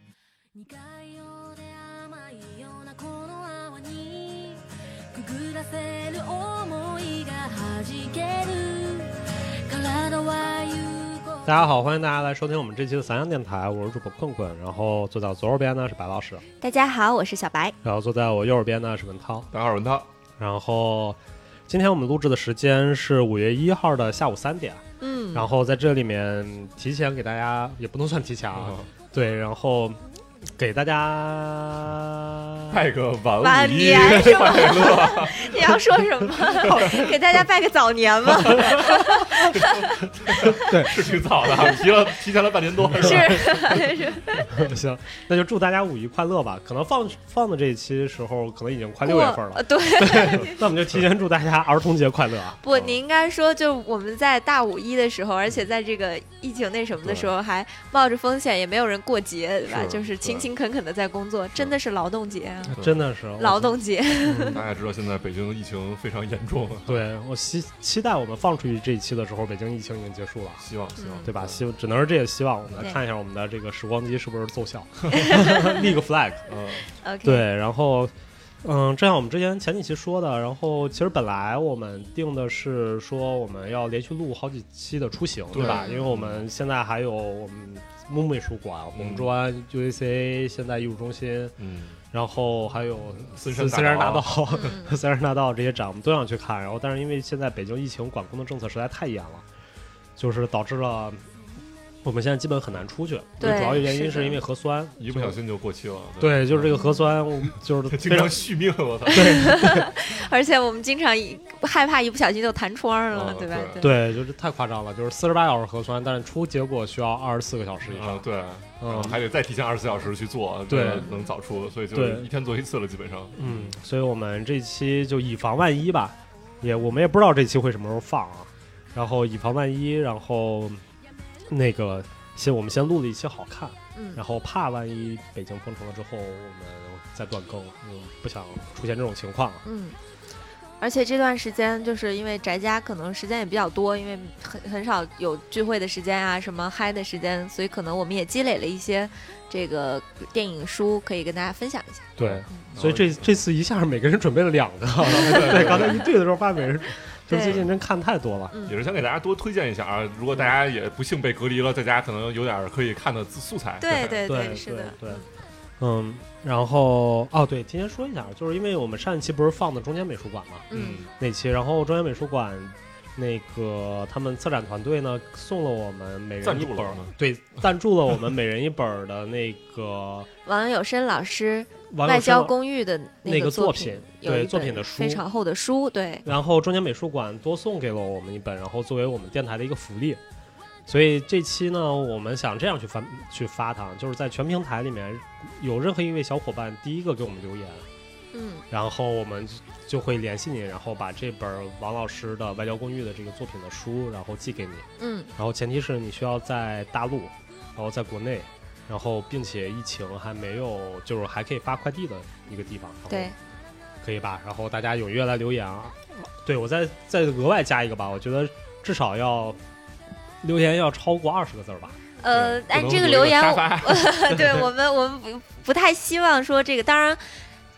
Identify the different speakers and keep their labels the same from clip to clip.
Speaker 1: 苦いようで甘いようなこの泡にくぐらせる想いがはじける体はゆこ
Speaker 2: 大家好，欢迎大家来收听我们这期的散养电台，我是主播困困，然后坐在我左手边呢是白老师，
Speaker 3: 大家好，我是小白。
Speaker 2: 然后坐在我右手边呢是文涛，
Speaker 4: 大家好，文涛。
Speaker 2: 然后今天我们录制的时间是五月一号的下午三点，
Speaker 3: 嗯，
Speaker 2: 然后在这里面提前给大家，也不能算提前啊，
Speaker 4: 啊，
Speaker 2: 对，然后给大家
Speaker 4: 拜个晚
Speaker 3: 晚
Speaker 4: 五一，
Speaker 3: 年 是吗？你要说什 么？给大家拜个早年吗？
Speaker 4: 是挺早的啊，提了提前了半年多，是吧？
Speaker 3: 是是，
Speaker 2: 行，那就祝大家五一快乐吧。可能放放的这一期时候，可能已经快 六月份了嗯
Speaker 3: 呃，对，
Speaker 2: 那我们就提前祝大家儿童节快乐啊！
Speaker 3: 不，你应该说，就我们在大五一的时候，而且在这个疫情那什么的时
Speaker 2: 嗯
Speaker 3: 候，还冒着风险，也没有人过节，对吧？
Speaker 4: 是
Speaker 3: 就是勤勤恳恳的在工作，真的是劳动节啊，
Speaker 4: 对
Speaker 2: 真的是
Speaker 3: 劳动节。
Speaker 4: 大家知道现在北京疫情非常严重，啊
Speaker 2: 对我期期待我们放出去这一期的时候，北京疫情已经结束了，
Speaker 4: 希望希望
Speaker 3: 嗯
Speaker 2: 对吧？希只能是这个希望。我们来
Speaker 3: 对
Speaker 2: 看一下我们的这个时光机是不是奏效，立个 flag。
Speaker 4: 嗯，
Speaker 3: OK，
Speaker 2: 对，然后。嗯，正像我们之前前几期说的，然后其实本来我们定的是说我们要连续录好几期的出行，对
Speaker 4: 对
Speaker 2: 吧？因为我们现在还有我们木木美术馆、我们
Speaker 4: 嗯
Speaker 2: 中央 UAC 现代艺术中心，
Speaker 4: 嗯，
Speaker 2: 然后还有
Speaker 4: 四
Speaker 2: 四
Speaker 4: 川
Speaker 2: 四川大道、
Speaker 3: 嗯
Speaker 2: 三山大道这些展我们都想去看，然后但是因为现在北京疫情管控的政策实在太严了，就是导致了我们现在基本很难出去。
Speaker 3: 对
Speaker 2: 主要原因
Speaker 3: 是
Speaker 2: 是
Speaker 3: 的
Speaker 2: 因为核酸，
Speaker 4: 一不小心就过期了，
Speaker 2: 对，就是这个核酸，我 就是
Speaker 4: 经
Speaker 2: 非常
Speaker 4: 常续命，我操，
Speaker 3: 而且我们经常一害怕一不小心就弹窗了，
Speaker 4: 嗯
Speaker 3: 对吧？
Speaker 2: 哦
Speaker 4: 对
Speaker 2: 对，就是太夸张了，就是四十八小时核酸，但是出结果需要二十四个小时以上
Speaker 4: 啊，。对，
Speaker 2: 嗯
Speaker 4: 还得再提前二十四小时去做，
Speaker 2: 对
Speaker 4: 能早出，所以就
Speaker 2: 对
Speaker 4: 一天做一次了，基本上，
Speaker 2: 嗯，所以我们这期就以防万一吧，也我们也不知道这期会什么时候放啊，然后以防万一，然后那个先我们先录了一期好看。
Speaker 3: 嗯
Speaker 2: 然后怕万一北京封城了之后，我们再断更，嗯，不想出现这种情况啊了。
Speaker 3: 嗯，而且这段时间就是因为宅家可能时间也比较多，因为很很少有聚会的时间啊，什么嗨的时间，所以可能我们也积累了一些这个电影书，可以跟大家分享一下。
Speaker 2: 对，
Speaker 4: 嗯
Speaker 2: 所以这这次一下每个人准备了两 个，对，刚才一对的时候发现每人，就
Speaker 3: 对
Speaker 2: 是最近真看太多了。
Speaker 4: 也是想给大家多推荐一下啊，如果大家也不幸被隔离了，在家可能有点可以看的素材，
Speaker 3: 对对
Speaker 2: 对，
Speaker 3: 是的，
Speaker 2: 对，嗯，然后哦，对，提前说一下，就是因为我们上一期不是放的中间美术馆嘛，
Speaker 3: 嗯，
Speaker 2: 那期，然后中间美术馆那个他们策展团队呢送了我们每人
Speaker 4: 赞
Speaker 2: 一
Speaker 4: 助
Speaker 2: 本
Speaker 4: 了
Speaker 2: 儿
Speaker 4: 我们，
Speaker 2: 对，赞助了我们每人一本儿的那个
Speaker 3: 王友生老师《
Speaker 2: 王
Speaker 3: 外
Speaker 2: 老师的
Speaker 3: 交公寓》的
Speaker 2: 那个
Speaker 3: 个
Speaker 2: 作
Speaker 3: 品
Speaker 2: 品，
Speaker 3: 有
Speaker 2: 对
Speaker 3: 一
Speaker 2: 作
Speaker 3: 本
Speaker 2: 品的书
Speaker 3: 非常厚的书，对，
Speaker 2: 然后中间美术馆多送给了我们一本，然后作为我们电台的一个福利。所以这期呢，我们想这样去发去发它，就是在全平台里面有任何一位小伙伴第一个给我们留言，
Speaker 3: 嗯
Speaker 2: 然后我们就就会联系你，然后把这本王老师的《外交公寓》的这个作品的书，然后寄给你。
Speaker 3: 嗯，
Speaker 2: 然后前提是你需要在大陆，然后在国内，然后并且疫情还没有，就是还可以发快递的一个地方。然后
Speaker 3: 对，
Speaker 2: 可以吧？然后大家踊跃来留言啊！对我再再额外加一个吧，我觉得至少要留言要超过二十个字儿吧。
Speaker 3: 呃，
Speaker 4: 不
Speaker 3: 按
Speaker 4: 能
Speaker 3: 这个
Speaker 4: 有一
Speaker 3: 留言
Speaker 4: 沙
Speaker 3: 我
Speaker 4: 发
Speaker 3: 对我们，我们不不太希望说这个。当然，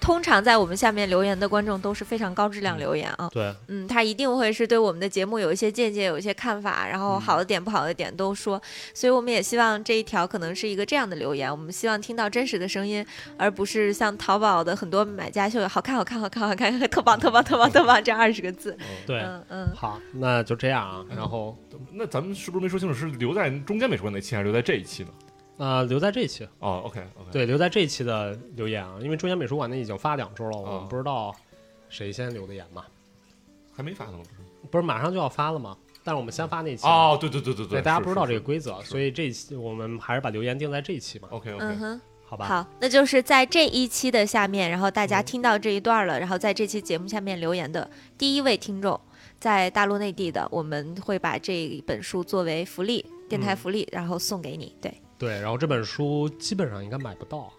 Speaker 3: 通常在我们下面留言的观众都是非常高质量留言啊。
Speaker 2: 对，
Speaker 3: 嗯，他一定会是对我们的节目有一些见解，有一些看法，然后
Speaker 2: 嗯
Speaker 3: 好的点、不好的点都说。所以我们也希望这一条可能是一个这样的留言，我们希望听到真实的声音，而不是像淘宝的很多买家秀，好看、好看、好看、好看， 特棒、特棒、特棒、特棒这二十个字。
Speaker 4: 嗯
Speaker 2: 对，
Speaker 3: 嗯嗯，
Speaker 2: 好，那就这样啊。然后
Speaker 4: 那咱们是不是没说清楚是留在中间美术馆那期，还是留在这一期呢？
Speaker 2: 啊、呃留在这一期，
Speaker 4: 哦，OK OK，，
Speaker 2: 对，留在这一期的留言啊，因为中间美术馆那已经发两周了，我
Speaker 4: 哦
Speaker 2: 们不知道谁先留的言嘛，
Speaker 4: 还没发呢吗？不是
Speaker 2: 不是马上就要发了吗？但是我们先发那期，
Speaker 4: 哦，对对对对
Speaker 2: 对，
Speaker 4: 对，
Speaker 2: 大家
Speaker 4: 是
Speaker 2: 不知道
Speaker 4: 是
Speaker 2: 这个
Speaker 4: 是
Speaker 2: 规则，
Speaker 4: 是哦
Speaker 2: 所以这一期我们还是把留言定在这一期嘛，
Speaker 4: OK
Speaker 3: 嗯
Speaker 4: OK，
Speaker 3: 哼，
Speaker 2: 好吧？
Speaker 3: 好，那就是在这一期的下面，然后大
Speaker 2: 嗯
Speaker 3: 家听到这一段了，然后在这期节目下面留言的第一位听众，在大陆内地的，我们会把这本书作为福利，电台
Speaker 2: 嗯
Speaker 3: 福利，然后送给你。对，
Speaker 2: 对，然后这本书基本上应该买不到啊。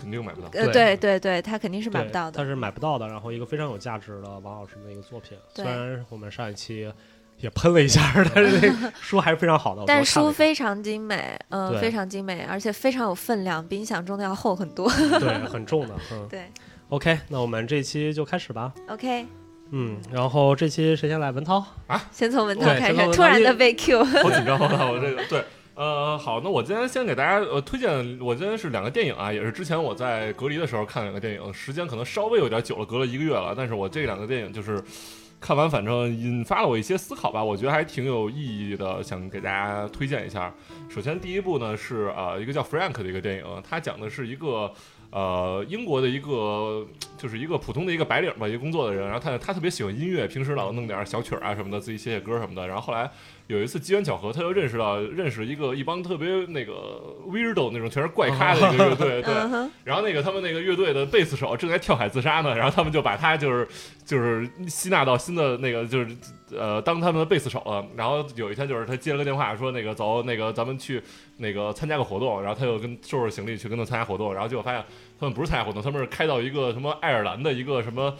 Speaker 4: 肯定买不到。
Speaker 3: 呃，
Speaker 2: 对
Speaker 3: 对对对，他肯定是买
Speaker 2: 对，
Speaker 3: 不到的。
Speaker 2: 它是买不到的。然后一个非常有价值的王老师的一个作品，虽
Speaker 3: 对
Speaker 2: 然我们上一期也喷了一下儿，但 是那书还是非常好的。我
Speaker 3: 但
Speaker 2: 都看
Speaker 3: 书
Speaker 2: 了
Speaker 3: 非常精美，嗯、
Speaker 2: 对
Speaker 3: 非常精美，而且非常有分量，比你想中的要厚很多。
Speaker 2: 对很重的，嗯。
Speaker 3: 对
Speaker 2: OK，那我们这期就开始吧。
Speaker 3: ，OK，
Speaker 2: 嗯，然后这期谁先来？文涛。
Speaker 3: 先从文涛
Speaker 2: 对
Speaker 3: 开
Speaker 2: 先从
Speaker 3: 始，
Speaker 2: 文
Speaker 3: 突
Speaker 2: 涛
Speaker 3: 然
Speaker 2: 因为
Speaker 3: 的被 Q，
Speaker 4: 好紧张啊！我这个对，呃，好，那我今天先给大家呃推荐，我今天是两个电影啊，也是之前我在隔离的时候看的两个电影，时间可能稍微有点久了，隔了一个月了，但是我这两个电影就是看完，反正引发了我一些思考吧，我觉得还挺有意义的，想给大家推荐一下。首先第一部呢是呃一个叫 Frank 的一个电影，它讲的是一个。呃，英国的一个就是一个普通的一个白领吧，一个工作的人，然后他他特别喜欢音乐，平时老弄点小曲儿啊什么的，自己写写歌什么的。然后后来有一次机缘巧合，他就认识到认识一个一帮特别那个 weirdo 那种全是怪咖的一个乐队，对。
Speaker 3: 嗯哼，
Speaker 4: 然后那个他们那个乐队的贝斯手正在跳海自杀呢，然后他们就把他就是就是吸纳到新的那个就是呃当他们的贝斯手了。然后有一天就是他接了个电话说那个走那个咱们去那个参加个活动，然后他就跟收拾行李去跟他参加活动，然后结果发现他们不是参加活动，他们是开到一个什么爱尔兰的一个什么。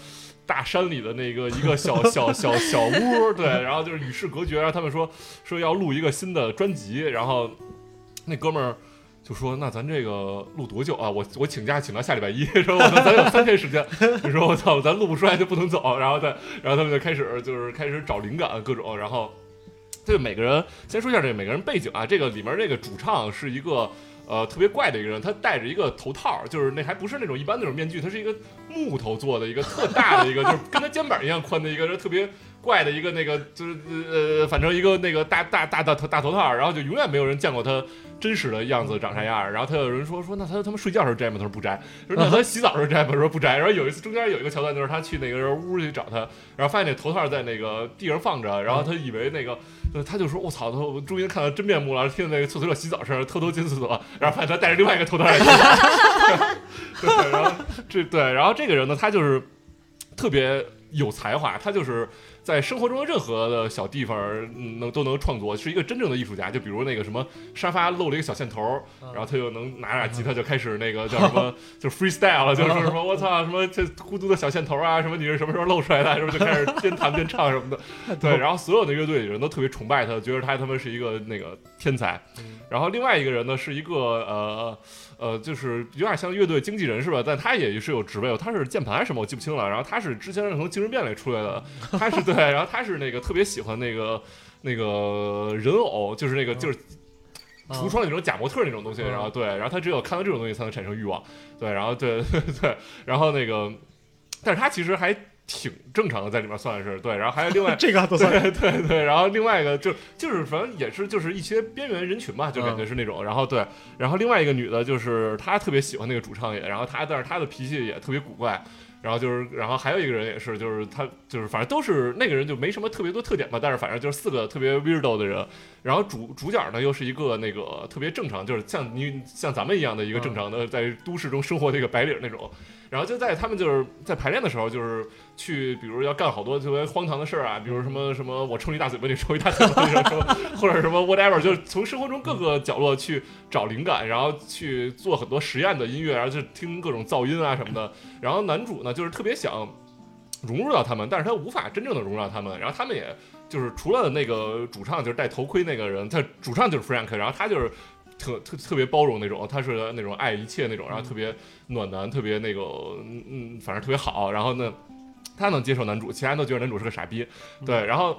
Speaker 4: 大山里的那个一个小小小小屋，对，然后就是与世隔绝。然后他们说说要录一个新的专辑，然后那哥们儿就说：“那咱这个录多久啊？我我请假请到下礼拜一， 说我们咱有三天时间。你说我操，咱录不出来就不能走。然后再，然后他们就开始就是开始找灵感啊各种，然后这每个人先说一下这个每个人背景啊，这个里面这个主唱是一个。”呃，特别怪的一个人，他戴着一个头套，就是那还不是那种一般那种面具，它是一个木头做的一个特大的一个，就是跟他肩膀一样宽的一个，就特别怪的一个那个，就是呃，反正一个那个大大大大头大头套，然后就永远没有人见过他真实的样子长啥样儿。然后他有人说说那他他们睡觉时候摘吗？他说不摘。说那他洗澡时候摘吗？说不摘。然后有一次中间有一个桥段就是他去那个人屋里找他，然后发现那头套在那个地上放着，然后他以为那个。呃他就说：“我操！他说我终于看到真面目了，听见那个厕所里有洗澡声，偷偷进厕所，然后发现他戴着另外一个头套来对，然后这对，然后这个人呢，他就是特别有才华，他就是在生活中的任何的小地方嗯能都能创作，是一个真正的艺术家。就比如那个什么沙发漏了一个小线头儿，然后他就能拿着吉他就开始那个叫什么，就 freestyle 了，就是说什么我操什么这孤独的小线头啊，什么你是什么时候露出来的，什么就开始边弹边唱什么的。对，然后所有的乐队里人都特别崇拜他，觉得他他们是一个那个天才。然后另外一个人呢，是一个呃呃，就是有点像乐队经纪人是吧？但他也是有职位的，他是键盘什么我记不清了。然后他是之前是从精神病里出来的，他是对，然后他是那个特别喜欢那个那个人偶，就是那个就是
Speaker 2: 啊
Speaker 4: 橱窗里那种假模特那种东西。
Speaker 2: 嗯
Speaker 4: 然后对，然后他只有看到这种东西才能产生欲望。对，然后对 对，然后那个，但是他其实还挺正常的，在里面算是对。然后还有 另外
Speaker 2: 这个都算
Speaker 4: 对对对，然后另外一个就就是反正也是就是一些边缘人群吧，就感觉是那种。然后对，然后另外一个女的，就是她特别喜欢那个主唱也，然后她但是她的脾气也特别古怪。然后就是，然后还有一个人也是，就是她就是反正都是那个人就没什么特别多特点吧，但是反正就是四个特别 weirdo 的人。然后主主角呢又是一个那个特别正常，就是像你像咱们一样的一个正常的在都市中生活的一个白领那种。然后就在他们就是在排练的时候，就是去，比如要干好多特别荒唐的事儿啊，比如什么什么我抽你大嘴巴，你抽一大嘴巴，什么或者什么 whatever，就是从生活中各个角落去找灵感，然后去做很多实验的音乐，然后就听各种噪音啊什么的。然后男主呢，就是特别想融入到他们，但是他无法真正的融入到他们。然后他们也就是除了那个主唱就是戴头盔那个人，他主唱就是 Frank，然后他就是特特特别包容那种，他是那种爱一切那种，然后特别暖男，特别那个嗯嗯，反正特别好。然后呢，他能接受男主，其他人都觉得男主是个傻逼。对，然后。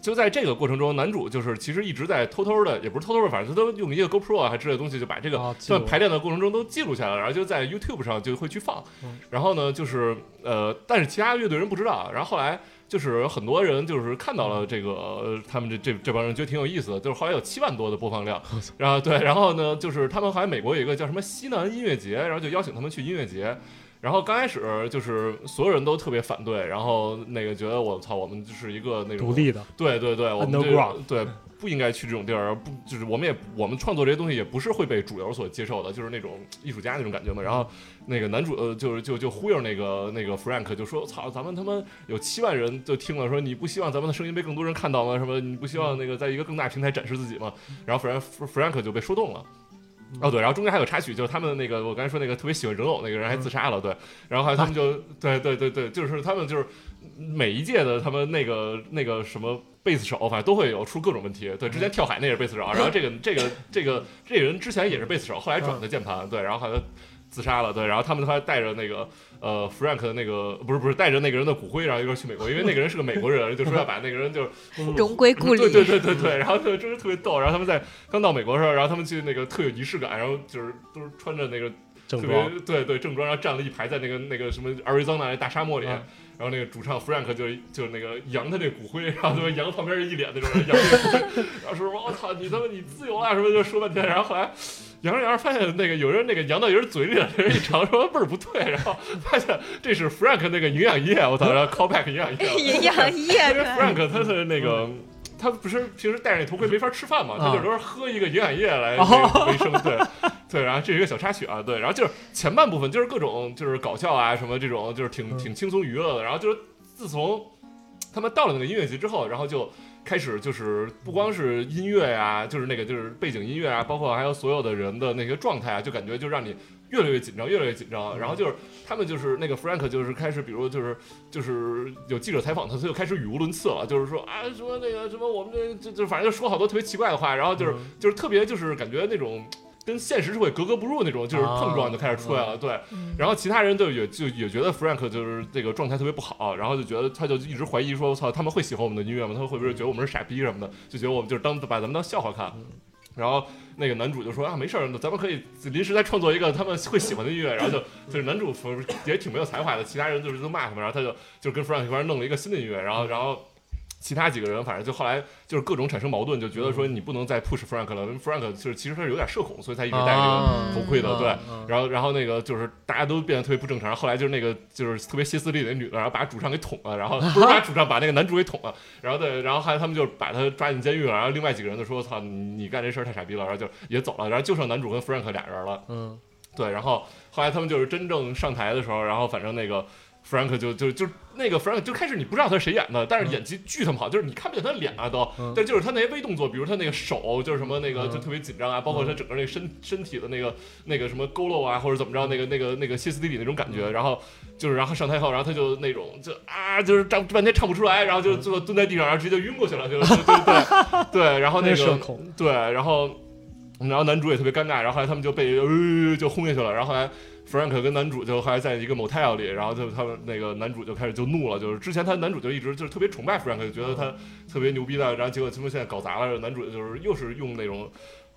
Speaker 4: 就在这个过程中，男主就是其实一直在偷偷的，也不是偷偷的，反正他都用一个 GoPro 啊，还之类的东西，就把这个
Speaker 2: 啊记录
Speaker 4: 段排练的过程中都记录下来，然后就在 YouTube 上就会去放
Speaker 2: 嗯。
Speaker 4: 然后呢，就是呃，但是其他乐队人不知道。然后后来就是很多人就是看到了这个，呃他们这这这帮人觉得挺有意思的，就是后来有七万多的播 放量。然后对，然后呢，就是他们好像美国有一个叫什么西南音乐节，然后就邀请他们去音乐节。然后刚开始就是所有人都特别反对，然后那个觉得我操，我们就是一个那种
Speaker 2: 独立的。
Speaker 4: 对对对，我们这
Speaker 2: Underground
Speaker 4: 个对不应该去这种地儿，不就是我们也我们创作这些东西也不是会被主流所接受的，就是那种艺术家那种感觉嘛。然后那个男主呃，就是就就忽悠那个那个 Frank 就说：“操，咱们他妈有七万人就听了，说你不希望咱们的声音被更多人看到吗？什么你不希望那个在一个更大平台展示自己吗？”然后 Frank Frank 就被说动了。哦对，然后中间还有插曲，就是他们那个我刚才说那个特别喜欢人偶那个人还自杀了，对，然后还有他们就、对对对对，就是他们就是每一届的他们那个那个什么贝斯手，反正都会有出各种问题。对，之前跳海那也是贝斯手，然后这个这个这个这个人之前也是贝斯手，后来转的键盘，对，然后好像自杀了，对，然后他们还带着那个呃 Frank 的那个不是不是带着那个人的骨灰，然后一块儿去美国，因为那个人是个美国人，就说要把那个人就是
Speaker 3: 荣归故里。
Speaker 4: 对对对对对，然后就真是特别逗。然后他们在刚到美国的时候，然后他们去那个特有仪式感，然后就是都是穿着那个
Speaker 2: 正
Speaker 4: 特
Speaker 2: 装
Speaker 4: 别对对正装，然后站了一排在那个那个什么 Arizona 那大沙漠里。
Speaker 2: 嗯
Speaker 4: 然后那个主唱 Frank 就就是那个扬他那骨灰，然后他妈扬旁边一脸那种人扬那骨灰， 然后说什么我操你他妈你自由啦什么就说半天，然后后来扬着扬着发现那个有人那个扬到人嘴里了，人一尝说味儿不对，然后发现这是 Frank 那个营养液，我操，然后 callback 营养液，
Speaker 3: 营养液
Speaker 4: 因为 Frank 他的那个，他不是平时戴着那头盔没法吃饭嘛，他有时候喝一个营养液来那个维生，对对。然后这是一个小插曲啊，对。然后就是前半部分就是各种就是搞笑啊什么这种，就是挺
Speaker 2: 嗯
Speaker 4: 挺轻松娱乐的。然后就是自从他们到了那个音乐节之后，然后就。开始就是不光是音乐啊，就是那个就是背景音乐啊，包括还有所有的人的那个状态啊，就感觉就让你越来越紧张，越来越紧张。然后就是他们就是那个 Frank 就是开始，比如就是就是有记者采访他，他就开始语无伦次了，就是说啊什么那个什么我们这这这反正就说好多特别奇怪的话，然后就是、
Speaker 2: 嗯
Speaker 4: 就是特别就是感觉那种。跟现实社会格格不入那种，就是碰撞就开始出来了，对。然后其他人就也就也觉得 Frank 就是这个状态特别不好，然后就觉得他就一直怀疑说，我操，他们会喜欢我们的音乐吗？他们会不会觉得我们是傻逼什么的？就觉得我们就是当把咱们当笑话看。然后那个男主就说啊，没事儿，咱们可以临时再创作一个他们会喜欢的音乐。然后就就是男主也挺没有才华的，其他人就是都骂他们，然后他就就跟 Frank 一块儿弄了一个新的音乐，然后然后。其他几个人反正就后来就是各种产生矛盾，就觉得说你不能再 push Frank 了，因为 Frank 就是其实他是有点社恐，所以他一直戴这个
Speaker 2: 啊
Speaker 4: 头盔的，对。
Speaker 2: 嗯
Speaker 4: 然后，然后那个就是大家都变得特别不正常。后来就是那个就是特别歇斯底里的女的，然后把主唱给捅了，然后不是把主唱把那个男主给捅了，然后对，然后还他们就把他抓进监狱了。然后另外几个人就说：“操，你干这事儿太傻逼了。”然后就也走了，然后就剩男主跟 Frank 俩人了。
Speaker 2: 嗯，
Speaker 4: 对，然后后来他们就是真正上台的时候，然后反正那个 Frank 就就就那个 Frank 就开始你不知道他是谁演的，但是演技巨他妈好，就是你看不见他脸啊都，
Speaker 2: 嗯
Speaker 4: 但就是他那些微动作，比如他那个手就是什么那个
Speaker 2: 嗯
Speaker 4: 就特别紧张啊，包括他整个那个身身体的那个那个什么佝偻啊，或者怎么着那个那个那个歇斯底里那种感
Speaker 2: 嗯
Speaker 4: 觉，然后就是然后上台后，然后他就那种就啊就是唱半天唱不出来，然后
Speaker 2: 嗯
Speaker 4: 就最后蹲在地上，然后直接就晕过去了，就就就对对，然后那
Speaker 2: 那
Speaker 4: 个
Speaker 2: 社恐，
Speaker 4: 对，然后然后男主也特别尴尬，然后后来他们就被、呃、就轰下去了，然后后来 Frank 跟男主就后来在一个 motel 里，然后就他们那个男主就开始就怒了，就是之前他男主就一直就是特别崇拜 Frank，就觉得他特别牛逼的，然后结果他们现在搞砸了，男主就是又是用那种。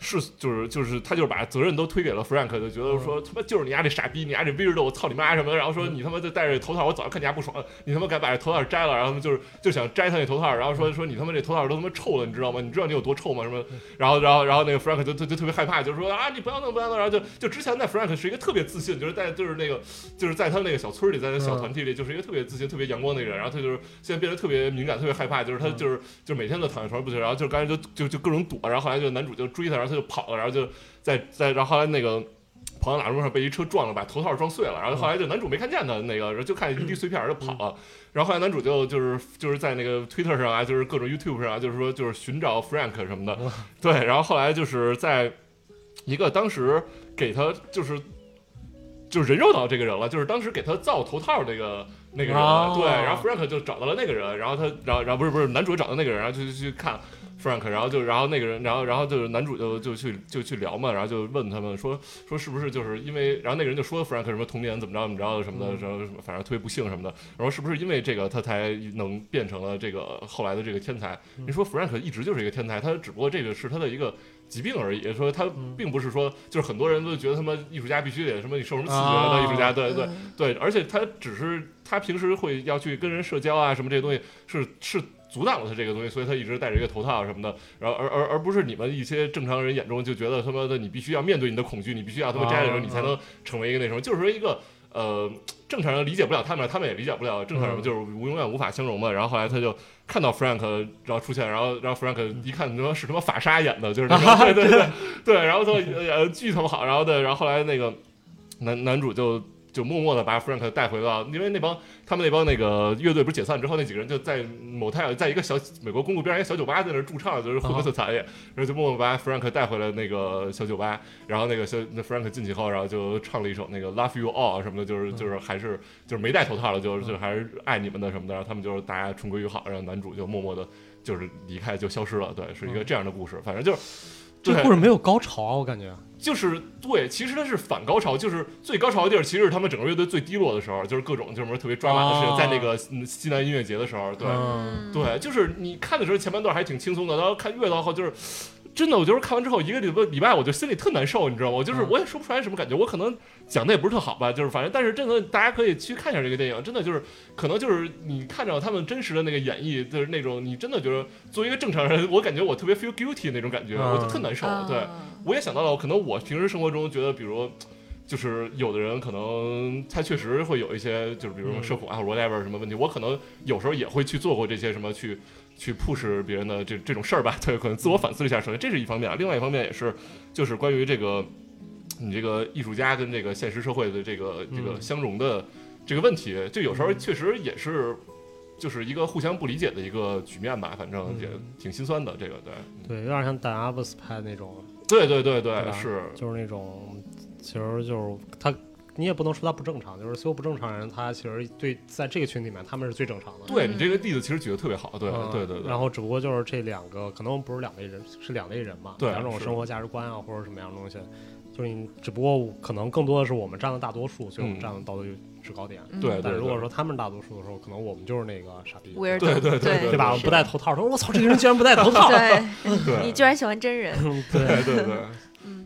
Speaker 4: 是，就是就是，他就是把责任都推给了 Frank，就觉得说他妈就是你丫这傻逼，你丫这 weirdo，我操你妈什么的，然后说你他妈就戴着头套，我早就看你丫不爽了，你他妈敢把这头套摘了，然后他们就是就想摘他那头套，然后说说你他妈这头套都他妈臭了，你知道吗？你知道你有多臭吗？什么？然后然后然后那个 Frank 就就就特别害怕，就说啊你不要弄不要弄，然后就就之前在 Frank 是一个特别自信，就是在就是那个就是在他那个小村里，在那小团体里，就是一个特别自信、特别阳光的一个人，然后他就是现在变得特别敏感、特别害怕，就是他就是就是每天都躺在床上不行，然后就刚才就就就各种躲，然后后来就男主就追他，然后他就跑了，然后就在在然后后来那个。跑到马路上被一车撞了，把头套撞碎了。然后后来就男主没看见他那个，然后就看见一地碎片儿就跑了。然后后来男主就就是就是在那个 Twitter 上啊，就是各种 YouTube 上啊，就是说就是寻找 Frank 什么的。对，然后后来就是在一个当时给他就是就是人肉到这个人了，就是当时给他造头套那个那个人了，
Speaker 2: 哦
Speaker 4: 对，然后 Frank 就找到了那个人，然后他，然后然后不是不是男主找到那个人，然后就就去看 Frank，然后就然后那个人，然后然后就是男主就就去就去聊嘛，然后就问他们说说是不是就是因为，然后那个人就说 Frank 什么童年怎么着怎么着什么的，然后什么反正特别不幸什么的，然后是不是因为这个他才能变成了这个后来的这个天才？你说 Frank 一直就是一个天才，他只不过这个是他的一个。疾病而已，说他并不是说，就是很多人都觉得他妈艺术家必须得什么你受什么刺激了当艺术家，
Speaker 3: 嗯
Speaker 4: 对对对，而且他只是他平时会要去跟人社交啊什么这些东西是是阻挡了他这个东西，所以他一直戴着一个头套什么的，然后而而而不是你们一些正常人眼中就觉得他妈的你必须要面对你的恐惧，你必须要他妈摘了之后
Speaker 2: 啊
Speaker 4: 你才能成为一个那什么，就是说一个呃正常人理解不了他们，他们也理解不了正常人，
Speaker 2: 嗯
Speaker 4: 就是永远无法相容嘛。然后后来他就看到 Frank，然后出现，然后然后
Speaker 2: 嗯
Speaker 4: Frank 一看，他妈是他妈法沙演的，就是那种 呃对对对对，然后他演的巨他妈好，然后对，然后后来那个男男主就就默默的把 Frank 带回到，因为那帮他们那帮那个乐队不是解散之后，那几个人就在某泰在一个小美国公路边上一个小酒吧在那儿驻唱，就是
Speaker 2: 啊
Speaker 4: 混得特惨烈，然后就默默把 Frank 带回了那个小酒吧，然后那个小那 Frank 进去后，然后就唱了一首那个 Love You All 什么的，就是就是
Speaker 2: 嗯
Speaker 4: 还是就是没戴头套了，就是就是还是爱你们的什么的，然后他们就是大家重归于好，然后男主就默默的就是离开就消失了，对，是一个这样的故事，反正就是。
Speaker 2: 嗯这
Speaker 4: 对
Speaker 2: 故事没有高潮啊，我感觉。
Speaker 4: 就是对，其实它是反高潮，就是最高潮的地儿，其实是他们整个乐队最低落的时候，就是各种就是什么特别抓马的事
Speaker 2: 哦
Speaker 4: 情，在那个嗯西南音乐节的时候，对、
Speaker 2: 嗯，
Speaker 4: 对，就是你看的时候前半段还挺轻松的，然后看越到后就是。真的，我就是看完之后一个礼拜礼拜，我就心里特难受，你知道吗？我就是
Speaker 2: 嗯
Speaker 4: 我也说不出来什么感觉，我可能讲的也不是特好吧，就是反正，但是真的大家可以去看一下这个电影，真的就是可能就是你看着他们真实的那个演绎，就是那种你真的觉得作为一个正常人，我感觉我特别 feel guilty 那种感觉，
Speaker 2: 嗯
Speaker 4: 我就特难受，对。
Speaker 3: 哦
Speaker 4: 我也想到了，可能我平时生活中觉得，比如就是有的人可能他确实会有一些，就是比如说
Speaker 2: 嗯
Speaker 4: 社恐啊、或者 whatever 什么问题，我可能有时候也会去做过这些什么去去 push 别人的这这种事儿吧。 对，可能自我反思了一下，首先这是一方面啊，另外一方面也是就是关于这个你这个艺术家跟这个现实社会的这个这个
Speaker 2: 嗯
Speaker 4: 相融的这个问题，就有时候确实也是。就是一个互相不理解的一个局面吧，反正也
Speaker 2: 嗯
Speaker 4: 挺心酸的。这个对，
Speaker 2: 对，有点像丹阿布斯拍那种，
Speaker 4: 对对对
Speaker 2: 对吧
Speaker 4: 对，是，
Speaker 2: 就是那种，其实就是他，你也不能说他不正常，就是所有不正常人，他其实对在这个群里面他们是最正常的。
Speaker 4: 对
Speaker 3: 嗯
Speaker 4: 你这个例子其实举得特别好，对
Speaker 2: 嗯
Speaker 4: 对对对，
Speaker 2: 然后只不过就是这两个，可能不是两类人，是两类人嘛，
Speaker 4: 对
Speaker 2: 两种
Speaker 4: 是
Speaker 2: 生活价值观啊，或者什么样的东西，就是你，只不过可能更多的是我们占了大多数，所以我们
Speaker 4: 嗯
Speaker 2: 站的道德制高
Speaker 3: 嗯
Speaker 2: 点。
Speaker 4: 对对
Speaker 2: 但
Speaker 4: 对，
Speaker 2: 如果说他们大多数的时候，可能我们就是那个傻逼，
Speaker 3: ，weird，
Speaker 4: 对对对
Speaker 3: 对
Speaker 4: 对
Speaker 2: 对吧？
Speaker 3: 是
Speaker 2: 不戴头套，说我操，这个人居然不戴头套，
Speaker 3: 对，你
Speaker 4: 对
Speaker 3: 居然喜欢真人，
Speaker 4: 对对对，
Speaker 3: 嗯，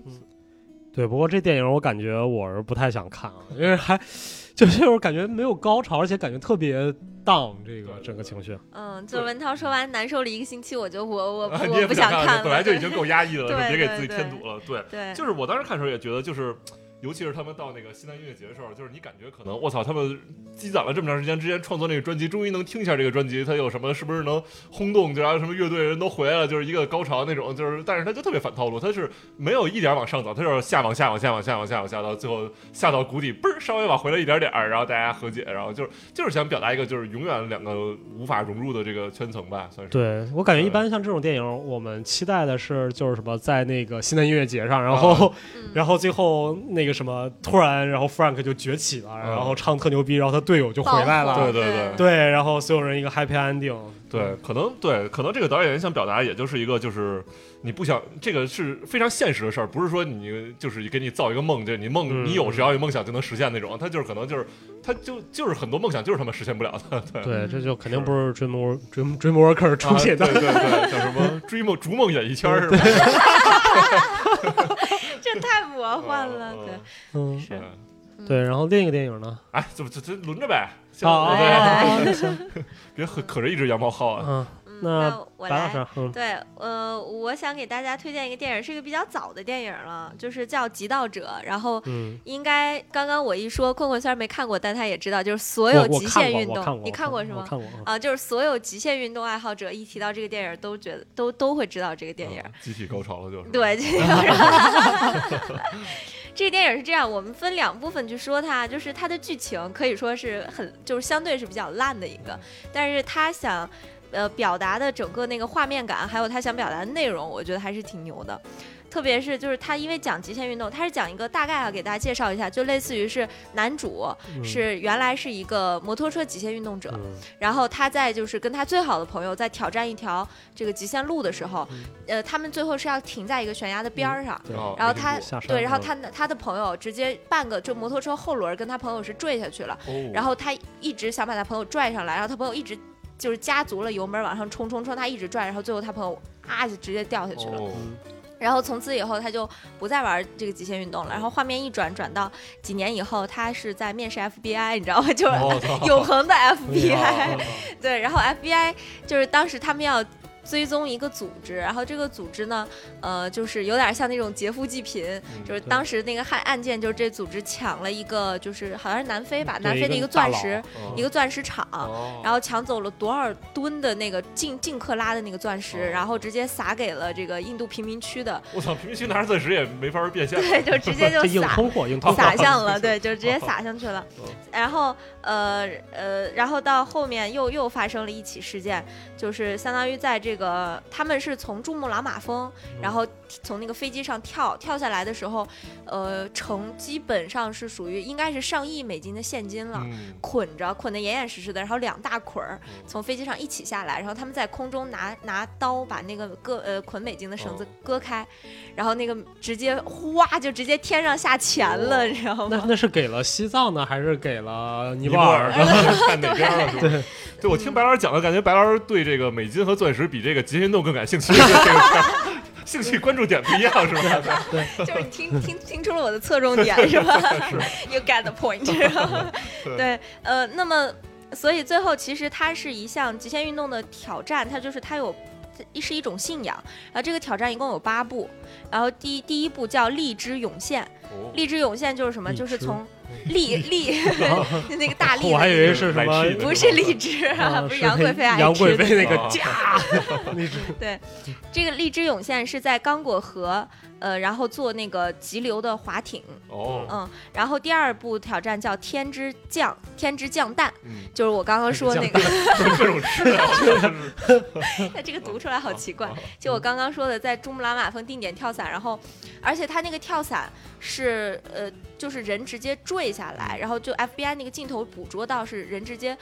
Speaker 2: 对，不过这电影我感觉我是不太想看啊，因为还就是 我感觉没有高潮，而且感觉特别 down 这个
Speaker 4: 对
Speaker 2: 整个情绪。
Speaker 3: 嗯，就是文涛说完难受了一个星期，我就我我
Speaker 4: 啊
Speaker 3: 我
Speaker 4: 你也
Speaker 3: 不
Speaker 4: 想
Speaker 3: 想
Speaker 4: 看，
Speaker 3: 了，
Speaker 4: 本来就已经够压抑了，
Speaker 3: 对
Speaker 4: 就别给自己
Speaker 3: 对
Speaker 4: 添堵了。对，
Speaker 3: 对，
Speaker 4: 就是我当时看的时候也觉得，就是尤其是他们到那个西南音乐节的时候，就是你感觉可能我操，他们积攒了这么长时间之前创作那个专辑，终于能听一下这个专辑，它有什么是不是能轰动，就然后什么乐队人都回来了，就是一个高潮那种，就是但是他就特别反套路，他是没有一点往上走，他就是下往下往下往下往下往下到最后下到谷底，嘣儿稍微往回来一点点儿，然后大家和解，然后就是就是想表达一个就是永远两个无法融入的这个圈层吧，算是。
Speaker 2: 对我感觉一
Speaker 4: 对
Speaker 2: 般像这种电影，我们期待的是就是什么在那个西南音乐节上，
Speaker 4: 啊
Speaker 2: 然后、
Speaker 3: 嗯
Speaker 2: 然后最后那个什么突然，然后 Frank 就崛起了，然后唱特牛逼，然后他队友就回来
Speaker 3: 爆
Speaker 2: 了，
Speaker 3: 火
Speaker 4: 啊对对对
Speaker 2: 对，然后所有人一个 happy ending。
Speaker 4: 对，可能对，可能这个导演想表达，也就是一个，就是你不想这个是非常现实的事儿，不是说你就是给你造一个梦，就是你梦、
Speaker 2: 嗯
Speaker 4: 你有只要有梦想就能实现那种，他就是可能就是他就就是很多梦想就是他们实现不了的，对，
Speaker 2: 对，这就肯定
Speaker 4: 是
Speaker 2: 不是 Dream Work- Dream Dream Worker 出品的
Speaker 4: 啊、对对对，叫什 么追梦逐梦演艺圈是吧？
Speaker 3: 这太 魔幻了，
Speaker 4: 嗯
Speaker 3: 对，，
Speaker 2: 嗯，
Speaker 3: 是
Speaker 4: 嗯
Speaker 2: 对。然后另一个电影呢？
Speaker 4: 哎，这不这这轮着呗，行
Speaker 2: 哦
Speaker 4: 对，
Speaker 2: 哦，行，
Speaker 4: 别可可着一只羊毛薅啊，
Speaker 2: 嗯，
Speaker 3: 哎嗯
Speaker 2: 那
Speaker 3: 那我
Speaker 2: 白
Speaker 3: 来
Speaker 2: 老，师，嗯，
Speaker 3: 对，呃，我想给大家推荐一个电影，是一个比较早的电影了，就是叫《极道者》。然后
Speaker 2: 嗯，
Speaker 3: 应该刚刚我一说，困困虽然没看过，但他也知道，就是所
Speaker 2: 我
Speaker 3: 有
Speaker 2: 我
Speaker 3: 极
Speaker 2: 看
Speaker 3: 限
Speaker 2: 过，
Speaker 3: 运
Speaker 2: 我看
Speaker 3: 动，
Speaker 2: 过，
Speaker 3: 你
Speaker 2: 看
Speaker 3: 过是
Speaker 2: 我
Speaker 3: 吗？
Speaker 2: 看过，嗯
Speaker 3: 啊，就是所有极限运动爱好者一提到这个电影，都觉得都都会知道这个电影。
Speaker 4: 嗯集体高潮了就是，
Speaker 3: 对，这个这个电影是这样，我们分两部分去说它，就是它的剧情可以说是很，就是相对是比较烂的一个，但是他想。呃，表达的整个那个画面感，还有他想表达的内容，我觉得还是挺牛的。特别是就是他因为讲极限运动，他是讲一个大概啊，给大家介绍一下，就类似于是男主
Speaker 2: 嗯
Speaker 3: 啊是原来是一个摩托车极限运动者，
Speaker 2: 嗯
Speaker 3: 然后他在就是跟他最好的朋友在挑战一条这个极限路的时候
Speaker 2: 嗯，
Speaker 3: 呃，他们最后是要停在一个悬崖的边儿上。
Speaker 2: 对
Speaker 4: 哦
Speaker 3: 然后
Speaker 4: 没听
Speaker 3: 他
Speaker 4: 过
Speaker 2: 下山
Speaker 3: 对，然后
Speaker 2: 嗯
Speaker 3: 他的他的朋友直接半个就摩托车后轮跟他朋友是坠下去了，
Speaker 2: 嗯
Speaker 4: 哦
Speaker 3: 然后他一直想把他朋友拽上来，然后他朋友一直就是加足了油门往上冲冲冲，他一直拽，然后最后他朋友啊就直接掉下去了。
Speaker 4: 哦
Speaker 2: 嗯
Speaker 3: 然后从此以后他就不再玩这个极限运动了。然后画面一转转到几年以后，他是在面试 FBI，你知道吗？就是
Speaker 4: 我操
Speaker 3: 永恒的
Speaker 2: 哦哎
Speaker 4: 哦
Speaker 3: FBI。
Speaker 2: 呀
Speaker 3: 对，然后 FBI 就是当时他们要追踪一个组织，然后这个组织呢，呃，就是有点像那种劫富济贫，就是
Speaker 2: 对
Speaker 3: 当时那个案案件，就是这组织抢了一个，就是好像是南非吧，
Speaker 2: 对
Speaker 3: 南非的
Speaker 2: 一个大
Speaker 3: 钻
Speaker 2: 佬
Speaker 3: 石，
Speaker 4: 嗯
Speaker 3: 一个啊钻石厂，
Speaker 4: 哦
Speaker 3: 然后抢走了多少吨的那个净净克拉的那个钻石，
Speaker 4: 哦
Speaker 3: 然后直接撒给了这个印度贫民区的，
Speaker 4: 我操，贫民区拿着钻石也没法变现了，
Speaker 3: 对，就直接就
Speaker 2: 这硬
Speaker 3: 撒
Speaker 2: 通货，硬通货。
Speaker 3: 撒向了，对，就直接撒上去了
Speaker 4: 哦。
Speaker 3: 然后呃呃，然后到后面又又发生了一起事件，就是相当于在这个他们是从珠穆朗玛峰，然后从那个飞机上跳跳下来的时候，呃，成基本上是属于应该是上亿美金的现金了。
Speaker 4: 嗯，
Speaker 3: 捆着，捆得严严实实的，然后两大捆儿
Speaker 4: 嗯
Speaker 3: 从飞机上一起下来，然后他们在空中拿拿刀把那个割呃捆美金的绳子
Speaker 4: 哦
Speaker 3: 割开，然后那个直接哗就直接天上下钱了，
Speaker 4: 哦
Speaker 3: 你知道
Speaker 2: 那
Speaker 3: 吗？
Speaker 2: 那是给了西藏呢，还是给了尼
Speaker 4: 尼
Speaker 2: 泊
Speaker 4: 尔，呃
Speaker 2: 尔？
Speaker 4: 看哪 边了？是吧？对，我听白老师讲的，感觉白老师对这个美金和钻石比这个截心豆更感兴趣， 这个兴趣关注点不一样，是吧？
Speaker 3: 就是你听听听出了我的侧重 点是吧 ？You get the point
Speaker 4: 对
Speaker 3: 对，呃，那么所以最后其实它是一项极限运动的挑战，它就是它有。是一种信仰，然后这个挑战一共有八步，然后第一第一步叫荔枝涌现，
Speaker 4: 哦
Speaker 3: 荔枝涌现就是什么？
Speaker 2: 荔
Speaker 3: 就是
Speaker 2: 枝
Speaker 3: 从荔荔就 那个大荔的那个，
Speaker 2: 我还以为是什么
Speaker 4: 来气的
Speaker 3: 不是荔枝啊，
Speaker 2: 啊
Speaker 3: 不是
Speaker 2: 是
Speaker 3: 杨贵妃爱吃的
Speaker 2: 杨贵妃那个
Speaker 4: 啊
Speaker 2: 家，那是
Speaker 3: 对，这个荔枝涌现是在刚果河，呃，然后坐那个急流的划艇，
Speaker 4: 哦，
Speaker 3: 嗯，然后第二步挑战叫天之降，天之降蛋，
Speaker 4: 嗯，
Speaker 3: 就是我刚刚说那个，
Speaker 4: 各种吃 的，啊就是
Speaker 3: 那 这个读出来好奇怪
Speaker 2: 哦
Speaker 4: 啊啊。
Speaker 3: 就我刚刚说的，在珠穆朗玛峰定点跳伞，然后，而且他那个跳伞是呃，就是人直接坠下
Speaker 4: 嗯
Speaker 3: 来，然后就 FBI 那个镜头捕捉到是人直接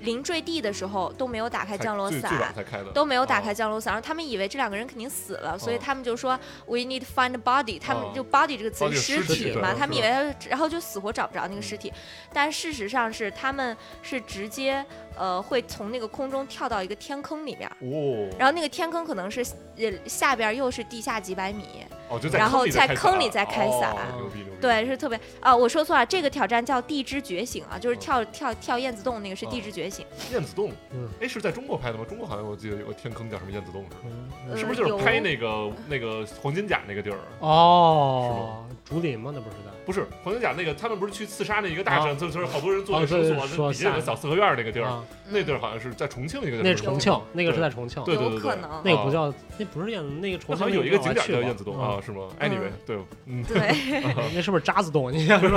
Speaker 3: 临坠地的时候都没有打开降落
Speaker 4: 最最早
Speaker 3: 伞。
Speaker 4: 才开的，
Speaker 3: 都没有打开
Speaker 4: 哦
Speaker 3: 降落伞，然后他们以为这两个人肯定死了，所以
Speaker 4: 哦
Speaker 3: 他们就说 we need to find a body，他们
Speaker 4: 哦
Speaker 3: 就 body 这个词
Speaker 4: body
Speaker 3: 是尸
Speaker 4: 尸体
Speaker 3: 体
Speaker 4: 对
Speaker 3: 嘛，
Speaker 4: 是嗯
Speaker 3: 他们以
Speaker 4: 的
Speaker 3: 为他们，然后就死活找不着那个尸体，但事实上是他们是直接呃会从那个空中跳到一个天坑里面，
Speaker 4: 哦，
Speaker 3: 然后那个天坑可能是呃下边又是地下几百米，
Speaker 4: 哦，就在
Speaker 3: 然后在
Speaker 4: 在
Speaker 3: 坑里再开伞
Speaker 4: 哦牛逼牛逼，
Speaker 3: 对，是特别啊，我说错了，这个挑战叫地之觉醒啊，就是跳跳跳燕子洞那个是地之觉醒，
Speaker 4: 燕子洞
Speaker 2: 嗯，
Speaker 4: 哎，是在中国拍的吗？中国好像我记得有个天坑叫什么燕子洞，
Speaker 2: 嗯
Speaker 3: 呃
Speaker 4: 是不是就
Speaker 3: 有
Speaker 4: 是拍那个那个黄金甲那个地儿？啊
Speaker 2: 哦，竹林吗？那不是在。
Speaker 4: 不是黄金甲那个，他们不是去刺杀那一个大臣，就是就是好多人坐
Speaker 2: 哦
Speaker 4: 那
Speaker 2: 对
Speaker 4: 绳索，
Speaker 2: 啊说
Speaker 4: 那底下有个
Speaker 2: 吓
Speaker 4: 小四合院那个地儿，
Speaker 2: 啊，
Speaker 4: 那地儿好像是在重庆一个地儿，
Speaker 2: 那是重庆，那个是
Speaker 4: 对
Speaker 2: 在重庆，
Speaker 4: 对对
Speaker 3: 有
Speaker 4: 对
Speaker 3: 可
Speaker 4: 对，
Speaker 3: 能
Speaker 2: 那个不叫，那不是燕子，那个
Speaker 4: 那
Speaker 2: 重
Speaker 4: 好
Speaker 2: 庆
Speaker 4: 像有一个景点叫
Speaker 2: 叫
Speaker 4: 燕子洞啊，，是吗
Speaker 3: 嗯
Speaker 4: ？Anyway，对，嗯，
Speaker 3: 对。
Speaker 2: 那是不是渣子洞？你想说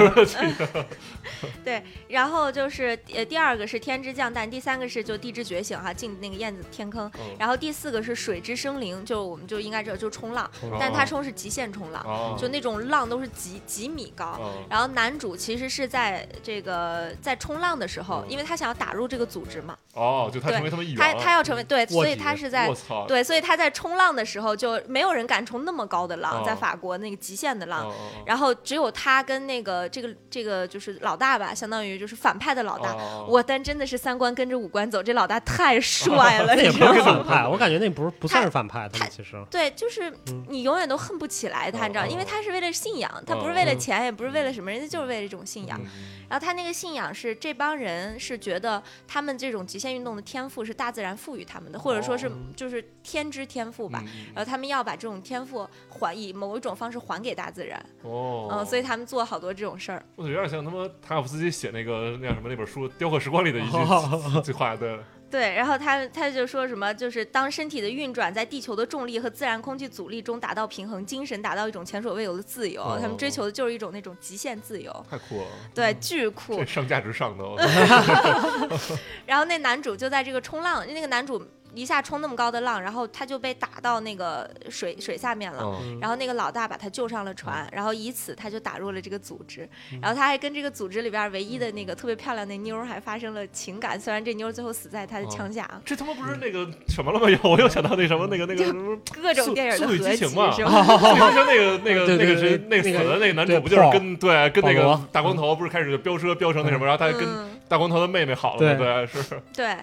Speaker 3: 然后就是呃，第二个是天之降蛋，第三个是就地之觉醒哈、进那个燕子天坑，
Speaker 4: 嗯
Speaker 3: 然后第四个是水之生灵，就我们就应该知道就冲
Speaker 4: 哦
Speaker 3: 浪，
Speaker 2: 冲浪
Speaker 3: 但它冲是极限冲浪，
Speaker 4: 啊，
Speaker 3: 就那种浪都是几几米高。
Speaker 4: 啊，
Speaker 3: 然后男主其实是在这个在冲浪的时候，
Speaker 4: 嗯
Speaker 3: 因为他想要打入这个组织嘛，
Speaker 4: 哦，就他
Speaker 3: 对
Speaker 4: 成为他们一员，
Speaker 3: 他他要成为对，所以
Speaker 2: 底
Speaker 3: 他是在
Speaker 4: 我操，
Speaker 3: 对，所以他在冲浪的时候就没有人敢冲那么高的浪，
Speaker 4: 哦
Speaker 3: 在法国那个极限的
Speaker 4: 啊，
Speaker 2: 哦
Speaker 3: 浪，
Speaker 4: 啊
Speaker 3: 然后只有他跟那个这个这个就是老大吧，相当于就是反派的老
Speaker 2: 哦
Speaker 3: 大，
Speaker 4: 啊
Speaker 3: 我但真的是三观跟着五官走，这老大太帅 了，
Speaker 2: 那哦也
Speaker 3: 哎
Speaker 2: 不
Speaker 3: 你知道
Speaker 2: 是
Speaker 3: 吗？
Speaker 2: 反派，我感觉那不是不算是反派，他
Speaker 3: 他
Speaker 2: 们其实
Speaker 3: 对，就是
Speaker 2: 嗯
Speaker 3: 你永远都恨不起来他，
Speaker 4: 哦
Speaker 3: 你知道，
Speaker 4: 哦
Speaker 3: 因为他是为了信仰，他
Speaker 4: 哦
Speaker 3: 不是为了
Speaker 2: 嗯
Speaker 3: 钱，也不是为了什么，人家就是为了这种信仰。
Speaker 4: 嗯
Speaker 3: 然后他那个信仰是这帮人是觉得他们这种极限运动的天赋是大自然赋予他们的，或者说是就是天之天赋吧。
Speaker 4: 哦嗯
Speaker 3: 然后他们要把这种天赋还以某一种方式还给大自然，
Speaker 4: 哦，
Speaker 3: 嗯，所以他们做好多这种事儿。
Speaker 4: 我觉得有点像他妈塔可夫斯基写那个那叫什么那本书《雕刻时光》里的一 句
Speaker 2: 哦
Speaker 4: 句话，对，
Speaker 3: 对，然后他他就说什么，就是当身体的运转在地球的重力和自然空气阻力中达到平衡，精神达到一种前所未有的自由。
Speaker 4: 哦
Speaker 3: 他们追求的就是一种那种极限自由，
Speaker 4: 太酷了，
Speaker 3: 对，巨酷
Speaker 4: 这。上价值上的，我
Speaker 3: 然后那男主就在这个冲浪，那个男主一下冲那么高的浪，然后他就被打到那个水水下面了。
Speaker 4: 操
Speaker 2: 嗯
Speaker 3: 然后那个老大把他救上了
Speaker 4: 嗯
Speaker 3: 船，然后以此他就打入了这个组织，然后他还跟这个组织里边唯一的那个特别漂亮的妞儿还发生了情感，虽然这妞儿最后死在他
Speaker 4: 哦
Speaker 3: 的枪下啊，
Speaker 4: 这他妈不是那个什么了吗？ 又我又想到那什么那个那个
Speaker 3: 就
Speaker 4: 什么
Speaker 3: 各种电影的
Speaker 4: 速速度与
Speaker 3: 合
Speaker 4: 激
Speaker 3: 集
Speaker 4: 情嘛
Speaker 3: 是吧？
Speaker 4: 你说那个那个
Speaker 2: 对
Speaker 4: 那
Speaker 2: 对
Speaker 4: 个谁
Speaker 2: 对
Speaker 4: 那个死
Speaker 2: 那个
Speaker 4: 的那个男主
Speaker 2: 对
Speaker 4: 不就是
Speaker 2: 鲍
Speaker 4: 跟对跟那
Speaker 2: 鲍
Speaker 4: 个
Speaker 2: 勃
Speaker 4: 大光头不是开始飙车飙成那什么，然后他跟
Speaker 3: 嗯、
Speaker 4: 大光头的妹妹好了
Speaker 2: 对
Speaker 4: 吗？对，是
Speaker 3: 对。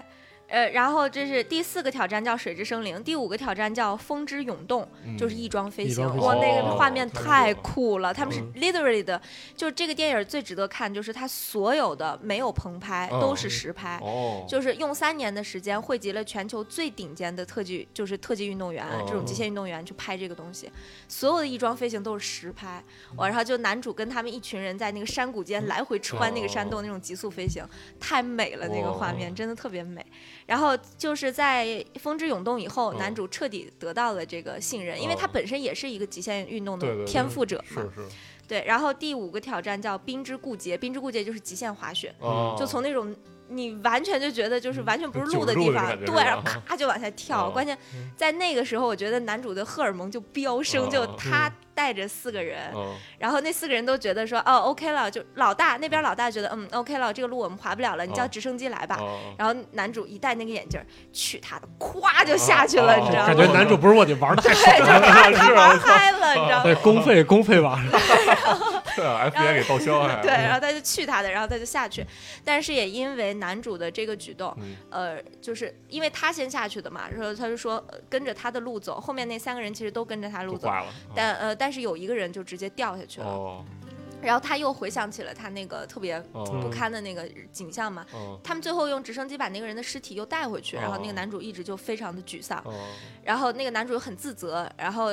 Speaker 3: 呃，然后这是第四个挑战叫水之生灵，第五个挑战叫风之涌动，
Speaker 4: 嗯
Speaker 3: 就是翼装飞
Speaker 2: 翼
Speaker 3: 行
Speaker 2: 装。飞
Speaker 3: 哇，
Speaker 2: 行
Speaker 3: 那个
Speaker 4: 哦
Speaker 3: 画面
Speaker 4: 太
Speaker 3: 太
Speaker 4: 酷了
Speaker 3: 酷了！他们是
Speaker 2: 嗯
Speaker 3: literally 的，就是这个电影最值得看，就是它所有的没有棚拍，都
Speaker 4: 嗯
Speaker 3: 是实拍。
Speaker 4: 哦，
Speaker 3: 就是用三年的时间汇集了全球最顶尖的特技，就是特技运动员、
Speaker 4: 哦
Speaker 3: 这种极限运动员去拍这个东西，所有的翼装飞行都是实拍。
Speaker 4: 嗯
Speaker 3: 我然后就男主跟他们一群人在那个山谷间来回穿那个
Speaker 4: 哦
Speaker 3: 山洞，那种极速飞行，太美了，那个画面真的特别美。然后就是在《风之涌动》以后，
Speaker 4: 哦
Speaker 3: 男主彻底得到了这个信任，因为
Speaker 4: 哦
Speaker 3: 他本身也是一个极限运动
Speaker 4: 对对
Speaker 3: 的
Speaker 4: 对
Speaker 3: 天赋者嘛。
Speaker 4: 是是
Speaker 3: 对，然后第五个挑战叫冰之固结，冰之固结就是极限滑雪。
Speaker 4: 哦，
Speaker 3: 嗯
Speaker 4: 嗯
Speaker 3: 就从那种你完全就觉得就是完全不是
Speaker 4: 就
Speaker 3: 路的
Speaker 4: 九十
Speaker 3: 地
Speaker 4: 度
Speaker 3: 方，对，
Speaker 4: 那种感觉是吧
Speaker 3: 然后咔就往下跳。
Speaker 4: 哦
Speaker 3: 关键
Speaker 2: 嗯
Speaker 3: 在那个时候，我觉得男主的荷尔蒙就飙升，
Speaker 4: 哦
Speaker 3: 就他带着四个人，
Speaker 4: 嗯
Speaker 3: 然后那四个人都觉得说哦 OK 了，就老大那边老大觉得嗯 OK 了，这个路我们滑不了了，你叫
Speaker 4: 哦
Speaker 3: 直升机来吧。
Speaker 4: 哦
Speaker 3: 然后男主一戴那个眼镜儿，去他的，咵就下去了，
Speaker 4: 哦
Speaker 3: 你知道
Speaker 2: 感
Speaker 3: 吗？嗯
Speaker 2: 觉男主不是卧底，玩的太爽
Speaker 3: 对，就
Speaker 2: 了。
Speaker 3: 他他
Speaker 4: 是
Speaker 3: 玩
Speaker 4: 啊
Speaker 3: 嗨了，你知道吗？
Speaker 2: 对，公费公费玩，
Speaker 4: 对啊，FBI 给报销 哎，
Speaker 3: 对，然后他就去他的，然后他就下去，但是也因为男主的这个举动，
Speaker 4: 嗯
Speaker 3: 呃，就是因为他先下去的嘛，然后他就说、呃跟着他的路走，后面那三个人其实都跟着他
Speaker 4: 都
Speaker 3: 路走，
Speaker 4: 挂了，嗯
Speaker 3: 但呃，但是有一个人就直接掉下去了，
Speaker 4: 哦
Speaker 3: 然后他又回想起了他那个特别不
Speaker 4: 哦
Speaker 3: 堪的那个景象嘛。
Speaker 4: 哦
Speaker 3: 他们最后用直升机把那个人的尸体又带回去，然后那个
Speaker 4: 哦
Speaker 3: 男主一直就非常的沮丧，
Speaker 4: 哦，
Speaker 3: 然后那个男主很自责，然后，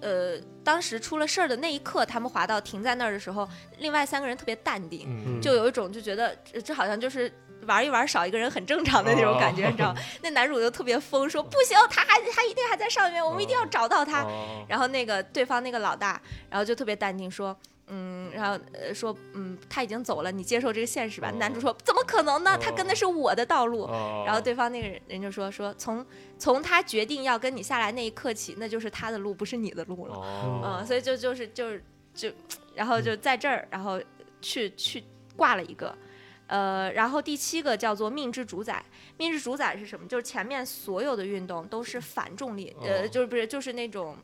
Speaker 3: 呃，当时出了事儿的那一刻，他们滑到停在那儿的时候，另外三个人特别淡定，
Speaker 4: 嗯
Speaker 3: 就有一种就觉得这这好像就是。玩一玩少一个人很正常的那种感觉，
Speaker 4: 哦
Speaker 3: 你知道吗？那男主就特别疯，说不行，他还他一定还在上面，我们一定要找到他。
Speaker 4: 哦
Speaker 3: 然后那个对方那个老大，然后就特别淡定说，嗯，然后呃说，嗯，他已经走了，你接受这个现实吧。
Speaker 4: 哦
Speaker 3: 男主说怎么可能呢？
Speaker 4: 哦
Speaker 3: 他跟的是我的道路。
Speaker 4: 哦
Speaker 3: 然后对方那个人人就说说从从他决定要跟你下来那一刻起，那就是他的路，不是你的路了。
Speaker 4: 哦
Speaker 3: 嗯，所以就就是就是就，然后就在这儿，然后去去挂了一个。呃，然后第七个叫做命之主宰。命之主宰是什么？就是前面所有的运动都是反重力，
Speaker 4: 哦
Speaker 3: 呃，就是不是就是那种，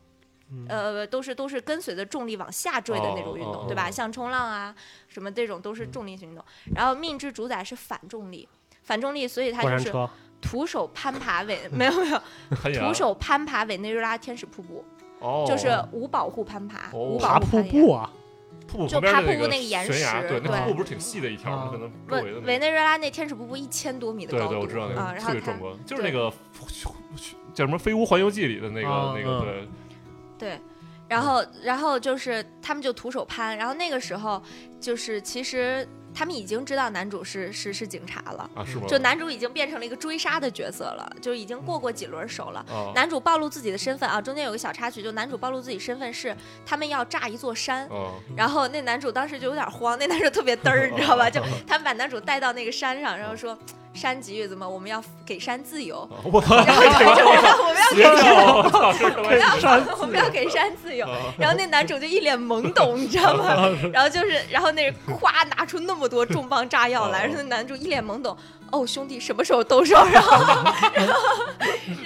Speaker 3: 呃，都是都是跟随着重力往下坠的那种运动，
Speaker 4: 哦哦
Speaker 3: 对吧？像冲浪啊什么这种都是重力型运动。然后命之主宰是反重力，反重力，所以它
Speaker 2: 过
Speaker 3: 就
Speaker 2: 山
Speaker 3: 是
Speaker 2: 车，
Speaker 3: 徒手攀爬委，没有没有，
Speaker 4: 可以啊
Speaker 3: 徒手攀爬委内瑞拉天使瀑布。
Speaker 4: 哦
Speaker 3: 就是无保护攀爬，
Speaker 4: 哦
Speaker 3: 无
Speaker 2: 爬
Speaker 3: 保
Speaker 2: 瀑
Speaker 3: 护攀
Speaker 2: 布
Speaker 3: 岩。
Speaker 2: 啊，
Speaker 4: 瀑布
Speaker 3: 就
Speaker 4: 旁边
Speaker 3: 爬
Speaker 4: 的
Speaker 3: 瀑布那
Speaker 4: 那
Speaker 3: 个岩
Speaker 4: 悬崖
Speaker 3: 石
Speaker 4: 对，那
Speaker 3: 对
Speaker 4: 瀑布不是挺细的一条
Speaker 2: 啊
Speaker 4: 吗？可能周围
Speaker 3: 委
Speaker 4: 的
Speaker 3: 委
Speaker 4: 那个。
Speaker 3: 内瑞拉那天使瀑布一千多米的
Speaker 4: 对
Speaker 3: 高度，
Speaker 4: 对，我知道那
Speaker 3: 啊，
Speaker 4: 个
Speaker 3: 然
Speaker 4: 特
Speaker 3: 后
Speaker 4: 别壮
Speaker 3: 它
Speaker 4: 观，就是那个叫什么《飞屋环游记》里的那
Speaker 2: 啊
Speaker 4: 个
Speaker 2: 嗯
Speaker 4: 那个对，
Speaker 3: 对，然后然后就是他们就徒手攀，然后那个时候就是其实他们已经知道男主是是是警察了，
Speaker 4: 啊，是吗？
Speaker 3: 就男主已经变成了一个追杀的角色了，就已
Speaker 4: 嗯
Speaker 3: 经过过几轮手了。
Speaker 4: 啊
Speaker 3: 男主暴露自己的身份啊，中间有个小插曲，就男主暴露自己身份是他们要炸一座山，
Speaker 4: 啊
Speaker 3: 然后那男主当时就有点慌，那男主特别嘚儿，你知道 吧？就他们把男主带到那个山上，然后说山给予怎么，我们要给山自 由。
Speaker 4: 啊我操！
Speaker 3: 然后男主说我们 要
Speaker 4: 别叫！我操！这他妈
Speaker 3: 我们要我们要给山自由。然后那男主就一脸懵懂，你知道吗？然后哦就是，然后那人咵拿出那么多重磅炸药来，然后那男主一脸懵懂。哦，兄弟，什么时候动手？然后， 然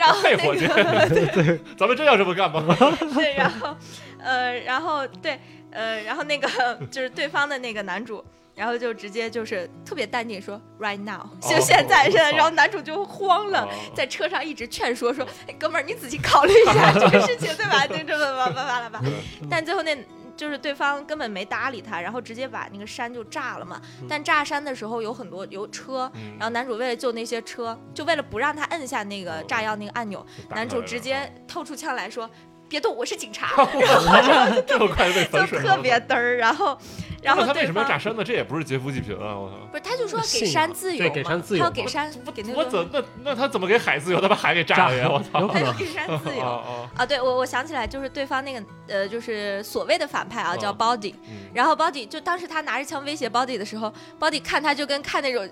Speaker 3: 后，
Speaker 4: 配
Speaker 3: 然后
Speaker 4: 伙计
Speaker 3: 那 个，
Speaker 4: 咱们真要这么 干吗？
Speaker 3: 对，然后，呃，然后对，呃，然后那个就是对方的那个男主，然后就直接就是特别淡定说 right now，就现在
Speaker 4: 哦
Speaker 3: 现在，
Speaker 4: 哦
Speaker 3: 然后男主就慌了
Speaker 4: 哦，
Speaker 3: 在车上一直劝说说，哎，哥们儿你仔细考虑一下这个事情，对吧？就这么吧吧吧吧吧
Speaker 4: 对，
Speaker 3: 但最后那。就是对方根本没搭理他，然后直接把那个山就炸了嘛。但炸山的时候有很多有车，
Speaker 4: 嗯
Speaker 3: 然后男主为了救那些车，就为了不让他摁下那
Speaker 4: 哦
Speaker 3: 个炸药那个按钮，男主直
Speaker 4: 啊
Speaker 3: 接掏出枪来说：“别动，我是警 察。”
Speaker 4: 这么快就被
Speaker 3: 就
Speaker 4: 反水了，
Speaker 3: 特别嘚儿，然后，然后
Speaker 4: 那他为
Speaker 3: 对
Speaker 4: 什么要炸
Speaker 3: 方
Speaker 4: 山呢？这也不是劫富济贫啊！我操！
Speaker 3: 不是，他就说给
Speaker 2: 信
Speaker 3: 山
Speaker 2: 仰
Speaker 3: 自由
Speaker 2: 对
Speaker 3: 嘛，
Speaker 2: 给山自
Speaker 3: 他要
Speaker 2: 由
Speaker 3: 给
Speaker 2: 嘛
Speaker 3: 山给那
Speaker 4: 我
Speaker 3: 个，
Speaker 4: 怎那那他怎么给海自由？他把海给炸了呀！我操！
Speaker 2: 有
Speaker 3: 他
Speaker 2: 可
Speaker 3: 要
Speaker 2: 能
Speaker 3: 给山自
Speaker 4: 啊
Speaker 3: 由
Speaker 4: 啊！
Speaker 3: 啊！对我我想起来，就是对方那个呃，就是所谓的反派啊，叫
Speaker 4: 嗯
Speaker 3: Body，
Speaker 4: 嗯
Speaker 3: 然后 Body 就当时他拿着枪威胁 Body 的时候，Body 看他就跟看那种。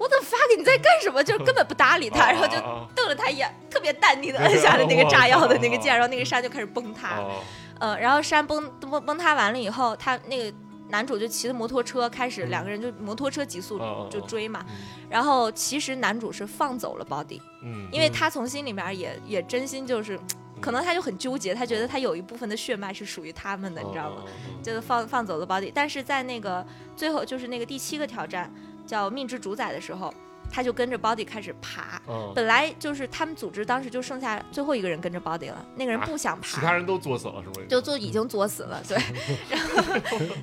Speaker 3: 我的 fuck！你在干什么？就是根本不搭理他，然后就
Speaker 4: 啊啊啊
Speaker 3: 瞪了他一眼，特别淡定的摁下了那个炸药的那个键，
Speaker 4: 哦
Speaker 3: 然后那个山就开始崩塌。
Speaker 4: 哦
Speaker 3: 呃，然后山崩崩崩塌完了以后，他那个男主就骑着摩托车开始，两个人就摩托车急速
Speaker 4: 嗯哦哦
Speaker 3: 就
Speaker 4: 哦
Speaker 3: 追嘛。然后其实男主是放走了 Body，
Speaker 4: 嗯，
Speaker 3: 因为他从心里面也也真心就是，可能他就很纠结，他觉得他有一部分的血脉是属于他们的，你知道吗？
Speaker 4: 哦？
Speaker 3: 就是放放走了 Body，但是在那个最后就是那个第七个挑战叫命之主宰的时候，他就跟着 Body 开始爬。
Speaker 4: 嗯，
Speaker 3: 本来就是他们组织当时就剩下最后一个人跟着 Body 了，那个人
Speaker 4: 啊
Speaker 3: 不想
Speaker 4: 其
Speaker 3: 爬，
Speaker 4: 他人都作死了，是不是？
Speaker 3: 就就已经作死了。对，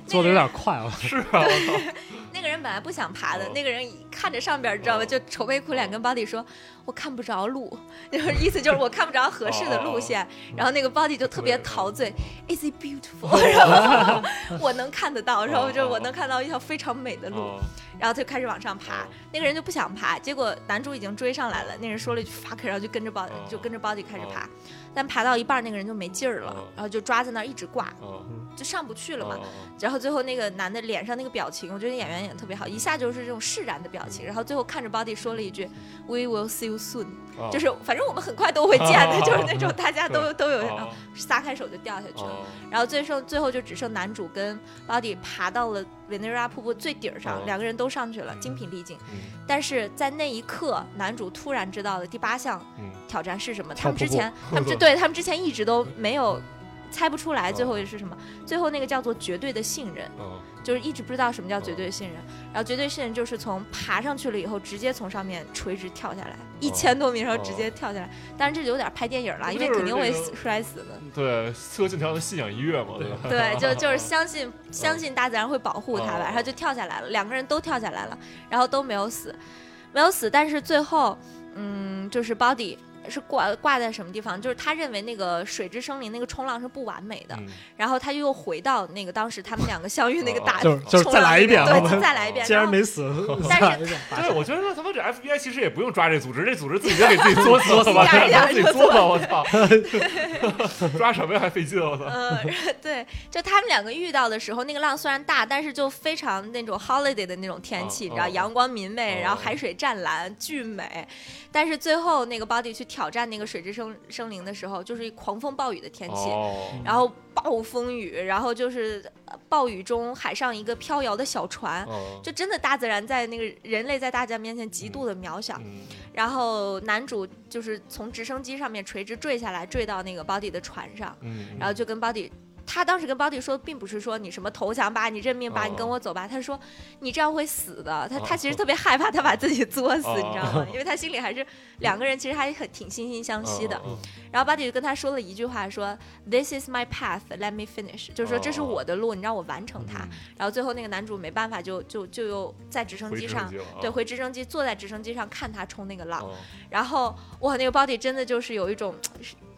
Speaker 2: 做的有点快啊，
Speaker 4: 是啊，我操
Speaker 3: 那个人本来不想爬的
Speaker 4: 哦，
Speaker 3: 那个人一看着上边儿，知道吧？
Speaker 4: 哦
Speaker 3: 就愁眉苦脸跟 Body 说：“我看不着路。”就是意思就是我看不着合适
Speaker 4: 哦
Speaker 3: 的路线。然后那个 Body 就特别陶醉，Is it
Speaker 4: 哦
Speaker 3: beautiful？然后我能看得到，然后就我能看到一条非常美的路，
Speaker 4: 嗯
Speaker 3: 然后他就开始往上爬
Speaker 4: 哦。
Speaker 3: 那个人就不想爬，结果男主已经追上来了，那人说了一句 fuck，然后就跟着 Body
Speaker 4: 哦
Speaker 3: 就跟着 Body 开始爬，但爬到一半儿那个人就没劲儿了
Speaker 4: 哦，
Speaker 3: 然后就抓在那儿一直挂，
Speaker 4: 嗯
Speaker 3: 就上不去了嘛。
Speaker 4: 嗯
Speaker 3: 然后最后那个男的脸上那个表情，我觉得演员演得特别好，一下就是这种释然的表情。然后最后看着 Body 说了一句 “We will see you soon”，、
Speaker 4: 嗯
Speaker 3: 就是反正我们很快都会见的，
Speaker 4: 哦
Speaker 3: 就是那 种大家都、
Speaker 4: 对
Speaker 3: 都有、
Speaker 4: 哦
Speaker 3: 撒开手就掉下去了。
Speaker 4: 哦
Speaker 3: 然后最剩最后就只剩男主跟 Body 爬到了委内瑞拉瀑布最顶儿上，
Speaker 4: 哦
Speaker 3: 两个人都上去了，精疲力尽。
Speaker 4: 嗯
Speaker 3: 但是在那一刻，男主突然知道了第八项
Speaker 4: 嗯
Speaker 3: 挑战是什么。他
Speaker 2: 跳
Speaker 3: 们之
Speaker 2: 瀑布
Speaker 3: 前，他们 之对他们之前一直都没有猜不出来最后
Speaker 4: 哦
Speaker 3: 是什么。最后那个叫做绝对的信任，
Speaker 4: 嗯
Speaker 3: 就是一直不知道什么叫绝对信任。然后绝对信任就是从爬上去了以后，直接从上面垂直跳下来，
Speaker 2: 哦
Speaker 3: 一千多米然后直接跳下来。但是这有点拍电影了，因为肯定会
Speaker 4: 就是
Speaker 3: 死
Speaker 4: 那个
Speaker 3: 摔死的。
Speaker 4: 对，《刺客信条》的信仰一跃嘛，对吧？
Speaker 3: 对， 就就是相信相信大自然会保护他吧，
Speaker 4: 哦
Speaker 3: 然后就跳下来了，两个人都跳下来了，然后都没有死，没有死，但是最后，嗯，就是 Body 是挂挂在什么地方？就是他认为那个水之生灵那个冲浪是不完美的，
Speaker 4: 嗯
Speaker 3: 然后他又回到那个当时他们两个相遇
Speaker 4: 哦
Speaker 3: 那个大
Speaker 2: 就
Speaker 3: 冲
Speaker 2: 是
Speaker 3: 浪
Speaker 2: 就是再来一遍，
Speaker 3: 对
Speaker 2: 我们
Speaker 3: 再 来一遍，
Speaker 2: 既然
Speaker 3: 后
Speaker 2: 没死，
Speaker 3: 但是
Speaker 2: 再来一遍
Speaker 4: 对，我觉得他妈这 FBI 其实也不用抓这组织，这组织自己 就给自己作死了吧，
Speaker 3: 自己干一
Speaker 4: 让
Speaker 3: 下
Speaker 4: 自己作吧，我操！ 抓什么呀？还费劲，我操！
Speaker 3: 嗯， 对，就他们两个遇到的时候，那个浪虽然大，但是就非常那种 holiday 的那种天气，
Speaker 4: 哦
Speaker 3: 你知道，
Speaker 4: 哦
Speaker 3: 阳光明媚，
Speaker 4: 哦
Speaker 3: 然后海水湛蓝，巨美。但是最后那个 body 去挑战那个水之生生灵的时候，就是狂风暴雨的天气，
Speaker 4: 哦，
Speaker 3: 然后暴风雨，然后就是呃暴雨中海上一个飘摇的小船。
Speaker 4: 哦
Speaker 3: 就真的大自然在那个人类在大自然面前极度的渺小，
Speaker 4: 嗯
Speaker 3: 然后男主就是从直升机上面垂直坠下来，坠到那个 body 的船上，
Speaker 4: 嗯，
Speaker 3: 然后就跟 Body，他当时跟 Body 说，并不是说你什么投降吧，你认命吧，
Speaker 4: 哦
Speaker 3: 你跟我走吧。他说你这样会死的。他
Speaker 4: 哦
Speaker 3: 他其实特别害怕，他把自己作死，
Speaker 4: 哦
Speaker 3: 你知道吗？因为他心里还是两个人其实还很挺惺惺相惜的。
Speaker 4: 嗯
Speaker 3: 然后 Body 就跟他说了一句话，说 This is my path, let me finish，就是说
Speaker 4: 哦
Speaker 3: 这是我的路，你让我完成它
Speaker 4: 嗯。
Speaker 3: 然后最后那个男主没办法，就就就又在直升
Speaker 4: 回
Speaker 3: 机
Speaker 4: 直升
Speaker 3: 上
Speaker 4: 机。了啊
Speaker 3: 对，回直升机，坐在直升机上看他冲那个浪，
Speaker 4: 哦
Speaker 3: 然后哇，那个 body 真的就是有一种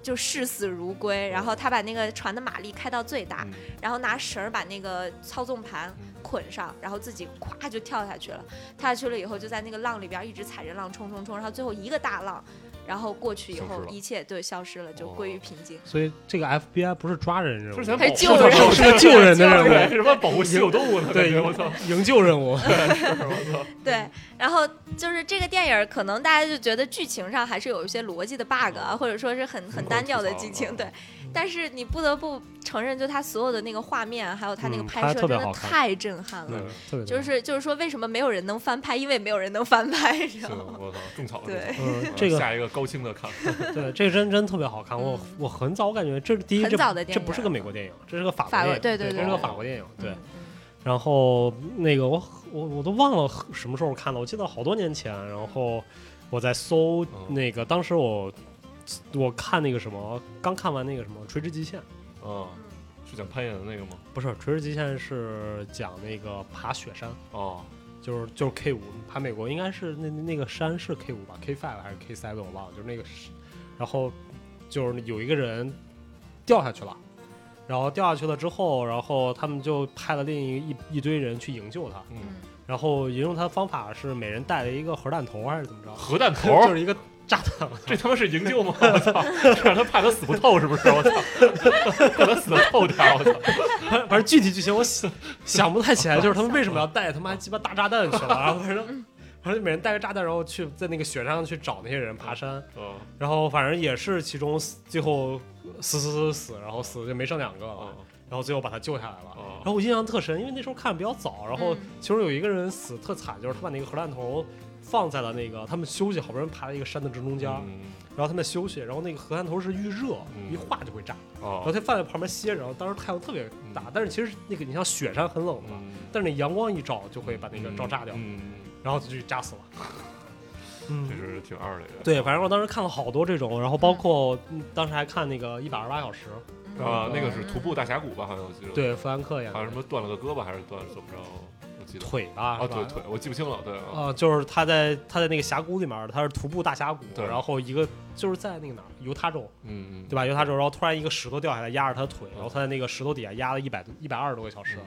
Speaker 3: 就视死如归。然后他把那个船的马力开到最大，
Speaker 4: 嗯
Speaker 3: 然后拿绳儿把那个操纵盘捆上，然后自己咵就跳下去了。跳下去了以后，就在那个浪里边一直踩着浪冲冲冲，然后最后一个大浪，然后过去以
Speaker 4: 消
Speaker 3: 后
Speaker 4: 失了
Speaker 3: 一切对消失了，就归于平静。
Speaker 2: 所以这个 FBI 不是抓人任务，
Speaker 4: 之前
Speaker 3: 还
Speaker 4: 保
Speaker 3: 救
Speaker 4: 护
Speaker 3: 人
Speaker 4: 动物
Speaker 2: 是 个救人的任
Speaker 4: 对，
Speaker 2: 务，
Speaker 4: 什么保护稀有动物呢？
Speaker 2: 对，
Speaker 4: 我操！
Speaker 2: 营营救任 务，
Speaker 3: 对，
Speaker 2: 嗯
Speaker 3: 然后就是这个电影，可能大家就觉得剧情上还是有一些逻辑的 bug 啊，或者说是很很单调的剧情，对。但是你不得不承认，就它所有的那个画面，啊还有它那个
Speaker 2: 嗯
Speaker 3: 拍
Speaker 2: 它
Speaker 3: 摄，
Speaker 2: 特
Speaker 3: 真
Speaker 2: 别
Speaker 3: 的
Speaker 2: 好看
Speaker 3: 太震撼了。
Speaker 2: 嗯特别
Speaker 3: 就
Speaker 2: 对
Speaker 3: 是就是说，为什么没有人能翻拍？因为没有人能翻拍，知道
Speaker 4: 行，
Speaker 3: 吗？
Speaker 4: 我操，种草了。
Speaker 3: 对
Speaker 4: 种草
Speaker 2: 嗯
Speaker 4: 了，
Speaker 2: 这个
Speaker 4: 下一个高清的看，
Speaker 2: 对这个真真特别好看，我
Speaker 3: 嗯
Speaker 2: 我很早感觉这是第一，
Speaker 3: 很
Speaker 2: 这
Speaker 3: 早的电
Speaker 2: 这不是个
Speaker 3: 影
Speaker 2: 美国电影，这是个法
Speaker 3: 法
Speaker 2: 国
Speaker 3: 国
Speaker 2: 电影，
Speaker 3: 对对
Speaker 2: 对，
Speaker 3: 对
Speaker 2: 这是个
Speaker 4: 对
Speaker 2: 法国电影，对
Speaker 3: 嗯。，
Speaker 2: 然后那个我我我都忘了什么时候看的，我记得好多年前，然后我在搜那个，当时我我看那个什么，刚看完那个什么《垂直极限》，
Speaker 4: 嗯，是讲攀岩的那个吗？
Speaker 2: 不是《垂直极限》是讲那个爬雪山，
Speaker 4: 哦，
Speaker 2: 就是就是 K 五爬美国，应该是那那个山是 K 五吧，K five 还是 K seven 我忘了，就是那个是，然后就是有一个人掉下去了。然后掉下去了之后，然后他们就派了另一一一堆人去营救他，
Speaker 3: 嗯
Speaker 4: 嗯，
Speaker 2: 然后引用他的方法是每人带了一个核弹头还是怎么着？
Speaker 4: 核弹头
Speaker 2: 就
Speaker 4: 儿，
Speaker 2: 是一个炸 弹。
Speaker 4: 这他妈是营救吗？我操，这让他怕他死不透是不是？我操，怕他死得透点儿，我操。
Speaker 2: 反正具体剧情我 想想不太起来，就是 他们为什么要带他妈鸡巴大炸弹去了？ 然后反正反正每人带个炸弹，然后去在那个雪山上去找那些人爬山，
Speaker 4: 嗯
Speaker 2: 然后反正也是其中死最后死死死死，然后死的就没剩两个了
Speaker 4: 哦，
Speaker 2: 然后最后把他救下来了。然
Speaker 4: 哦
Speaker 2: 后我印象特深，因为那时候看的比较早，然后
Speaker 3: 嗯
Speaker 2: 其中有一个人死特惨，就是他把那个核弹头放在了那个他们休息，好不容易爬到一个山的正中间，
Speaker 4: 嗯
Speaker 2: 然后他们在休息，然后那个核弹头是预热，
Speaker 4: 嗯
Speaker 2: 一化就会炸，然后
Speaker 4: 哦，嗯
Speaker 2: 他放在旁边歇着，然后当时太阳特别大，但是其实那个你像雪山很冷的嘛，
Speaker 4: 嗯
Speaker 2: 但是你阳光一照就会把那个照炸掉，
Speaker 4: 嗯，
Speaker 2: 然后就炸死了。
Speaker 4: 这
Speaker 2: 嗯，
Speaker 4: 是挺二的一个。
Speaker 2: 对，反正我当时看了好多这种，然后包括嗯当时还看那个一百二十八小时，
Speaker 4: 啊，那个是徒步大峡谷吧？好像我记得，，
Speaker 2: 对，弗兰克演
Speaker 4: 好像
Speaker 2: 的
Speaker 4: 什么断了个胳膊还是断了怎么着？我记得
Speaker 2: 腿吧，
Speaker 4: 啊，
Speaker 2: 是吧
Speaker 4: 对腿，我记不清了，对啊，
Speaker 2: 啊，就是他在他在那个峡谷里面，他是徒步大峡谷，
Speaker 4: 对
Speaker 2: 然后一个就是在那个哪儿，犹他州，
Speaker 4: 嗯，嗯
Speaker 2: 对吧？犹他州，然后突然一个石头掉下来压着他的腿，然后他在那个石头底下压了一百一百二十多个小
Speaker 4: 嗯
Speaker 2: 时，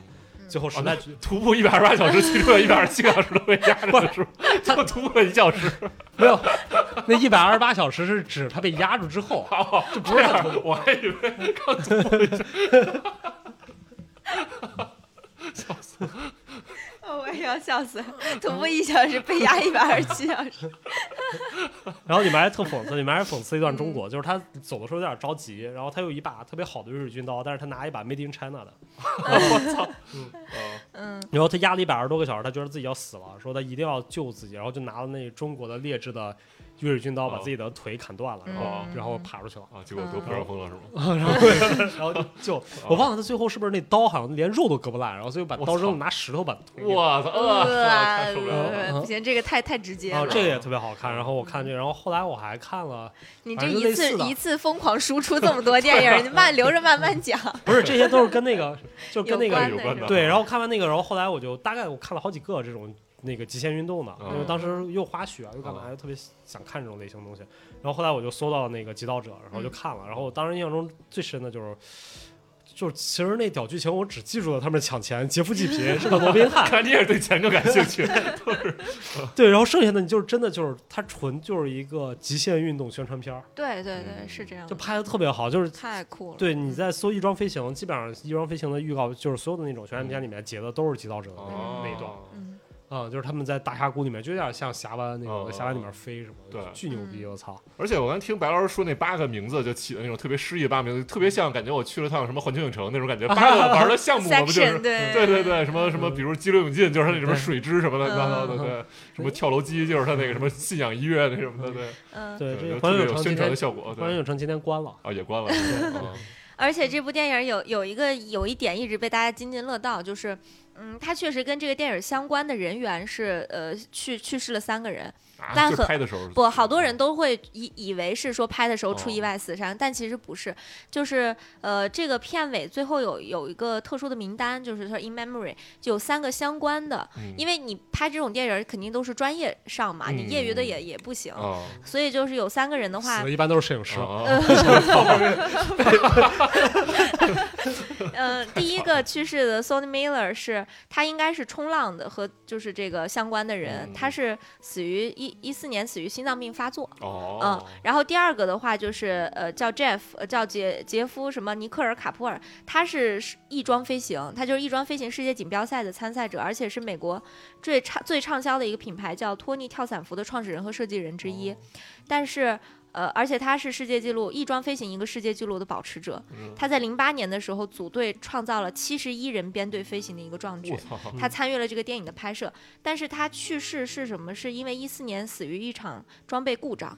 Speaker 2: 最后实在、
Speaker 4: 哦徒步一百二十八小时，其中有一百二十七个小时都被压着了，是吧？就徒步了一小时，
Speaker 2: 没有，那一百二十八小时是指他被压住之后，
Speaker 4: 哦，这不是我还以为刚徒步一下，笑死了！
Speaker 3: 哦，我也要笑死，徒步一小时被压一百二十七小 时，
Speaker 2: 然后里面还特讽刺，里面还讽刺一段中国，就是他走的时候有点着急，然后他有一把特别好的日军刀，但是他拿一把 Made in China 的，
Speaker 4: 我操，嗯，
Speaker 3: 嗯，
Speaker 2: 然后他压了一百二十多个小时，他觉得自己要死了，说他一定要救自己，然后就拿了那中国的劣质的日军刀把
Speaker 4: 哦
Speaker 2: 自己的腿砍断了，然后、
Speaker 4: 哦
Speaker 2: 然后爬出去了，
Speaker 4: 啊，结果得破伤风了是吗？
Speaker 2: 然后然后就救。我忘了他最后是不是那刀好像连肉都割不烂，然后最后把
Speaker 4: 我
Speaker 2: 刀
Speaker 4: 操
Speaker 2: 扔了，拿石头把腿给
Speaker 4: 我操，
Speaker 2: 哦
Speaker 4: 呃太受不了了！
Speaker 2: 了
Speaker 3: 呃不行，这个太太直接
Speaker 2: 啊，
Speaker 3: 了。
Speaker 2: 这个也特别好看。然后我看这个，然后后来我还看了，
Speaker 3: 你这
Speaker 2: 反正
Speaker 3: 一
Speaker 2: 类
Speaker 3: 次
Speaker 2: 似的
Speaker 3: 一次疯狂输出这么多 电影，你慢留着慢慢讲。
Speaker 2: 不是这些都是跟那个，就是跟那
Speaker 4: 关
Speaker 2: 个
Speaker 4: 有关的啊
Speaker 2: 对。 然后看完那个，然后后来我就大概我看了好几个这种那个极限运动的，
Speaker 4: 嗯
Speaker 2: 因为当时又滑雪啊又干嘛，又特别想看这种类型的东西。然后后来我就搜到了那个《极道者》，然后就看
Speaker 4: 嗯
Speaker 2: 了。然后我当时印象中最深的就是。就是其实那屌剧情，我只记住了他们抢钱、劫富济贫、是个罗宾汉，
Speaker 4: 看来你也是对钱更感兴趣，
Speaker 2: 对，然后剩下的你就是真的就是它纯就是一个极限运动宣传片儿，
Speaker 3: 对对对，
Speaker 4: 嗯
Speaker 3: 是这样
Speaker 2: 就
Speaker 3: 的，
Speaker 2: 拍的特别好，就是
Speaker 3: 太酷了。
Speaker 2: 对你在搜《翼装飞行》，基本上《翼装飞行》的预告就是所有的那种宣传片里面截的都是极道者的那一段
Speaker 4: 哦
Speaker 3: 嗯，
Speaker 2: 啊、就是他们在大峡谷里面，就有点像峡湾那种
Speaker 4: 哦
Speaker 2: 在峡湾里面飞什么的，
Speaker 4: 对
Speaker 2: 巨牛逼！我操，
Speaker 4: 而且我刚听白老师说那八个名字，就起的那种特别诗意的八个名字，特别像感觉我去了趟什么环球影城那种感觉。八个玩的项目嘛，不就 是
Speaker 3: Section，？对
Speaker 4: 对对对，什么什么，比如激流勇进就是他那什么水之什么乱七八糟的，对，什么跳楼机就是他那个什么信仰音乐那什么的，对，
Speaker 3: 嗯，
Speaker 2: 对，这
Speaker 4: 对，
Speaker 2: 个
Speaker 4: 就
Speaker 2: 环
Speaker 4: 特
Speaker 2: 球
Speaker 4: 别
Speaker 2: 影
Speaker 4: 有
Speaker 2: 城
Speaker 4: 宣
Speaker 2: 今
Speaker 4: 传
Speaker 2: 天
Speaker 4: 的效果。
Speaker 2: 环球
Speaker 4: 对，
Speaker 2: 影城今天关了，
Speaker 4: 啊，也关了。嗯
Speaker 3: 而且这部电影有有一个有一点一直被大家津津乐道，就是，嗯，它确实跟这个电影相关的人员是呃去去世了三个人，
Speaker 4: 啊
Speaker 3: 但
Speaker 4: 就是
Speaker 3: 很
Speaker 4: 拍的时候
Speaker 3: 不，好多人都会以以为是说拍的时候
Speaker 4: 哦
Speaker 3: 出意外死伤，但其实不是，就是呃，这个片尾最后有有一个特殊的名单，就是说 in memory 有三个相关的，
Speaker 4: 嗯
Speaker 3: 因为你拍这种电影儿肯定都是专业上嘛，你业余的也也不行，
Speaker 4: 啊
Speaker 3: 所以就是有三个人的 话
Speaker 2: 死的，一般都是摄影师。
Speaker 4: 啊，
Speaker 3: 呃嗯，第一个去世的 Sony Miller 是他应该是冲浪的和就是这个相关的人，
Speaker 4: 嗯
Speaker 3: 他是死于一一四年死于心脏病发作。嗯
Speaker 4: 哦，，
Speaker 3: 然后第二个的话就是呃叫 Jeff 呃叫杰杰夫什么尼克尔卡普尔，他是是翼装飞行，他就是翼装飞行世界锦标赛的参赛者，而且是美国最畅最畅销的一个品牌叫托尼跳伞服的创始人和设计人之一。
Speaker 4: 哦
Speaker 3: 但是呃，而且他是世界纪录翼装飞行一个世界纪录的保持者。
Speaker 4: 嗯
Speaker 3: 他在零八年的时候组队创造了七十一人编队飞行的一个壮举
Speaker 4: 我。操，
Speaker 3: 他参与了这个电影的拍摄，但是他去世是什么？是因为一四年死于一场装备故障，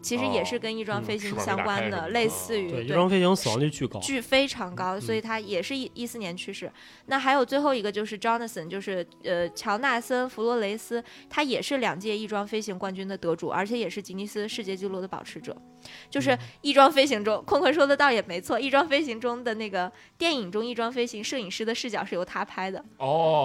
Speaker 3: 其实也是
Speaker 4: 哦
Speaker 3: 跟翼装
Speaker 2: 嗯
Speaker 3: 飞行
Speaker 4: 翅膀被
Speaker 3: 相
Speaker 4: 打
Speaker 3: 关
Speaker 4: 开
Speaker 3: 的，
Speaker 4: 是吗哦
Speaker 3: 类似于
Speaker 4: 对
Speaker 2: 对，翼装飞行死亡率
Speaker 4: 哦
Speaker 2: 巨高，
Speaker 3: 剧非常高，
Speaker 4: 嗯
Speaker 3: 所以他也是一一四年去世。那还有最后一个就是 Jonathan，就是呃乔纳森·弗罗雷斯，他也是两届翼装飞行冠军的得主，而且也是吉尼斯世界纪录的保持者。
Speaker 4: 嗯
Speaker 3: 就是翼装飞行中，坤坤说的倒也没错，翼装飞行中的那个电影中翼装飞行摄影师的视角是由他拍的，
Speaker 4: 哦，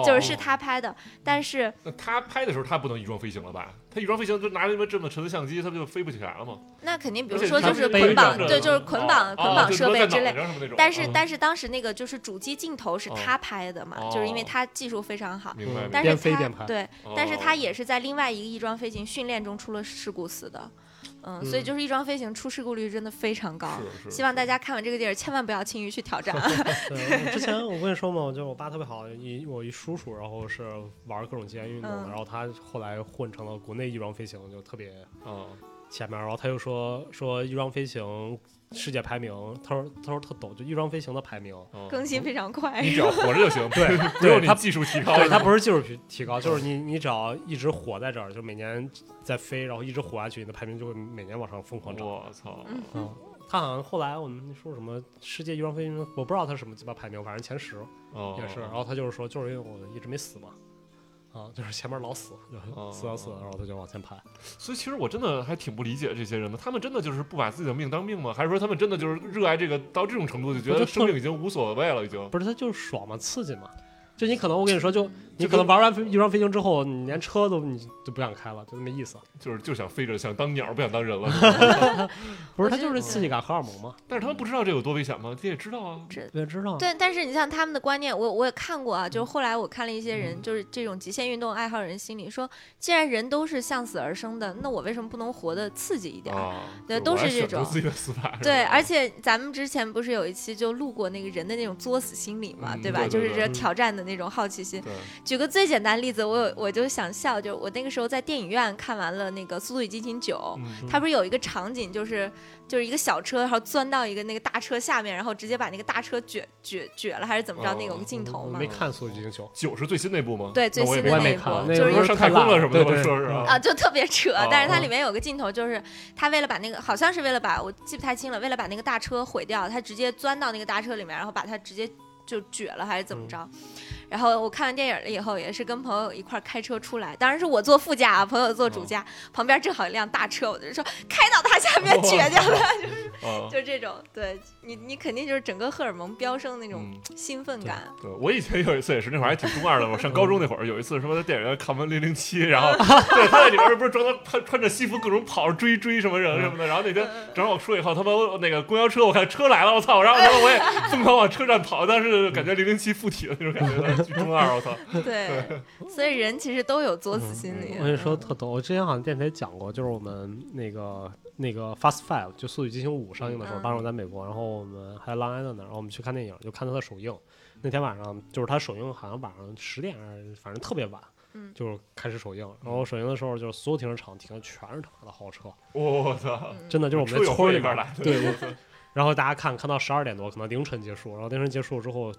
Speaker 3: 就是是他拍的，但是
Speaker 4: 那他拍的时候，他不能翼装飞行了吧？他翼装飞行就拿着这么沉的相机，他不就飞不起来了吗？
Speaker 3: 那肯定，比
Speaker 4: 而
Speaker 3: 如
Speaker 4: 且
Speaker 3: 说
Speaker 4: 他
Speaker 3: 就是
Speaker 4: 背
Speaker 3: 捆
Speaker 4: 着
Speaker 3: 绑，
Speaker 4: 这
Speaker 3: 对，
Speaker 4: 个
Speaker 3: 就是捆绑、
Speaker 4: 哦
Speaker 3: 捆
Speaker 4: 哦
Speaker 3: 绑
Speaker 4: 就
Speaker 3: 设
Speaker 4: 是
Speaker 3: 备
Speaker 4: 在
Speaker 3: 之
Speaker 4: 脑
Speaker 3: 类
Speaker 4: 袋。上什么那种
Speaker 3: 但是
Speaker 4: 嗯
Speaker 3: 但是当时那个就是主机镜头是
Speaker 4: 哦
Speaker 3: 他拍的嘛，就是因为
Speaker 4: 哦
Speaker 3: 他技术非常好，
Speaker 4: 明白，
Speaker 3: 嗯但
Speaker 2: 边
Speaker 3: 是
Speaker 2: 飞
Speaker 3: 他
Speaker 2: 边拍
Speaker 3: 对，
Speaker 4: 哦
Speaker 3: 但是他也是在另外一个翼装飞行训练中出了事故死的，嗯，所以
Speaker 2: 嗯
Speaker 3: 就是翼装飞行出事故率真的非常高。
Speaker 4: 是是
Speaker 3: 希望大家看完这个电影，千万不要轻易去 挑战。
Speaker 2: 对，我之前我跟你说嘛，我就是我爸特别好，一我一叔叔，然后是玩各种极限运动的，
Speaker 3: 嗯
Speaker 2: 然后他后来混成了国内翼装飞行，就特别
Speaker 4: 嗯
Speaker 2: 前面，然后他又说说翼装飞行世界排名，他说他说特逗，就翼装飞行的排名，
Speaker 4: 嗯
Speaker 3: 更新非常快
Speaker 4: 你，只要活着就行，对， 不用你
Speaker 2: 他
Speaker 4: 技术提高，
Speaker 2: 对，他不是技术提提高，就是你你只要一直活在这儿，就每年在飞，然后一直活下去，你的排名就会每年往上疯狂涨。
Speaker 4: 我操，
Speaker 2: 嗯，他好像后来我们说什么世界翼装飞行，我不知道他什么鸡巴排名，反正前十
Speaker 4: 哦
Speaker 2: 也是。然后他就是说，就是因为我一直没死嘛，啊，就是前面老死，就
Speaker 4: 哦
Speaker 2: 死要死，然后他就往前排。
Speaker 4: 所以其实我真的还挺不理解这些人的，他们真的就是不把自己的命当命吗？还是说他们真的就是热爱这个到这种程度，就觉
Speaker 2: 不
Speaker 4: 得
Speaker 2: 是
Speaker 4: 生命已经无所谓了？已经
Speaker 2: 不是，他就是爽嘛，刺激嘛。就你可能我跟你说，就你可能玩完飞翼装飞行之后，你连车都你就不想开了，就那么意思。
Speaker 4: 就是就想飞着，想当鸟，不想当人了。是吧
Speaker 2: 不是，
Speaker 3: 我
Speaker 2: 他
Speaker 3: 觉
Speaker 2: 就
Speaker 3: 得
Speaker 2: 是刺激感荷尔蒙嘛。
Speaker 4: 但是他们不知道这有多危险吗？这也知道啊。
Speaker 2: 我也知道，
Speaker 3: 对，但是你像他们的观念，我我也看过啊，
Speaker 4: 嗯
Speaker 3: 就是后来我看了一些人，就是这种极限运动爱好人心里说，既然人都是向死而生的，那我为什么不能活得刺激一点儿？
Speaker 4: 啊，
Speaker 3: 对
Speaker 4: 就
Speaker 3: 都
Speaker 4: 我
Speaker 3: 是
Speaker 4: 还
Speaker 3: 这
Speaker 4: 选择
Speaker 3: 种
Speaker 4: 自己的死法。是
Speaker 3: 对，
Speaker 4: 吧
Speaker 3: 而且咱们之前不是有一期就录过那个人的那种作死心理嘛，
Speaker 4: 嗯
Speaker 3: 吧？
Speaker 4: 对
Speaker 3: 就
Speaker 4: 对
Speaker 3: 是
Speaker 4: 对
Speaker 3: 这挑战的那种好奇心。
Speaker 4: 对，
Speaker 3: 举个最简单的例子，我有我就想笑，就是我那个时候在电影院看完了那个《速度与激情九》，
Speaker 4: 嗯
Speaker 3: 它不是有一个场景，就是就是一个小车，然后钻到一个那个大车下面，然后直接把那个大车撅撅撅了，还是怎么着？
Speaker 4: 哦
Speaker 3: 那个有个镜头
Speaker 2: 我
Speaker 3: 嘛
Speaker 2: 没。看《速度与激情九
Speaker 4: 九是最新那部吗？
Speaker 3: 对最
Speaker 4: 那我也
Speaker 3: 新的
Speaker 4: 没
Speaker 3: 那一
Speaker 4: 看
Speaker 3: 部
Speaker 4: 那
Speaker 3: 就是
Speaker 4: 不是上太空了什么的
Speaker 2: 对
Speaker 4: 吗？
Speaker 2: 对
Speaker 4: 说是啊
Speaker 3: 啊，就特别扯
Speaker 4: 哦，
Speaker 3: 但是它
Speaker 4: 哦
Speaker 3: 里面有个镜头，就是他为了把那个，好像是为了把我记不太清了，为了把那个大车毁掉，他直接钻到那个大车里面，然后把它直接就撅了，还是怎么着？然后我看完电影了以后，也是跟朋友一块儿开车出来，当然是我坐副驾啊，朋友坐主驾，旁边正好一辆大车，我就说开到他下 面
Speaker 4: 哦
Speaker 3: 撅去吧，
Speaker 4: 啊
Speaker 3: 就，是这种，对你，你肯定就是整个荷尔蒙飙升那种
Speaker 4: 嗯
Speaker 3: 兴奋 感。
Speaker 4: 对，我以前有一次也是，那会儿还挺中二的。我上高中那会儿有一次什么在电影院看完《零零七》，然后对他在里边不是装的穿穿着西服各种跑追追什么人什么的。然后
Speaker 3: 嗯
Speaker 4: 那天正好我出来以后，他妈那个公交车，我看车来了，我操！然后然后我也 疯狂往车站跑，但
Speaker 3: 嗯
Speaker 4: 是感觉《零零七》附体了那种感觉，巨中二，我 操！
Speaker 3: 对，所以人其实都有作死心嗯理。
Speaker 2: 嗯我跟你说特逗，我之前好像电台讲过，就是我们那个那个 Fast Five 就《速度与激情五》上映的时候，
Speaker 3: 嗯
Speaker 2: 当时我在美国，然后我们还浪安的呢，然后我们去看电影，就看它的首映。那天晚上就是它首映，好像晚上十点还是，反正特别晚，
Speaker 3: 嗯
Speaker 2: 就是开始首映。然后首映的时候，就是所有停车场停的全是他妈的豪车，
Speaker 4: 我操！
Speaker 3: 嗯
Speaker 2: 真的就是我们
Speaker 4: 车
Speaker 2: 那村儿
Speaker 4: 友会
Speaker 2: 里
Speaker 4: 里
Speaker 2: 边
Speaker 4: 边
Speaker 2: 儿
Speaker 4: 来的，
Speaker 2: 对，我然后大家看看到十二点多，可能凌晨结束，然后凌晨结束之后。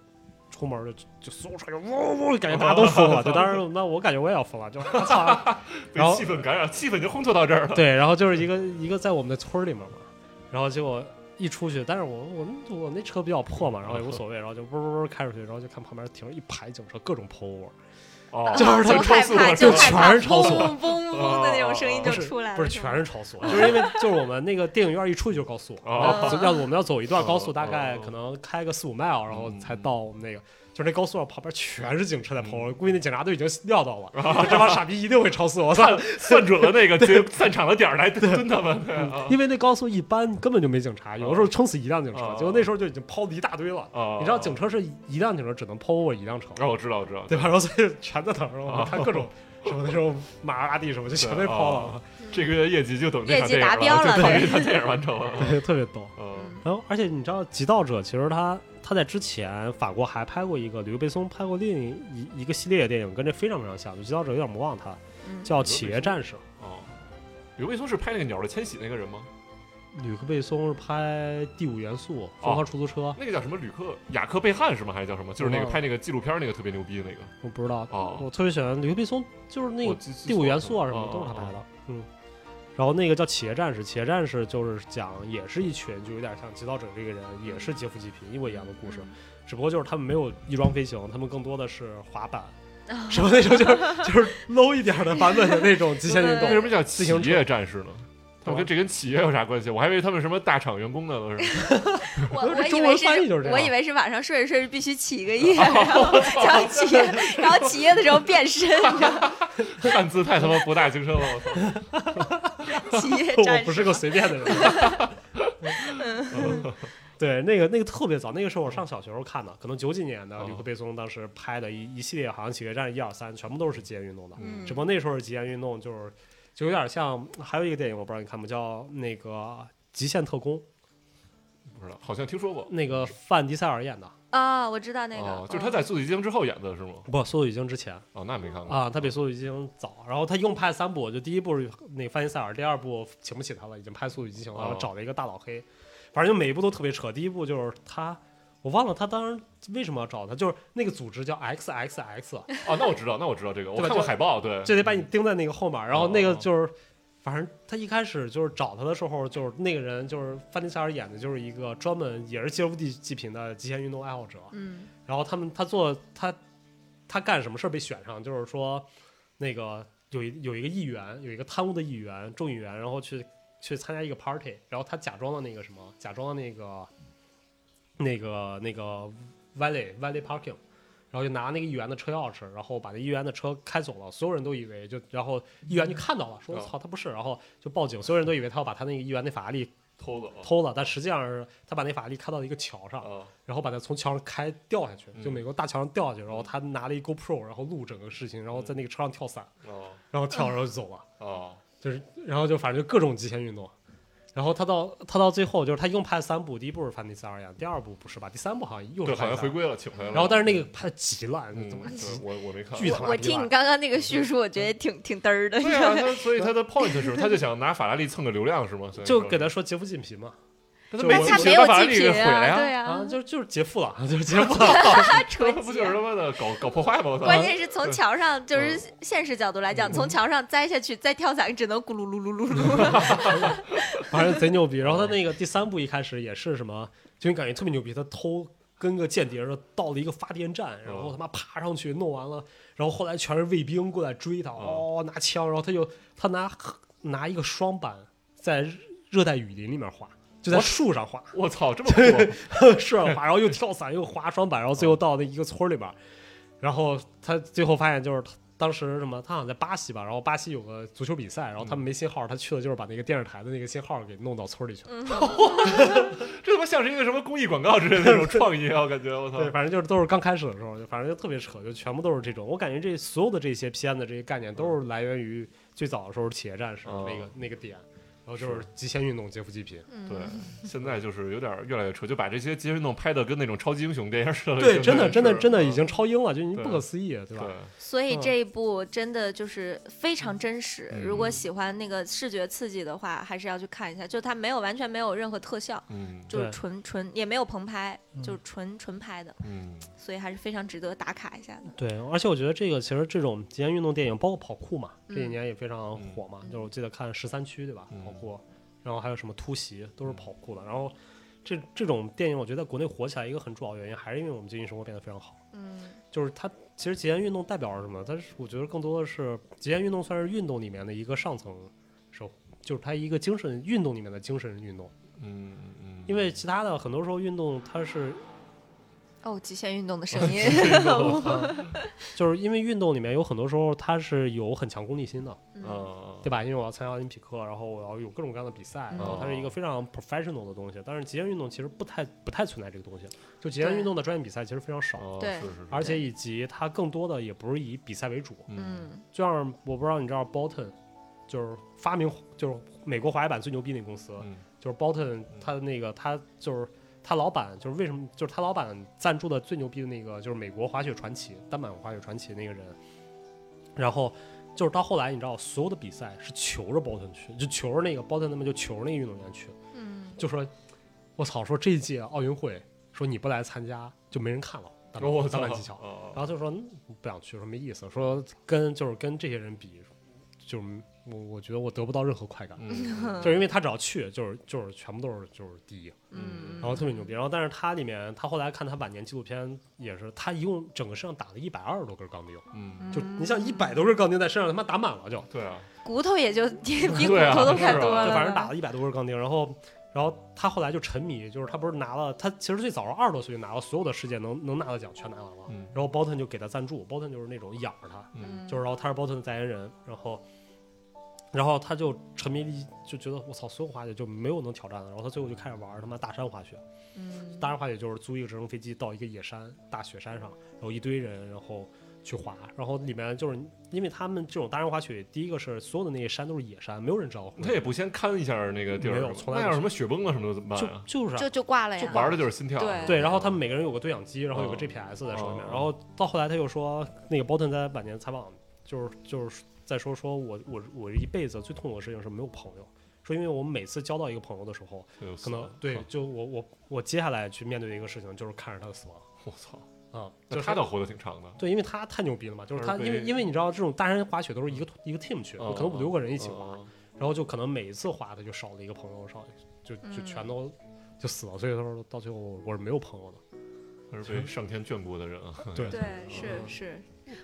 Speaker 2: 出门就就所有车就呜呜，感觉大家都疯了。就当时那我感觉我也要疯了，就我操，
Speaker 4: 被
Speaker 2: 然后
Speaker 4: 气氛感染，气氛就烘托到这儿 了。
Speaker 2: 对，然后就是一个一个在我们的村儿里面嘛，然后结果一出去，但是我我们我们那车比较破嘛，然后也无所谓，然后就嗡嗡嗡开出去，然后就看旁边停着一排警车，各种 POV，
Speaker 4: 哦，
Speaker 2: 就是他
Speaker 3: 就
Speaker 4: 超
Speaker 3: 害
Speaker 4: 速
Speaker 3: 怕，
Speaker 4: 了
Speaker 2: 就是
Speaker 3: 害
Speaker 2: 全
Speaker 3: 怕，
Speaker 2: 是超速
Speaker 3: 嗡嗡嗡嗡的那种声音就
Speaker 2: 不是
Speaker 3: 出来了，
Speaker 2: 不是
Speaker 3: 是吗
Speaker 2: 全是超速，啊就是因为就是我们那个电影院一出去就是高速，
Speaker 4: 哦
Speaker 2: 走要我们要走一段高速，
Speaker 4: 哦
Speaker 2: 大概
Speaker 4: 哦
Speaker 2: 可能开个四五 mile，然后
Speaker 4: 嗯嗯
Speaker 2: 才到我们那个。就是那高速上旁边全是警车在 POV，估计那警察都已经料到了，这帮傻逼一定会超速。我操！
Speaker 4: 算准了那个结散场的点儿来蹲他们。对啊
Speaker 2: 因为那高速一般根本就没警察，有的时候撑死一辆警车，
Speaker 4: 哦
Speaker 2: 结果那时候就已经抛了一大堆了。
Speaker 4: 哦
Speaker 2: 你知道警车是一辆警车只能抛过一辆车，
Speaker 4: 然后我知道，我知道，
Speaker 2: 对吧？然后所以全在那儿，然后
Speaker 4: 哦
Speaker 2: 看各种什么那种玛莎拉蒂什么就全被抛
Speaker 4: 对
Speaker 2: 了
Speaker 4: 哦，这个月业绩就等这
Speaker 3: 业
Speaker 4: 场
Speaker 3: 绩
Speaker 4: 电影
Speaker 3: 达标了
Speaker 4: 就等
Speaker 3: 对
Speaker 4: 这场电影完成了。
Speaker 2: 对，特别逗。
Speaker 4: 嗯，
Speaker 2: 然后而且你知道《极道者》其实他他在之前法国还拍过一个，吕贝松拍过另一一个系列的电影，跟这非常非常像，就《极道者》有点模仿他，
Speaker 3: 嗯
Speaker 2: 叫《企业战士》。
Speaker 4: 哦，刘卫松是拍那个鸟儿的迁徙那个人吗？
Speaker 2: 吕克贝松是拍《第五元素》《疯狂出租车》
Speaker 4: 那个叫什么吕克雅克贝汉是吗？还是叫什么？就是那
Speaker 2: 我忘
Speaker 4: 个
Speaker 2: 了
Speaker 4: 拍那个纪录片那个特别牛逼的那个。
Speaker 2: 我不知道，
Speaker 4: 哦
Speaker 2: 我特别喜欢吕克贝松，就是那个
Speaker 4: 我记记
Speaker 2: 第五
Speaker 4: 错了
Speaker 2: 元素啊什么
Speaker 4: 哦
Speaker 2: 的都是他拍
Speaker 4: 哦
Speaker 2: 的，嗯。然后那个叫《企业战士》，《企业战士》就是讲也是一群就有点像《极道者》这个人，也是劫富济贫一模一样的故事，只不过就是他们没有翼装飞行，他们更多的是滑 板，什么那种就是就是 low 一点的版本的那种极限运
Speaker 4: 为什
Speaker 2: 动。
Speaker 4: 么叫
Speaker 2: 自
Speaker 4: 企
Speaker 2: 行车
Speaker 4: 业战士呢？他们跟这跟企业有啥关系？我还以为他们什么大厂员工呢，都是。
Speaker 3: 我
Speaker 2: 不是
Speaker 3: 我以
Speaker 2: 中文
Speaker 3: 为
Speaker 2: 翻译就是这样
Speaker 3: 我以为是晚上睡着睡着必须起一个夜，然后然后起夜，然后起夜的时候变身，你知道吗
Speaker 4: 汉字太他妈博大精深了，我操！
Speaker 3: 起夜
Speaker 2: 我
Speaker 3: 战
Speaker 2: 不
Speaker 3: 士。
Speaker 2: 是个随便的人。嗯
Speaker 3: 嗯
Speaker 2: 对，那个那个特别早，那个时候我上小学时候看的，可能九几年的
Speaker 4: 哦
Speaker 2: 吕克贝松当时拍的一一系列，好像《企业战士》一二三，全部都是极限运动的。
Speaker 3: 嗯
Speaker 2: 只不过那时候的极限运动就是就有点像，还有一个电影我不知道你看没，叫那个《极限特工》，
Speaker 4: 不知道，好像听说过。
Speaker 2: 那个范迪塞尔演的，
Speaker 3: 啊，我知道那
Speaker 4: 哦
Speaker 3: 个，，
Speaker 4: 就是他在《速度与激情》之后演的是吗？
Speaker 2: 不，《速度与激情》之前
Speaker 4: 哦，那没看过。
Speaker 2: 啊，他比《速度与激情》早，然后他一共拍了三部，就第一部是那个范迪塞尔，第二部请不起他了，已经拍《速度与激情》了，然后
Speaker 4: 哦
Speaker 2: 找了一个大老黑，反正就每一部都特别扯。第一部就是他。我忘了他当时为什么要找他，就是那个组织叫 X X X，
Speaker 4: 哦，那我知道，那我知道这个，我
Speaker 2: 对吧
Speaker 4: 看过
Speaker 2: 就
Speaker 4: 海报，对。嗯
Speaker 2: 就得把你钉在那个后面儿。然后那个
Speaker 4: 哦
Speaker 2: 就是，反正他一开始就是找他的时候，就是那个人就是范迪塞尔演的，就是一个专门也是接触地济贫的极限运动爱好者。
Speaker 3: 嗯
Speaker 2: 然后他们他做他他干什么事儿被选上，就是说那个有一有一个议员，有一个贪污的议员，众议员，然后去去参加一个 party，然后他假装了那个什么，假装了那个那个那个 valet valet parking。然后就拿那个议员的车钥匙，然后把那议员的车开走了，所有人都以为就，然后议员就看到了，说
Speaker 4: 嗯
Speaker 2: 操他不是，然后就报警，所有人都以为他要把他那个议员那法拉利
Speaker 4: 偷走
Speaker 2: 偷了，但实际上是他把那法拉利开到一个桥上，
Speaker 4: 啊，
Speaker 2: 然后把它从桥上开掉下去，
Speaker 4: 嗯
Speaker 2: 就美国大桥上掉下去，然后他拿了一 GoPro，然后录整个事情，然后
Speaker 4: 嗯
Speaker 2: 在那个车上跳伞，
Speaker 4: 哦
Speaker 2: 然后跳然后就走了，
Speaker 4: 哦，
Speaker 2: 就是然后就反正就各种极限运动。然后他到他到最后就是他一共拍了三部，第一部是范迪塞尔演，第二部不是吧？第三部好像又是
Speaker 4: 对，好
Speaker 2: 范迪
Speaker 4: 像
Speaker 2: 塞
Speaker 4: 回
Speaker 2: 尔。
Speaker 4: 归了，请回来了。
Speaker 2: 然后但是那个拍的极烂，
Speaker 4: 嗯
Speaker 2: 怎么极
Speaker 4: 对我我没看，
Speaker 2: 巨他妈逼
Speaker 3: 我
Speaker 2: 烂
Speaker 3: 听你刚刚那个叙述，我觉得挺挺嘚儿的。
Speaker 4: 对啊，他所 以他的 point 是，他就想拿法拉利蹭个流量是吗？所以
Speaker 2: 就
Speaker 4: 说
Speaker 2: 给他说劫富济贫嘛，
Speaker 4: 但
Speaker 2: 就
Speaker 4: 没
Speaker 2: 我
Speaker 3: 但他
Speaker 4: 钱
Speaker 3: 没有
Speaker 4: 把法拉
Speaker 3: 祭
Speaker 4: 利
Speaker 3: 品
Speaker 4: 给毁了
Speaker 3: 啊，
Speaker 4: 呀，
Speaker 3: 对
Speaker 2: 啊，
Speaker 3: 啊，
Speaker 2: 就就是劫富了， 就是 劫富了，
Speaker 3: 他
Speaker 4: 这
Speaker 3: 纯
Speaker 4: 不
Speaker 3: 洁
Speaker 4: 就是。他妈的搞搞破坏吗？我操！
Speaker 3: 关键是从桥上，就是现实角度来讲，从桥上栽下去再跳伞，只能咕噜噜噜噜噜。
Speaker 2: 反正贼牛逼。然后他那个第三部一开始也是什么，就你感觉特别牛逼，他偷跟个间谍似的到了一个发电站，然后他妈爬上去弄完了，然后后来全是卫兵过来追他，哦拿枪，然后他就他拿拿一个双板在热带雨林里面滑。就在树上滑，
Speaker 4: 我操，这么酷！
Speaker 2: 树上滑，然后又跳伞，又滑双板，然后最后到那一个村里边，然后他最后发现就是他当时什么，他好像在巴西吧，然后巴西有个足球比赛，然后他们没信号，他去了就是把那个电视台的那个信号给弄到村里去了。
Speaker 4: 这他妈像是一个什么公益广告之类的那种创意啊！我感觉我操，
Speaker 2: 对，反正就是都是刚开始的时候，就反正就特别扯，就全部都是这种。我感觉这所有的这些片子、这些概念都是来源于最早的时候企业战士
Speaker 4: 哦
Speaker 2: 那个、那个点，然后就是极限运动、劫富济贫。
Speaker 4: 对，现在就是有点儿越来越扯，就把这些街运动拍的跟那种超级英雄电影似的。
Speaker 2: 对，真的真的真的已
Speaker 4: 嗯
Speaker 2: 经超英了，就你不
Speaker 4: 对
Speaker 2: 可思议，啊对
Speaker 4: 对
Speaker 2: 吧？
Speaker 3: 所以
Speaker 2: 嗯
Speaker 3: 这一部真的就是非常真实。
Speaker 4: 嗯
Speaker 3: 如果喜欢那个视觉刺激的话，还是要去看一下。就它没有完全没有任何特效，
Speaker 4: 嗯
Speaker 3: 就是
Speaker 2: 对
Speaker 3: 纯纯也没有棚拍，
Speaker 2: 嗯
Speaker 3: 就是纯纯拍的，
Speaker 4: 嗯，
Speaker 3: 所以还是非常值得打卡一下的。
Speaker 2: 对，而且我觉得这个其实这种极限运动电影，包括跑酷嘛，这几
Speaker 3: 嗯
Speaker 2: 年也非常火嘛。
Speaker 3: 嗯
Speaker 2: 就是我记得看十三区对吧，
Speaker 4: 嗯
Speaker 2: 跑酷，然后还有什么突袭，都是跑酷的。然后这这种电影，我觉得在国内火起来一个很重要原因，还是因为我们最近生活变得非常好。
Speaker 3: 嗯
Speaker 2: 就是它其实极限运动代表是什么？它是我觉得更多的是极限运动算是运动里面的一个上层社会，就是它一个精神运动里面的精神运动。
Speaker 4: 嗯嗯，
Speaker 2: 因为其他的很多时候运动它是，
Speaker 3: 哦，极限运动的声音。
Speaker 2: 就是因为运动里面有很多时候它是有很强功利心的，
Speaker 3: 嗯
Speaker 4: 嗯
Speaker 2: 对吧？因为我要参加奥林匹克，然后我要有各种各样的比赛，
Speaker 3: 嗯
Speaker 2: 然后它是一个非常 professional 的东西。但是极限运动其实不太不太存在这个东西，就极限
Speaker 3: 对
Speaker 2: 运动的专业比赛其实非常少，
Speaker 4: 哦
Speaker 3: 嗯对
Speaker 4: 是是是，
Speaker 2: 而且以及它更多的也不是以比赛为主，
Speaker 4: 嗯
Speaker 3: 嗯
Speaker 2: 就像我不知道你知道 Bolton，就是发明就是美国滑雪板最牛逼那公司，
Speaker 4: 嗯
Speaker 2: 就是 Bolton 他的那个他就是他老板就是为什么就是他老板赞助的最牛逼的那个就是美国滑雪传奇单板滑雪传奇那个人，然后就是到后来你知道所有的比赛是求着 Bolton 去，就求着那个 Bolton 他们就求着那个运动员去，
Speaker 3: 嗯，
Speaker 2: 就说我操说这届奥运会说你不来参加就没人看了，单板
Speaker 4: 我
Speaker 2: 单
Speaker 4: 操
Speaker 2: 板技 巧。
Speaker 4: 哦
Speaker 2: 然后就说嗯不想去，说没意思，说跟就是跟这些人比，就是我我觉得我得不到任何快感，
Speaker 4: 嗯
Speaker 2: 就是因为他只要去，就是就是全部都是就是第一，
Speaker 3: 嗯
Speaker 2: 然后特别牛逼。然后但是他里面，他后来看他晚年纪录片也是，他一共整个身上打了一百二十多根钢钉，
Speaker 4: 嗯，
Speaker 2: 就你像一百多根钢钉在身上他妈打满了就，
Speaker 4: 对啊，
Speaker 3: 骨头 也就比比骨
Speaker 4: 对啊
Speaker 3: 头都快
Speaker 4: 是啊
Speaker 3: 多了吧，
Speaker 2: 就反正打了一百多根钢钉，然后。然后他后来就沉迷，就是他不是拿了，他其实最早是二十多岁就拿了所有的世界能能拿的奖全拿完了，
Speaker 4: 嗯
Speaker 2: 然后 Bolton 就给他赞助，Bolton 就是那种养着他，
Speaker 4: 嗯
Speaker 2: 就是然后他是 Bolton 的代言人，然后然后他就沉迷了一，就觉得我操，所有滑雪就没有能挑战的，然后他最后就开始玩他妈大山滑雪，
Speaker 3: 嗯
Speaker 2: 大山滑雪就是租一个直升飞机到一个野山大雪山上，然后一堆人然后去滑，然后里面就是因为他们这种大山滑雪，第一个是所有的那些山都是野山，没有人知道会
Speaker 4: 他也不先看一下那个地
Speaker 2: 嗯
Speaker 4: 儿，
Speaker 2: 没有从来不
Speaker 4: 那要
Speaker 2: 是
Speaker 4: 什么雪崩了什么的怎么办
Speaker 2: 就
Speaker 4: 啊？
Speaker 2: 就是、啊、
Speaker 3: 就就挂了呀，
Speaker 4: 玩的就是心跳，啊
Speaker 3: 对
Speaker 2: 对，然后他们每个人有个对讲机，然后有个
Speaker 4: 嗯
Speaker 2: GPS 在手里面
Speaker 4: 嗯，
Speaker 2: 然后到后来他又说，那个 Bolton 在晚年采访，就是就是在说说我我我这一辈子最痛苦的事情是没有朋友，说因为我每次交到一个朋友的时候，
Speaker 4: 对
Speaker 2: 可能对，就我我我接下来去面对一个事情就是看着他的死亡
Speaker 4: 我操，
Speaker 2: 啊，就
Speaker 4: 那
Speaker 2: 是
Speaker 4: 他倒活嗯得挺长的，
Speaker 2: 对，因为他太牛逼了嘛，就是他
Speaker 4: 而被
Speaker 2: 因为因为你知道这种大山滑雪都是一个一个 team 去，
Speaker 4: 嗯
Speaker 2: 可能五六个人一起
Speaker 4: 嗯
Speaker 2: 滑，
Speaker 4: 嗯
Speaker 2: 然后就可能每一次滑他就少了一个朋友，少就就
Speaker 3: 嗯
Speaker 2: 全都就死了，所以他说
Speaker 4: 哦
Speaker 2: 到最后我是没有朋友的。
Speaker 4: 他是被上天眷顾的人啊，
Speaker 2: 对
Speaker 3: 对，是是，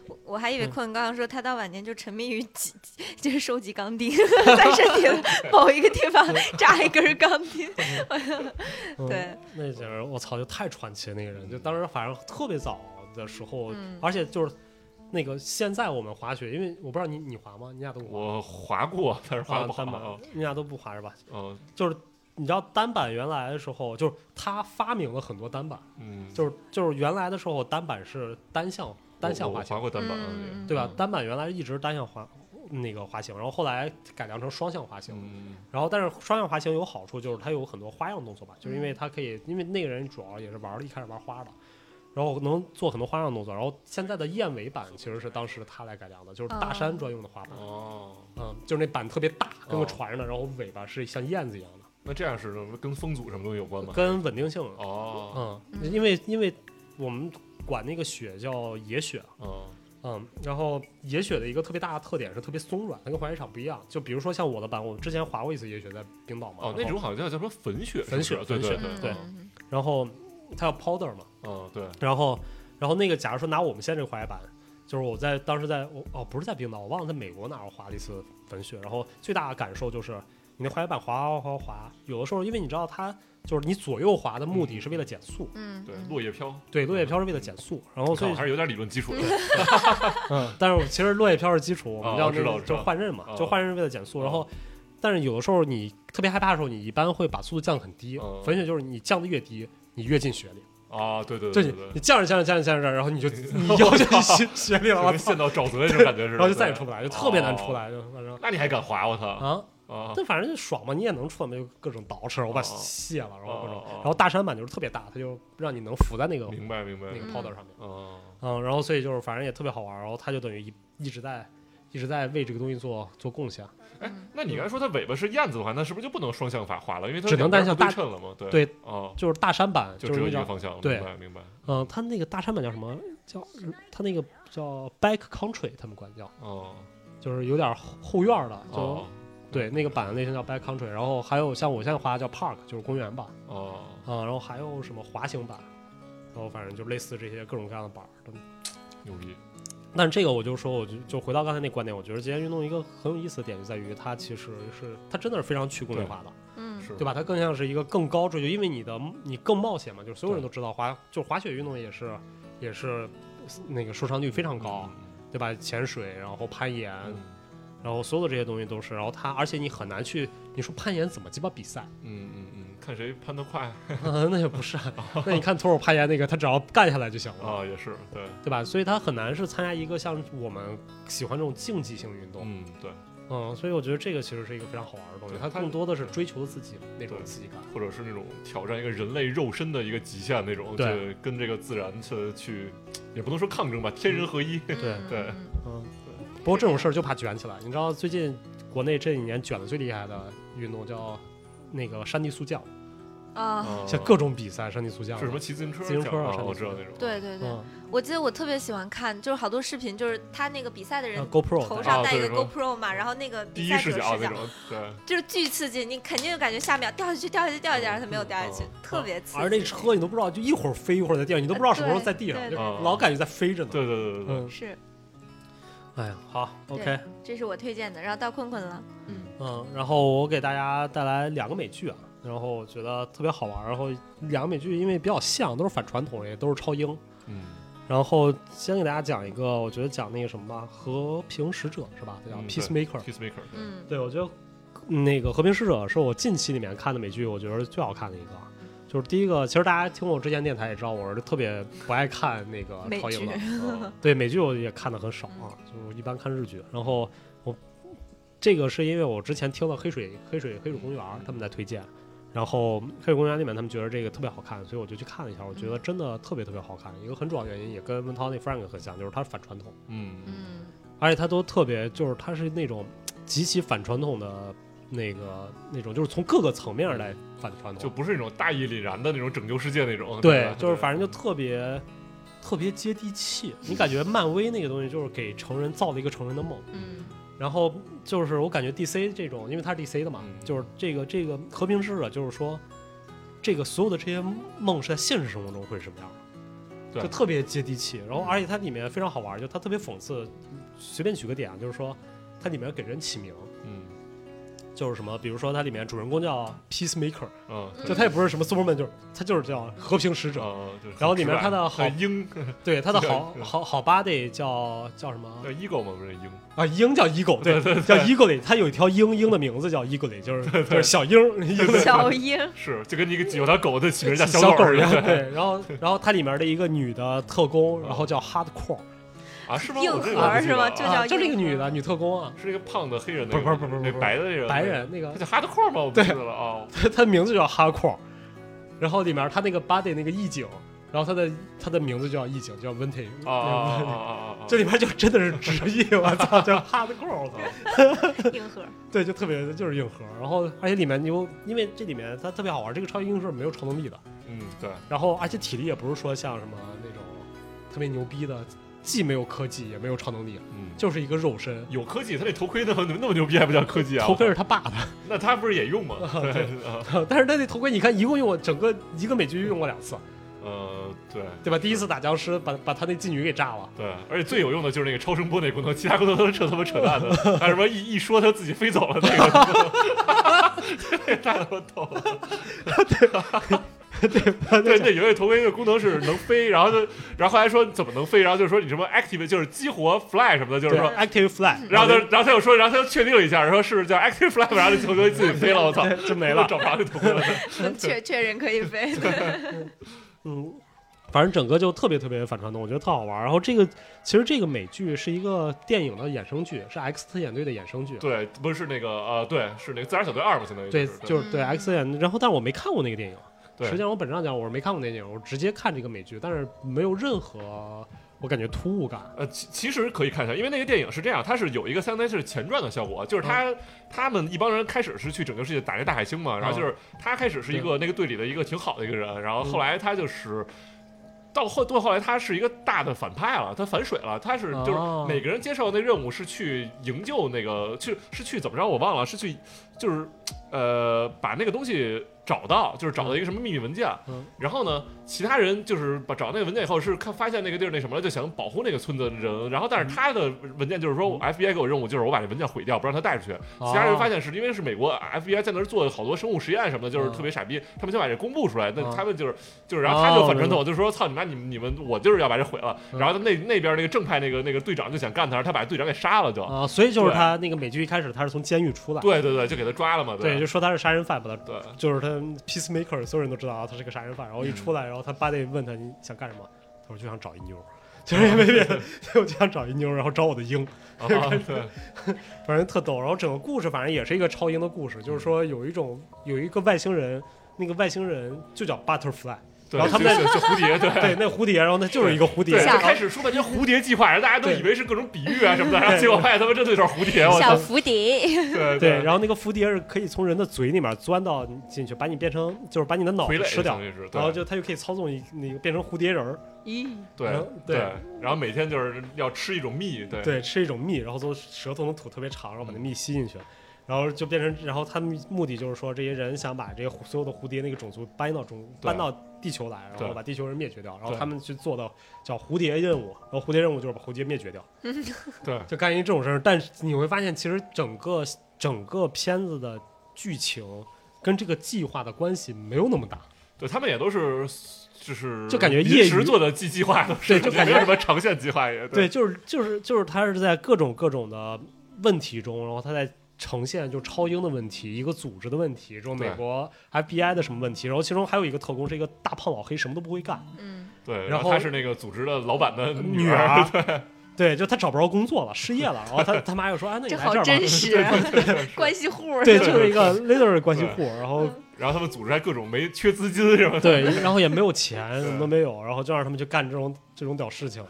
Speaker 3: 我我还以为
Speaker 2: 嗯
Speaker 3: 柯文刚刚说他到晚年就沉迷于集，就是收集钢钉， 在身 体的某一个地
Speaker 4: 嗯
Speaker 3: 方扎一根钢钉。
Speaker 2: 嗯
Speaker 3: 对，
Speaker 2: 那简直我操，就太传奇了那个人，就当时反正特别早的时候，
Speaker 3: 嗯
Speaker 2: 而且就是那个现在我们滑雪，因为我不知道你你滑吗？你俩都不滑
Speaker 4: 我划过，但是划
Speaker 2: 滑
Speaker 4: 的不
Speaker 2: 啊单板
Speaker 4: 好。，
Speaker 2: 你俩都不滑是吧？
Speaker 4: 嗯
Speaker 2: 就是你知道单板原来的时候，就是他发明了很多单板，
Speaker 4: 嗯，
Speaker 2: 就是就是原来的时候单板是单向单向
Speaker 4: 我
Speaker 2: 滑
Speaker 4: 我
Speaker 2: 行，
Speaker 4: 划过单板，
Speaker 3: 嗯
Speaker 4: 嗯
Speaker 2: 对吧？？单板原来一直单向滑那个滑行，然后后来改良成双向滑行。
Speaker 4: 嗯
Speaker 2: 然后，但是双向滑行有好处，就是它有很多花样动作吧，就是因为它可以，因为那个人主要也是玩儿一开始玩花的，然后能做很多花样动作。然后现在的燕尾板其实是当时他来改良的，就是大山专用的滑板，
Speaker 4: 哦，
Speaker 2: 嗯，就是那板特别大，跟个
Speaker 4: 哦
Speaker 2: 船似的，然后尾巴是像燕子一样的，
Speaker 4: 那这样是跟风阻什么东西有关吗？
Speaker 2: 跟稳定性，
Speaker 4: 哦
Speaker 2: 嗯，
Speaker 3: 嗯
Speaker 2: 因为因为我们管那个雪叫野雪，啊
Speaker 4: 哦，
Speaker 2: 嗯，然后野雪的一个特别大的特点是特别松软，它跟滑雪场不一样。就比如说像我的板，我之前滑过一次野雪在冰岛嘛，
Speaker 4: 哦，
Speaker 2: 然
Speaker 4: 那
Speaker 2: 后
Speaker 4: 种好像叫什么粉雪，
Speaker 2: 粉雪
Speaker 4: 是不是对对
Speaker 2: 粉
Speaker 4: 对
Speaker 3: 嗯
Speaker 2: 对然后它叫 powder 嘛，
Speaker 4: 嗯对，
Speaker 2: 然后，然后那个，假如说拿我们现在这个滑雪板，就是我在当时在我哦不是在冰岛，我忘了在美国哪儿滑了一次粉雪，然后最大的感受就是你那滑雪板滑滑滑滑，有的时候因为你知道它就是你左右滑的目的是为了减速，
Speaker 3: 嗯，
Speaker 4: 对
Speaker 3: 嗯
Speaker 4: 落叶飘，
Speaker 2: 对，落叶飘是为了减速，然后
Speaker 4: 我
Speaker 2: 哦所
Speaker 4: 看
Speaker 2: 以
Speaker 4: 我还是有点理论基础的。
Speaker 2: 嗯，但是我其实落叶飘是基础，我们
Speaker 4: 哦
Speaker 2: 叫
Speaker 4: 我知
Speaker 2: 那
Speaker 4: 道
Speaker 2: 个
Speaker 4: 我知
Speaker 2: 就
Speaker 4: 道
Speaker 2: 换刃嘛，
Speaker 4: 哦
Speaker 2: 就换刃是为了减速，
Speaker 4: 哦
Speaker 2: 然后。但是有的时候你特别害怕的时候，你一般会把速度降得很低。
Speaker 4: 哦
Speaker 2: 粉雪就是你降的越低，你越进雪里。
Speaker 4: 啊，对对
Speaker 2: 就
Speaker 4: 对
Speaker 2: 你
Speaker 4: 对对
Speaker 2: 你，降着降着降着降着，然后你 就你腰就进雪雪里了。
Speaker 4: 就
Speaker 2: 我
Speaker 4: 跟
Speaker 2: 操
Speaker 4: 陷到沼泽那种感觉似的，
Speaker 2: 然后就再也出不
Speaker 4: 来。
Speaker 2: 来，就特别
Speaker 4: 哦
Speaker 2: 难出来，就反正
Speaker 4: 那你还敢滑？我操！
Speaker 2: 啊，
Speaker 4: 啊，
Speaker 2: 但反正就爽嘛，你也能出来嘛，就各种倒饬，我把
Speaker 4: 哦
Speaker 2: 卸了，然后各种，
Speaker 4: 哦
Speaker 2: 然后大山板就是特别大，它就让你能浮在那个
Speaker 4: 明白明白
Speaker 2: 那。个
Speaker 3: 嗯
Speaker 2: powder 上面，
Speaker 4: 哦，
Speaker 2: 嗯，然后所以就是反正也特别好玩，然后它就等于一一直在一直在为这个东西做做贡献，
Speaker 4: 哎，那你刚才说它尾巴是燕子的话，那是不是就不能双向法滑了？因为它
Speaker 2: 只能
Speaker 4: 两
Speaker 2: 单
Speaker 4: 边
Speaker 2: 向
Speaker 4: 不对
Speaker 2: 大
Speaker 4: 称了吗？对
Speaker 2: 对，
Speaker 4: 哦，
Speaker 2: 就是大山板
Speaker 4: 就
Speaker 2: 就
Speaker 4: 只
Speaker 2: 是那
Speaker 4: 有一个
Speaker 2: 叫，
Speaker 4: 方向。
Speaker 2: 对
Speaker 4: 明白明白。
Speaker 2: 嗯，它那个大山板叫什么？叫它那个叫 back country，他们管叫，
Speaker 4: 哦
Speaker 2: 就是有点后后院儿的，就
Speaker 4: 哦
Speaker 2: 对那个板的类型叫 back country，然后还有像我现在滑的叫 park，就是公园板。
Speaker 4: 哦，
Speaker 2: 啊，然后还有什么滑行板，然后反正就类似这些各种各样的板儿。都
Speaker 4: 牛逼！
Speaker 2: 但是这个我就说，我就就回到刚才那观点，我觉得极限运动一个很有意思的点就在于它其实是它真的是非常去功利化的，
Speaker 3: 嗯
Speaker 4: 是
Speaker 2: 对吧？它更像是一个更高追求，因为你的你更冒险嘛，就是所有人
Speaker 4: 对
Speaker 2: 都知道滑，就是滑雪运动也是也是那个受伤率非常高，对吧？潜水，然后攀岩，
Speaker 4: 嗯
Speaker 2: 然后所有的这些东西都是，然后它而且你很难去，你说攀岩怎么鸡巴比赛？
Speaker 4: 嗯嗯嗯，看谁攀得快
Speaker 2: 嗯，那也不是，
Speaker 4: 哦
Speaker 2: 那你看徒手攀岩那个，他只要干下来就行了。
Speaker 4: 啊，也是对。
Speaker 2: 对吧？所以他很难是参加一个像我们喜欢这种竞技性运动，
Speaker 4: 嗯，对，
Speaker 2: 嗯，所以我觉得这个其实是一个非常好玩的东西，
Speaker 4: 对
Speaker 2: 它
Speaker 4: 它
Speaker 2: 更多的是追求自己那种
Speaker 4: 对
Speaker 2: 刺激感。
Speaker 4: 或者是那种挑战一个人类肉身的一个极限那种，
Speaker 2: 对，
Speaker 4: 跟这个自然去去，也不能说抗争吧，天人合一。
Speaker 2: 对
Speaker 4: 对
Speaker 3: 嗯
Speaker 2: 嗯，不过这种事儿就怕卷起来，你知道最近国内这几年卷的最厉害的运动叫那个山地速降，
Speaker 3: 啊，
Speaker 4: 啊
Speaker 2: 嗯像各种比赛山地速降
Speaker 4: 哦是什么骑自行车
Speaker 2: 自行车
Speaker 4: 这样
Speaker 2: 啊
Speaker 4: 啊
Speaker 2: 什么
Speaker 4: 我
Speaker 2: 的
Speaker 4: 知道那种。
Speaker 3: 对对对，
Speaker 2: 嗯
Speaker 3: 我记得我特别喜欢看，就是好多视频，就是他那个比赛的
Speaker 2: 呃
Speaker 3: 人头
Speaker 2: ，GoPro 在
Speaker 3: 上
Speaker 4: 啊
Speaker 3: 戴一个
Speaker 4: 对对
Speaker 3: GoPro 嘛，然后那个
Speaker 4: 第
Speaker 3: 比
Speaker 4: 一
Speaker 3: 赛
Speaker 4: 视
Speaker 3: 者视
Speaker 4: 角那
Speaker 3: 角
Speaker 4: 种，对，
Speaker 3: 就是巨刺激，你肯定就感觉下秒掉下去，掉下去，掉下去，然后他没有掉下去
Speaker 4: 嗯，
Speaker 3: 特别刺激。
Speaker 2: 而那车你都不知道，就一会儿飞一会儿在地上，你都不知道什么时候在地上，
Speaker 3: 对
Speaker 2: 就
Speaker 3: 对
Speaker 4: 对
Speaker 2: 老感觉在飞着呢。
Speaker 4: 对对对对对，
Speaker 2: 嗯，
Speaker 3: 是，
Speaker 2: 哎呀，好
Speaker 3: 对
Speaker 2: ，OK，
Speaker 3: 这是我推荐的，然后到困困了，
Speaker 2: 嗯，然后我给大家带来两个美剧啊，然后我觉得特别好玩儿。然后两个美剧因为比较像，都是反传统，也都是超英。
Speaker 4: 嗯，
Speaker 2: 然后先给大家讲一个，我觉得讲那个什么吧，《和平使者》是吧？它叫
Speaker 4: 嗯
Speaker 2: Peacemaker。
Speaker 4: Peacemaker，
Speaker 3: 嗯
Speaker 2: 对，我觉得嗯那个《和平使者》是我近期里面看的美剧，我觉得是最好看的一个。就是第一个，其实大家听我之前电台也知道，我是特别不爱看那个
Speaker 3: 美
Speaker 2: 超英
Speaker 3: 剧嗯
Speaker 2: 的，
Speaker 4: 嗯
Speaker 2: 对美剧我也看的很少啊，就是一般看日剧。然后我这个是因为我之前听了黑水黑水黑水公园儿他们在推荐，然后黑水公园里面他们觉得这个特别好看，所以我就去看了一下，我
Speaker 3: 嗯
Speaker 2: 觉得真的特别特别好看。一个很主要的原因也跟文涛那 Frank 很像，就是它是反传统，
Speaker 4: 嗯
Speaker 3: 嗯
Speaker 2: 而且它都特别就是它是那种极其反传统的那个那种，就是从各个层面来反传统，
Speaker 4: 就不是那种大义凛然的那种拯救世界那种，
Speaker 2: 对
Speaker 4: 吧，嗯
Speaker 2: 就是反正就特别特别接地气。你感觉漫威那个东西就是给成人造了一个成人的梦，
Speaker 3: 嗯
Speaker 2: 然后就是我感觉 DC 这种，因为它是 DC 的嘛，
Speaker 4: 嗯
Speaker 2: 就是这个这个和平使者，就是说这个所有的这些梦是在现实生活中会是什么样的。
Speaker 4: 对
Speaker 2: 就特别接地气。然后而且它里面非常好玩，就它特别讽刺。随便举个点啊，就是说它里面给人起名，
Speaker 4: 嗯
Speaker 2: 就是什么，比如说它里面主人公叫 Peacemaker，
Speaker 4: 嗯，
Speaker 2: 就他也不是什么 Superman，就是他就是叫和平使者。
Speaker 4: 嗯就是很
Speaker 2: 然后里面
Speaker 4: 直白
Speaker 2: 他的好嗯
Speaker 4: 很鹰
Speaker 2: 对，他的
Speaker 4: 对
Speaker 2: 好
Speaker 4: 对
Speaker 2: 好好 buddy 叫叫什么
Speaker 4: 叫呃 ego 嘛，不是鹰，
Speaker 2: 啊？鹰叫 Eagle，对，叫 Eagle，他有一条鹰，鹰的名字叫 Eagle，就是就是小鹰，鹰的
Speaker 3: 小鹰，
Speaker 4: 是就跟你有条狗的起名叫
Speaker 2: 小
Speaker 4: 狗
Speaker 2: 狗一样
Speaker 4: 似的。
Speaker 2: 对，然后然后它里面的一个女的特工，然后叫 Hardcore，
Speaker 4: 啊，是吗？
Speaker 3: 硬
Speaker 4: 我这个
Speaker 3: 核
Speaker 4: 我不记
Speaker 3: 是吗
Speaker 4: 得
Speaker 3: 就
Speaker 4: 啊
Speaker 3: 叫
Speaker 2: 啊，就是
Speaker 3: 英
Speaker 2: 那个女的女特工啊，
Speaker 4: 是那个胖的黑人那个，
Speaker 2: 不是不是不是不是
Speaker 4: 那白的那人，
Speaker 2: 白，人那个
Speaker 4: 他，叫 hardcore 吗？我不记得了哦，
Speaker 2: 她她名字叫 Hardcore，然后里面她那个 body 那个义警，然后她的她的名字叫义警，叫 Vintage，
Speaker 4: 啊啊啊啊啊！
Speaker 2: 这里面就真的是直译，我操，叫 Hardcore，我操。
Speaker 3: 硬核，
Speaker 2: 对，就特别就是硬核，然后而且里面你又因为这里面它特别好玩，这个超级英雄是没有超能力的，
Speaker 4: 嗯，对，
Speaker 2: 然后而且体力也不是说像什么那种特别牛逼的，既没有科技也没有超能力，
Speaker 4: 嗯，
Speaker 2: 就是一个肉身。
Speaker 4: 有科技，他那头盔那么那么牛逼，还不叫科技啊？
Speaker 2: 头盔是他爸的，
Speaker 4: 那他不是也用吗？啊
Speaker 2: 但是他那头盔你看，一共用过整个一个美剧用过两次，
Speaker 4: 呃，对
Speaker 2: 对吧？第一次打僵尸把把他那妓女给炸了，
Speaker 4: 对，而且最有用的就是那个超声波那功能，其他功能都是扯他妈扯淡的。还什么一一说他自己飞走了那个，太他妈逗了。
Speaker 2: 对
Speaker 4: 对，那有一个头盔的功能是能飞，然后就，然后后来说怎么能飞，然后就说你什么 active 就是激活 fly 什么的，就是说，
Speaker 2: active fly，
Speaker 4: 然后他，然后他又说，然后他又确定了一下，然后是不是叫 active fly，然后这头盔自己飞了，我操，
Speaker 2: 对 真没了
Speaker 4: 找不着这头盔了。
Speaker 3: 确确认可以飞，
Speaker 2: 嗯，反正整个就特别特别反传统，我觉得特好玩。然后这个其实这个美剧是一个电影的衍生剧，是 X 特遣队的衍生剧，
Speaker 4: 对，不是那个呃，对，是那个自然小队二嘛，相当于
Speaker 2: 对，
Speaker 4: 是
Speaker 2: 就是对
Speaker 3: 嗯
Speaker 2: X 演，然后但是我没看过那个电影。
Speaker 4: 对
Speaker 2: 实际上我本质上讲我是没看过那个电影，我直接看这个美剧，但是没有任何我感觉突兀感。
Speaker 4: 呃，其其实可以看一下，因为那个电影是这样，它是有一个相当于是前传的效果，就是
Speaker 2: 嗯
Speaker 4: 他、他们一帮人开始是去拯救世界打那大海星嘛，然
Speaker 2: 嗯
Speaker 4: 后就是他开始是一个那个队里的一个挺好的一个人，然后后来他就是。到后到后来，他是一个大的反派了，他反水了。他是就是
Speaker 2: 哦
Speaker 4: 每个人接受那任务是去营救那个，去是去怎么着我忘了，是去就是呃把那个东西找到，就是找到一个什么秘密文件，
Speaker 2: 嗯
Speaker 4: 然后呢，其他人就是把找那个文件以后，是看发现那个地儿那什么了，就想保护那个村子的人。然后，
Speaker 2: 嗯
Speaker 4: 但是他的文件就是说我，FBI 给我任务就是我把这文件毁掉，不让他带出去。
Speaker 2: 哦
Speaker 4: 其他人发现是因为是美国啊 FBI 在那儿做好多生物实验什么的，就
Speaker 2: 嗯
Speaker 4: 是特别傻逼，他们想把这公布出来。那
Speaker 2: 嗯
Speaker 4: 他们就是就是，然后他就
Speaker 2: 哦
Speaker 4: 反传统，就说操你妈，你们你们我就是要把这毁了。
Speaker 2: 嗯
Speaker 4: 然后那那边那个正派那个那个队长就想干他，他把队长给杀了就。
Speaker 2: 啊、所以就是
Speaker 4: 对
Speaker 2: 他那个美剧一开始他是从监狱出来，
Speaker 4: 对对对，就给啊他抓了嘛。
Speaker 2: 对，就说他是杀人犯，把他
Speaker 4: 对。
Speaker 2: 就是他 peacemaker，所有人都知道啊，他是个杀人犯。然后一出来，
Speaker 4: 嗯
Speaker 2: 然后他爸得问他你想干什么，他说就想找一妞儿，就是 因为别的，我就想找一妞儿，然后找我的鹰，
Speaker 4: 啊，对，
Speaker 2: 反正特逗。然后整个故事反正也是一个超英的故事，就是说有一种有一个外星人，那个外星人就叫 butterfly，
Speaker 4: 对
Speaker 2: 然后他们哦
Speaker 4: 就就就蝴 蝶，对，
Speaker 2: 对，那蝴蝶，然后那就是一个蝴蝶
Speaker 4: 对，
Speaker 3: 吓
Speaker 4: 就
Speaker 3: 唬
Speaker 4: 开始说半天蝴蝶计划，然后大家都以为是各种比喻啊什么 的，然后结果发现他们真的就是蝴蝶，我
Speaker 3: 小
Speaker 4: 操！
Speaker 3: 蝴蝶，
Speaker 4: 对
Speaker 2: 对，，然后那个蝴蝶是可以从人的嘴里面钻到你进去，把你变成就是把你的脑
Speaker 4: 傀
Speaker 2: 袋
Speaker 4: 儡
Speaker 2: 吃掉
Speaker 4: 相当，于是，对
Speaker 2: 然后就它就可以操纵一那个变成蝴蝶人儿，
Speaker 3: 咦，
Speaker 4: 对
Speaker 2: 嗯对
Speaker 4: 对，然后每天就是要吃一种蜜，对嗯
Speaker 2: 对，吃一种蜜，然后从舌头能吐特别长，然后把那蜜吸进去，然后就变成，然后他们目的就是说，这些人想把这些蝴所有的蝴蝶那个种族搬到中
Speaker 4: 对
Speaker 2: 搬到地球来，然后
Speaker 4: 对
Speaker 2: 把地球人灭绝掉，然后
Speaker 4: 对
Speaker 2: 他们去做到叫蝴蝶任务，然后蝴蝶任务就是把蝴蝶灭绝掉，
Speaker 4: 对
Speaker 2: 就干一这种事儿。但是你会发现，其实整个整个片子的剧情跟这个计划的关系没有那么大，
Speaker 4: 对，他们也都是就是
Speaker 2: 就感觉业
Speaker 4: 临
Speaker 2: 余
Speaker 4: 时做的计计划，都是
Speaker 2: 对就感
Speaker 4: 没
Speaker 2: 觉
Speaker 4: 有什么长线计划也
Speaker 2: 对，，就是就是就是他是在各种各种的问题中，然后他在呈现就超英的问题，一个组织的问题，这种美
Speaker 4: 对
Speaker 2: 国 FBI 的什么问题，然后其中还有一个特工是一个大胖老黑，什么都不会干，
Speaker 3: 嗯，
Speaker 4: 对，
Speaker 2: 然
Speaker 4: 然
Speaker 2: 后
Speaker 4: 后她是那个组织的老板的
Speaker 2: 呃女
Speaker 4: 儿，
Speaker 2: 儿， 对，就他找不着工作了，失业了，然后他他妈又说啊，那你
Speaker 3: 这
Speaker 2: 来
Speaker 3: 好
Speaker 2: 这儿吧
Speaker 3: 真，实，
Speaker 4: 啊
Speaker 3: 啊关系户，
Speaker 2: 对，就是一个 literally 关系户，然后
Speaker 3: 嗯
Speaker 4: 然后他们组织还各种没缺资金什 么的，
Speaker 2: 对，然后也没有钱，什么都没有，然后就让他们去干这种这种屌事情，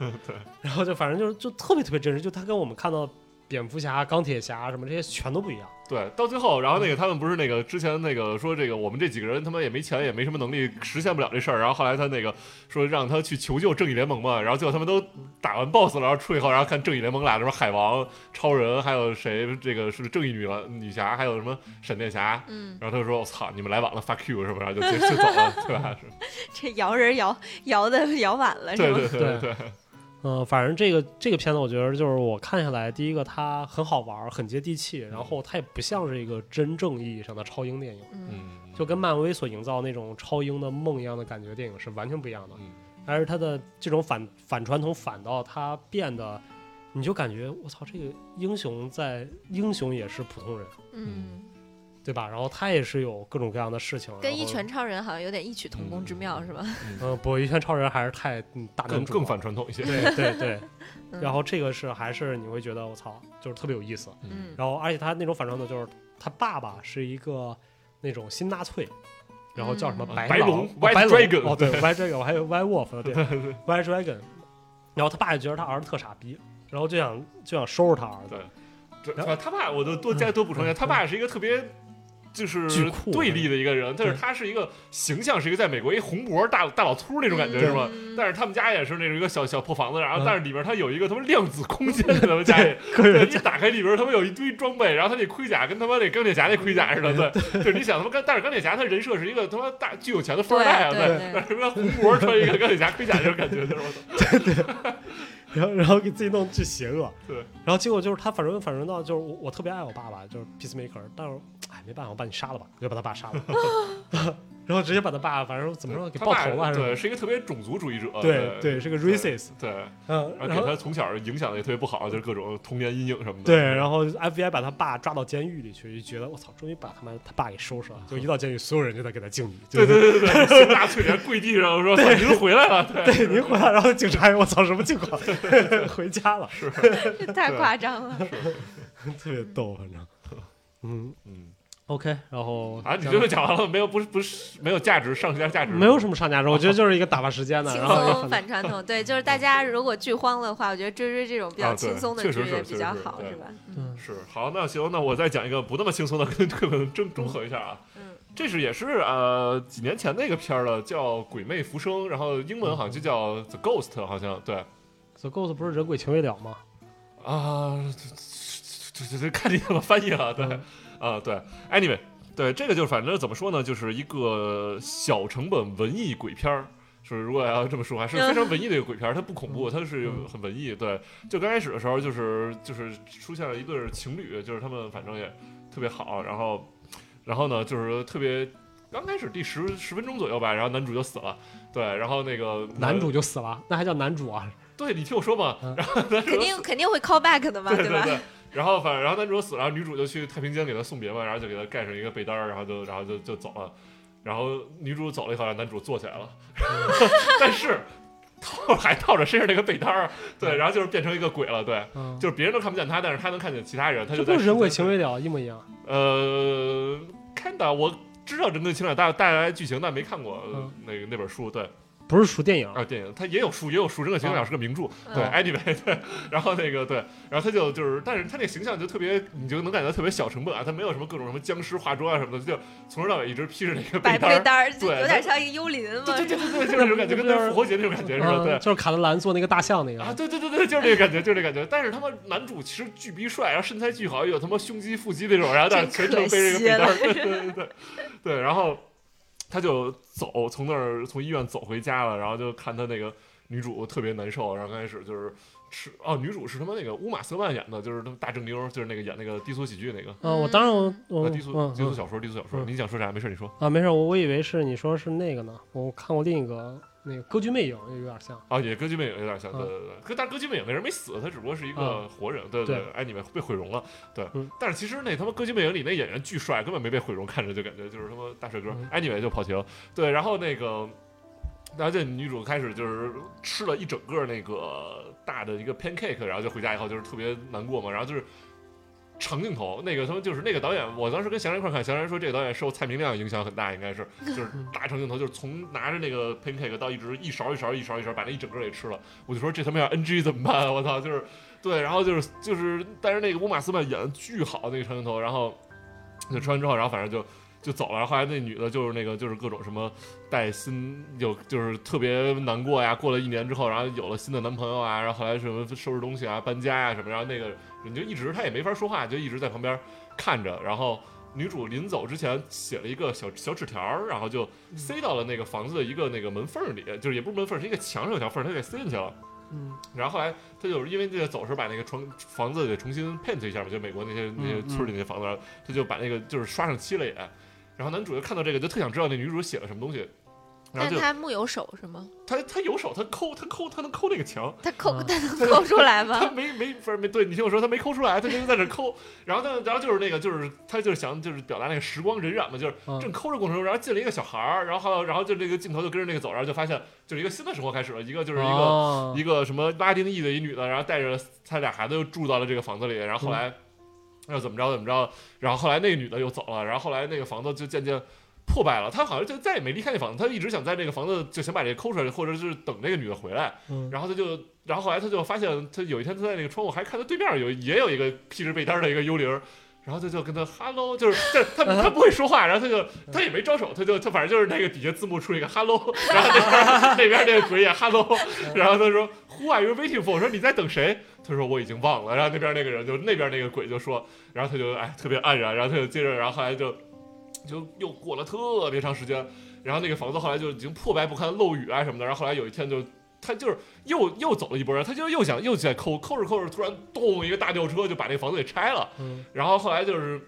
Speaker 2: 然后就反正就是就特别特别真实，就他跟我们看到蝙蝠侠、钢铁侠什么这些全都不一样。
Speaker 4: 对，到最后，然后那个他们不是那个之前那个说这个我们这几个人他妈也没钱也没什么能力实现不了这事儿，然后后来他那个说让他去求救正义联盟嘛，然后最后他们都打完 BOSS 了，然后出去以后，然后看正义联盟来的时候，海王、超人还有谁这个是正义女了女侠，还有什么闪电侠，
Speaker 3: 嗯，
Speaker 4: 然后他就说我操你们来晚了 fuck you 是不是？然后就就就 走了，对吧？是
Speaker 3: 这摇人摇摇的摇晚了是
Speaker 4: 对
Speaker 3: 吗？
Speaker 4: 对对对，
Speaker 2: 嗯、反正这个这个片子，我觉得就是我看下来，第一个它很好玩儿，很接地气，然后它也不像是一个真正意义上的超英电影，
Speaker 3: 嗯
Speaker 4: 嗯，
Speaker 2: 就跟漫威所营造那种超英的梦一样的感觉，电影是完全不一样的。
Speaker 4: 嗯
Speaker 2: 而是它的这种反反传统，反倒它变得，你就感觉我操，这个英雄在英雄也是普通人，
Speaker 3: 嗯，
Speaker 2: 对吧？然后他也是有各种各样的事情，
Speaker 3: 跟
Speaker 2: 然
Speaker 3: 一
Speaker 2: 后
Speaker 3: 拳超人好像有点异曲同工之妙是吧？
Speaker 2: 嗯，不，一拳超人还是太嗯大
Speaker 4: 更
Speaker 2: 男主
Speaker 4: 更
Speaker 2: 了
Speaker 4: 反传统一些，
Speaker 2: 对对对
Speaker 3: 嗯，
Speaker 2: 然后这个是还是你会觉得我操，就是特别有意思。
Speaker 3: 嗯
Speaker 2: 然后而且他那种反传统就是他爸爸是一个那种新纳粹，然后叫什么
Speaker 4: 嗯
Speaker 2: 白
Speaker 4: 白
Speaker 2: 狼
Speaker 4: 龙
Speaker 2: 哦
Speaker 4: White
Speaker 2: 白龙
Speaker 4: Dragon
Speaker 2: 哦对 White Dragon 我还有 White Wolf 对 White Dragon，然后他爸就觉得他儿子特傻逼，然后就想就想收拾他儿子
Speaker 4: 对。这他他爸，我就多加多补充一下，
Speaker 2: 嗯
Speaker 4: 他爸是一个特别。就是
Speaker 2: 巨酷
Speaker 4: 对立的一个人，但是
Speaker 2: 对
Speaker 4: 他是一个形象是一个在美国一红脖大大老秃那种感觉
Speaker 3: 嗯
Speaker 4: 是吧？
Speaker 3: 嗯
Speaker 4: 但是他们家也是那种一个小小破房子，然
Speaker 2: 嗯
Speaker 4: 后但是里边他有一个他妈量子空间，他们家 里，
Speaker 2: 个
Speaker 4: 对
Speaker 2: 人
Speaker 4: 你打开里边他妈有一堆装备，然后他那盔甲跟他妈那钢铁侠那盔甲似的，对，就是你想他妈，但是钢铁侠他人设是一个他妈大巨有钱的富二代啊，
Speaker 3: 对对
Speaker 4: 对，什么红脖穿一个钢铁侠盔甲这种感觉，就是我操，
Speaker 2: 然后然后给自己弄巨邪恶，
Speaker 4: 对，
Speaker 2: 然后结果就是他反正反正到就是我我特别爱我爸爸，就是 peacemaker，但是哎没办法，我把你杀了吧，我就把他爸杀了， 然后直接把他爸反正怎么说给
Speaker 4: 他
Speaker 2: 爆
Speaker 4: 爸
Speaker 2: 头了还是什
Speaker 4: 对，
Speaker 2: 么，
Speaker 4: 是一个特别种族主义者，
Speaker 2: 对对，是个 racist，
Speaker 4: 对。
Speaker 2: 嗯，
Speaker 4: 然后
Speaker 2: 然
Speaker 4: 啊给
Speaker 2: 后
Speaker 4: 他从小影响的也特别不好，就是各种童年阴影什么的。
Speaker 2: 对，然后 FBI 把他爸抓到监狱里去，就觉得我操，终于把他妈他爸给收拾了。就一到监狱，所有人就在给他敬礼，就
Speaker 4: 对
Speaker 2: 是
Speaker 4: 对对对对，大脆莲跪地上说：“您回来了。”对，
Speaker 2: 对，您回来。然后警察也，我操，什么情况？ 回家了，
Speaker 4: 是，
Speaker 3: 这太夸张 了。
Speaker 2: 特别逗，反正。嗯
Speaker 4: 嗯
Speaker 2: ，OK，然后
Speaker 4: 啊，你这就讲完了，没有不是不是没有价值，上下价值
Speaker 2: 没有什么上价值，我觉得就是一个打发时间的，
Speaker 3: 轻
Speaker 2: 然后
Speaker 3: 松反传统，对，就是大家如果剧荒的话，我觉得追追这种比较
Speaker 4: 啊对
Speaker 3: 轻松的
Speaker 4: 确
Speaker 3: 剧
Speaker 4: 实是
Speaker 3: 也
Speaker 4: 确
Speaker 3: 比
Speaker 4: 实
Speaker 3: 较
Speaker 4: 是
Speaker 3: 好，
Speaker 4: 对
Speaker 3: 是吧？嗯
Speaker 2: 嗯
Speaker 4: 是好，那行，那我再讲一个不那么轻松的，跟跟们中中和一下啊。
Speaker 3: 嗯，
Speaker 4: 这是也是呃几年前那个片儿了，叫《鬼魅浮生》，然后英文好像就叫 The Ghost，好像对
Speaker 2: The Ghost 不是人鬼情未了吗？
Speaker 4: 啊，这这这这看你怎么翻译了，对。
Speaker 2: 嗯
Speaker 4: 啊，对，anyway，对，这个就是反正怎么说呢，就是一个小成本文艺鬼片儿。是，如果要这么说，还是非常文艺的一个鬼片儿，它不恐怖，它是
Speaker 2: 嗯
Speaker 4: 很文艺。对，就刚开始的时候，就是就是出现了一对儿情侣，就是他们反正也特别好，然后然后呢，就是特别刚开始第十十分钟左右吧，然后男主就死了，对，然后那个呃
Speaker 2: 男主就死了，那还叫男主啊？
Speaker 4: 对你听我说嘛，
Speaker 3: 肯定肯定会 call back 的嘛，
Speaker 4: 对
Speaker 3: 吧？
Speaker 4: 对。然后反正然后男主死了，然后女主就去太平间给他送别嘛，然后就给他盖上一个被单儿，然后就然后就就走了。然后女主走了以后，男主坐起来了，但是套还套着身上那个被单儿，对，然后就是变成一个鬼了，对，
Speaker 2: 嗯，
Speaker 4: 就是别人都看不见他，但是他能看见其他人，他
Speaker 2: 这
Speaker 4: 就
Speaker 2: 不
Speaker 4: 在
Speaker 2: 是人鬼
Speaker 4: 时间
Speaker 2: 情未了一模一样？
Speaker 4: 呃，看到我知道人鬼情了，大大概剧情，但没看过、呃
Speaker 2: 嗯
Speaker 4: 那个那本书，对，
Speaker 2: 不是熟电影，
Speaker 4: 啊，电影它也有书，也有书，《人鬼情未了》是个名著，
Speaker 3: 嗯
Speaker 4: 对，anyway，对，然后那个对，然后他就就是，但是他那个形象就特别，你就能感觉到特别小成本啊，他没有什么各种什么僵尸化妆啊什么的，就从头到尾一直披着那 个
Speaker 3: 白
Speaker 4: 单
Speaker 3: 被
Speaker 4: 儿，
Speaker 3: 单儿就
Speaker 4: 对
Speaker 3: 有点像一个幽灵嘛
Speaker 4: 对，对对对对，就是那种感觉，跟那个复活节那种感觉似的，对
Speaker 2: 嗯，。就是卡德兰做那个大象那
Speaker 4: 啊，
Speaker 2: 个，
Speaker 4: 对对对对，就是这个感觉，就是这个感觉。但是他妈男主其实巨逼帅，然后身材巨好，有他妈胸肌、腹肌那种，然后但是全程背这个背单儿，对对对对对，然后他就走，从那儿从医院走回家了，然后就看他那个女主特别难受，然后刚开始就是吃哦，女主是他妈那个乌玛瑟曼演的，就是他妈大正妞，就是那个演那个低俗喜剧那个。
Speaker 2: 嗯，我当然我我
Speaker 4: 啊，低俗
Speaker 2: 嗯
Speaker 4: 低
Speaker 2: 嗯
Speaker 4: 俗小说，低俗小说，
Speaker 2: 嗯
Speaker 4: 你想说啥？没事，你说
Speaker 2: 啊，没事，我我以为是你说是那个呢，我看过另一个那个《歌剧魅影》，也有点像。
Speaker 4: 啊，也歌剧魅影有点像，
Speaker 2: 嗯
Speaker 4: 对对对，可但是歌剧魅影那人没死，他只不过是一个
Speaker 2: 嗯
Speaker 4: 活人，对对
Speaker 2: 对，
Speaker 4: 哎，你们被毁容了，对
Speaker 2: 嗯。
Speaker 4: 但是其实那他妈歌剧魅影里那演员巨帅，根本没被毁容，看着就感觉就是他妈大帅哥
Speaker 2: 嗯，
Speaker 4: 哎，你们就跑题了，对。然后那个，然后这女主开始就是吃了一整个那个大的一个 pancake，然后就回家以后就是特别难过嘛，然后就是。长镜头，那个他们就是那个导演，我当时跟祥然一块儿看，祥然说这个导演受蔡明亮影响很大，应该是就是大长镜头，就是从拿着那个 pancake 到一直一勺一勺一勺一勺把那一整个给吃了，我就说这他妈要 NG 怎么办啊？我操，就是对，然后就是就是，但是那个乌玛斯曼演的巨好，那个长镜头，然后就吃完之后，然后反正就就走了。然后后来那女的就是那个就是各种什么带新有就是特别难过呀，过了一年之后，然后有了新的男朋友啊，然后后来什么收拾东西啊、搬家啊什么，然后那个你就一直她也没法说话，就一直在旁边看着，然后。女主临走之前写了一个小小纸条儿，然后就塞到了那个房子的一个那个门缝儿里，就是也不是门缝儿，是一个墙上有条缝儿，她给塞进去了。
Speaker 2: 嗯
Speaker 4: 然后后来他就是因为这个走时候把那个床房子给重新 paint 一下嘛，就美国那些那些村里那些房子，然后他就把那个就是刷上漆了也。然后男主就看到这个，就特想知道那女主写了什么东西。然
Speaker 3: 但
Speaker 4: 后就
Speaker 3: 他木有手是吗？
Speaker 4: 他他有手，他抠他抠他能抠那个墙，
Speaker 3: 他抠
Speaker 2: 嗯
Speaker 3: 他能抠出来
Speaker 4: 他
Speaker 3: 吗？
Speaker 4: 没没不是没对你听我说，他没抠出来，他就在这抠。 然后但然后就是那个就是他就是想就是表达那个时光荏苒嘛，就是
Speaker 2: 嗯
Speaker 4: 正抠着过程中，然后进了一个小孩儿，然后然后就这个镜头就跟着那个走，然后就发现就是一个新的生活开始了，一个就是一个、
Speaker 2: 哦
Speaker 4: 一个什么拉丁裔的一女的，然后带着她俩孩子又住到了这个房子里，然后后来要怎么着怎么着，然后后来那个女的又走了，然后后来那个房子就渐渐破败了，她好像就再也没离开那房子，她一直想在这个房子就想把这个抠出来，或者是等那个女的回来，
Speaker 2: 嗯
Speaker 4: 然后她就。然后后来她就发现，她有一天她在那个窗户还看到对面有也有一个披着被单的一个幽灵儿，然后她就跟他 hello，就是这她她不会说话，然后她就她也没招手，她就她反正就是那个底下字幕出了一个 hello，然后那边那边那个鬼也 hello，然后他说 Who are you waiting for？我说你在等谁？他说我已经忘了。然后那边那个人就那边那个鬼就说，然后他就哎特别黯然，然后他就接着，然后后来就就又过了特别长时间，然后那个房子后来就已经破败不堪，漏雨啊什么的。然后后来有一天就。他就是又又走了一波，然后他就又想又在抠抠着抠着，突然咚一个大吊车就把那个房子给拆了。
Speaker 2: 嗯
Speaker 4: 然后后来就是，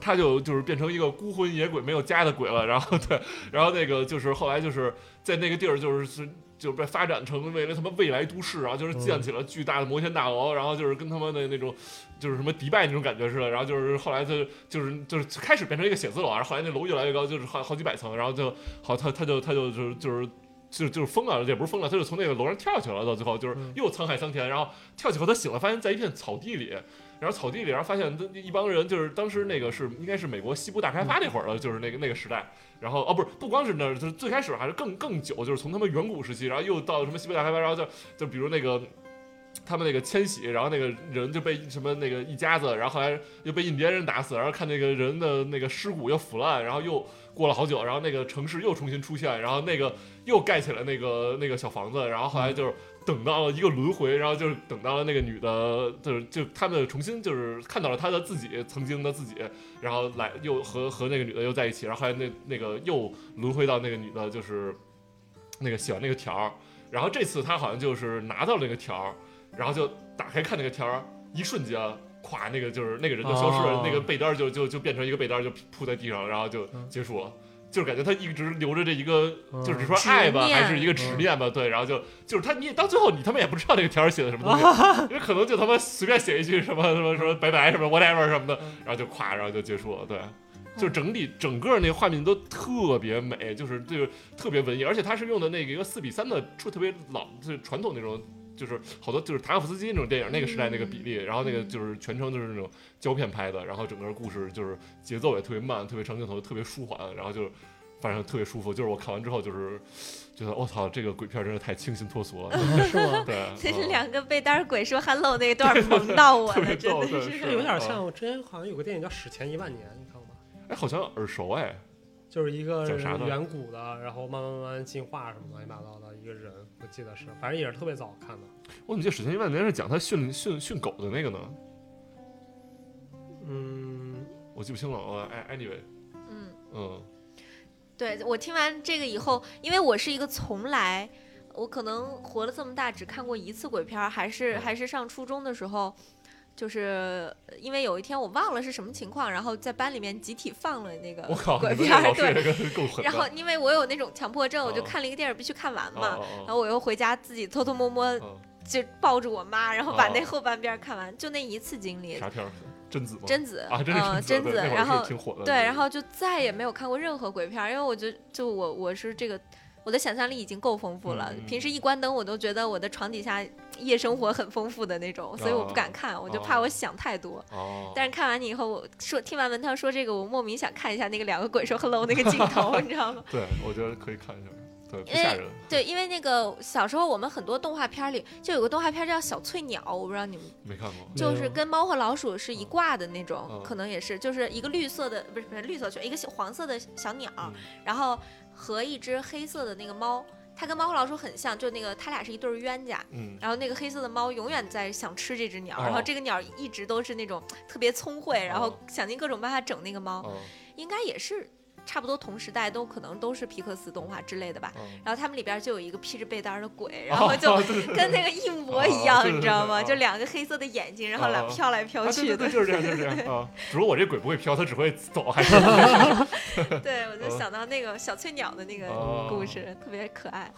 Speaker 4: 他就就是变成一个孤魂野鬼没有家的鬼了。然后对，然后那个就是后来就是在那个地儿就是是。就是被发展成为了他们未来都市啊，然后就是建起了巨大的摩天大楼，然后就是跟他们的那种，就是什么迪拜那种感觉似的。然后就是后来就就是就是开始变成一个写字楼啊，然后后来那楼越来越高，就是好好几百层，然后就好他他就他就就是就是就就是疯了，也不是疯了，他就从那个楼上跳下去了，到最后就是
Speaker 2: 嗯
Speaker 4: 又沧海桑田。然后跳起后他醒了，发现在一片草地里，然后草地里，然后发现一帮人，就是当时那个是应该是美国西部大开发那会儿了，就是那个那个时代。然后哦，不是，不光是那儿，就是最开始还是更更久，就是从他们远古时期，然后又到什么西部大开发，然后就就比如那个。他们那个迁徙，然后那个人就被什么那个一家子，然后后来又被印第安人打死，然后看那个人的那个尸骨又腐烂，然后又过了好久，然后那个城市又重新出现，然后那个又盖起了那个那个小房子，然后后来就是等到了一个轮回，然后就是等到了那个女的，就是就他们重新就是看到了她的自己曾经的自己，然后来又和和那个女的又在一起，然后后来那那个又轮回到那个女的，就是那个写完那个条儿，然后这次她好像就是拿到了那个条儿，然后就打开看那个条儿，一瞬间。咵，那个就是那个人就消失了，
Speaker 2: 哦
Speaker 4: 那个被单儿就就就变成一个被单儿就铺在地上了，然后就
Speaker 2: 嗯
Speaker 4: 结束了。就是感觉他一直留着这一个，
Speaker 2: 嗯
Speaker 4: 就是你说爱吧，
Speaker 3: 执念嗯
Speaker 4: 还是一个执念吧，对，然后就就是他，你到最后你他妈也不知道这个条儿写的什么 东西，因为可能就他妈随便写一句什么什么什么拜拜什么 whatever 什么的，
Speaker 3: 嗯
Speaker 4: 然后就咵，然后就结束了，对。就是整体整个那画面都特别美，就是就是特别文艺，而且他是用的那个一个四比三的，特特别老，就是传统那种，就是好多就是塔可夫斯基那种电影那个时代那个比例，然后那个就是全程就是那种胶片拍的，然后整个故事就是节奏也特别慢，特别长镜头，特别舒缓，然后就是反正特别舒服。就是我看完之后就是觉得我操，这个鬼片真是太清新脱俗了。
Speaker 2: 是 吗？
Speaker 4: 对，嗯
Speaker 3: 两个被单鬼说 hello 那段萌到我
Speaker 4: 特别
Speaker 3: 了，真
Speaker 4: 逗
Speaker 3: 的
Speaker 4: 对
Speaker 3: 是。
Speaker 2: 这有点像我之前好像有个电影叫《史前一万年》，你看过吗？
Speaker 4: 哎，好像耳熟哎，
Speaker 2: 就是一个
Speaker 4: 讲啥的
Speaker 2: 远古的，然后慢慢慢慢进化什么乱七八糟的一个人，我记得是，反正也是特别早看的。
Speaker 4: 我怎么记得《史前一万年》是讲他训训训狗的那个呢？
Speaker 2: 嗯，
Speaker 4: 我记不清了。我哎，anyway，
Speaker 3: 嗯。
Speaker 4: 嗯
Speaker 3: 对我听完这个以后，因为我是一个从来，我可能活了这么大只看过一次鬼片儿，还是
Speaker 4: 嗯
Speaker 3: 还是上初中的时候，就是呃因为有一天我忘了是什么情况，然后在班里面集体放了那个
Speaker 4: 我靠，
Speaker 3: 鬼
Speaker 4: 你们
Speaker 3: 片
Speaker 4: 这
Speaker 3: 儿，
Speaker 4: 老
Speaker 3: 对。
Speaker 4: 师也跟够狠的。
Speaker 3: 然
Speaker 4: 啊
Speaker 3: 后因为我有那种强迫症，我就
Speaker 4: 哦
Speaker 3: 看了一个电影必须看完嘛，
Speaker 4: 哦
Speaker 3: 然
Speaker 4: 哦
Speaker 3: 后我又回家自己偷偷摸摸
Speaker 4: 哦
Speaker 3: 就抱着我妈，然后把那
Speaker 4: 哦
Speaker 3: 后半边儿看完，就那一次经
Speaker 4: 哦，
Speaker 3: 历。
Speaker 4: 啥片儿？贞子吗？
Speaker 3: 贞子
Speaker 4: 啊，真
Speaker 3: 呃
Speaker 4: 是
Speaker 3: 贞
Speaker 4: 对
Speaker 3: 子，
Speaker 4: 那会儿
Speaker 3: 然后
Speaker 4: 是挺火的。
Speaker 3: 对，然后就再也没有看过任何鬼片儿，因为我觉得就我我是这个我的想象力已经够丰富了，
Speaker 4: 嗯
Speaker 3: 平时一关灯我都觉得我的床底下夜生活很丰富的那种，所以我不敢看，我就怕我想太多。
Speaker 4: 哦，
Speaker 3: 但是看完你以后，我说听完文涛 说这个，我莫名想看一下那个两个鬼说 hello 那个镜头，你知道吗？
Speaker 4: 对，我觉得可以看一下。对，不吓人。
Speaker 3: 对，因为那个小时候我们很多动画片里就有个动画片叫《小翠鸟》，我不知道你们
Speaker 4: 没看过，
Speaker 2: 没有
Speaker 3: 就是跟猫和老鼠是一挂的那种，
Speaker 4: 嗯
Speaker 3: 可能也是，就是一个绿色的，不是不是绿色犬，一个小黄色的小鸟，
Speaker 4: 嗯
Speaker 3: 然后和一只黑色的那个猫，它跟猫和老鼠很像，就那个它俩是一对儿冤家。
Speaker 4: 嗯，
Speaker 3: 然后那个黑色的猫永远在想吃这只鸟，
Speaker 4: 哦
Speaker 3: 然后这个鸟一直都是那种特别聪慧，然后
Speaker 4: 哦
Speaker 3: 想尽各种办法整那个猫，
Speaker 4: 嗯
Speaker 3: 应该也是差不多同时代都可能都是皮克斯动画之类的吧。
Speaker 4: 嗯，
Speaker 3: 然后他们里边就有一个披着被单儿的鬼，然后就跟那个一模一
Speaker 4: 哦
Speaker 3: 样，
Speaker 4: 对
Speaker 3: 你
Speaker 4: 对
Speaker 3: 知道吗？
Speaker 4: 对对
Speaker 3: 就两个黑色的眼睛，然后来
Speaker 4: 哦
Speaker 3: 飘来飘
Speaker 4: 啊对
Speaker 3: 去
Speaker 4: 对
Speaker 3: 的
Speaker 4: 对，。就是这样，就是这样啊。只不过我这鬼不会飘，它只会走，还是
Speaker 3: 对，我就
Speaker 4: 哦
Speaker 3: 想到那个小翠鸟的那个
Speaker 4: 哦
Speaker 3: 故事，特别可爱。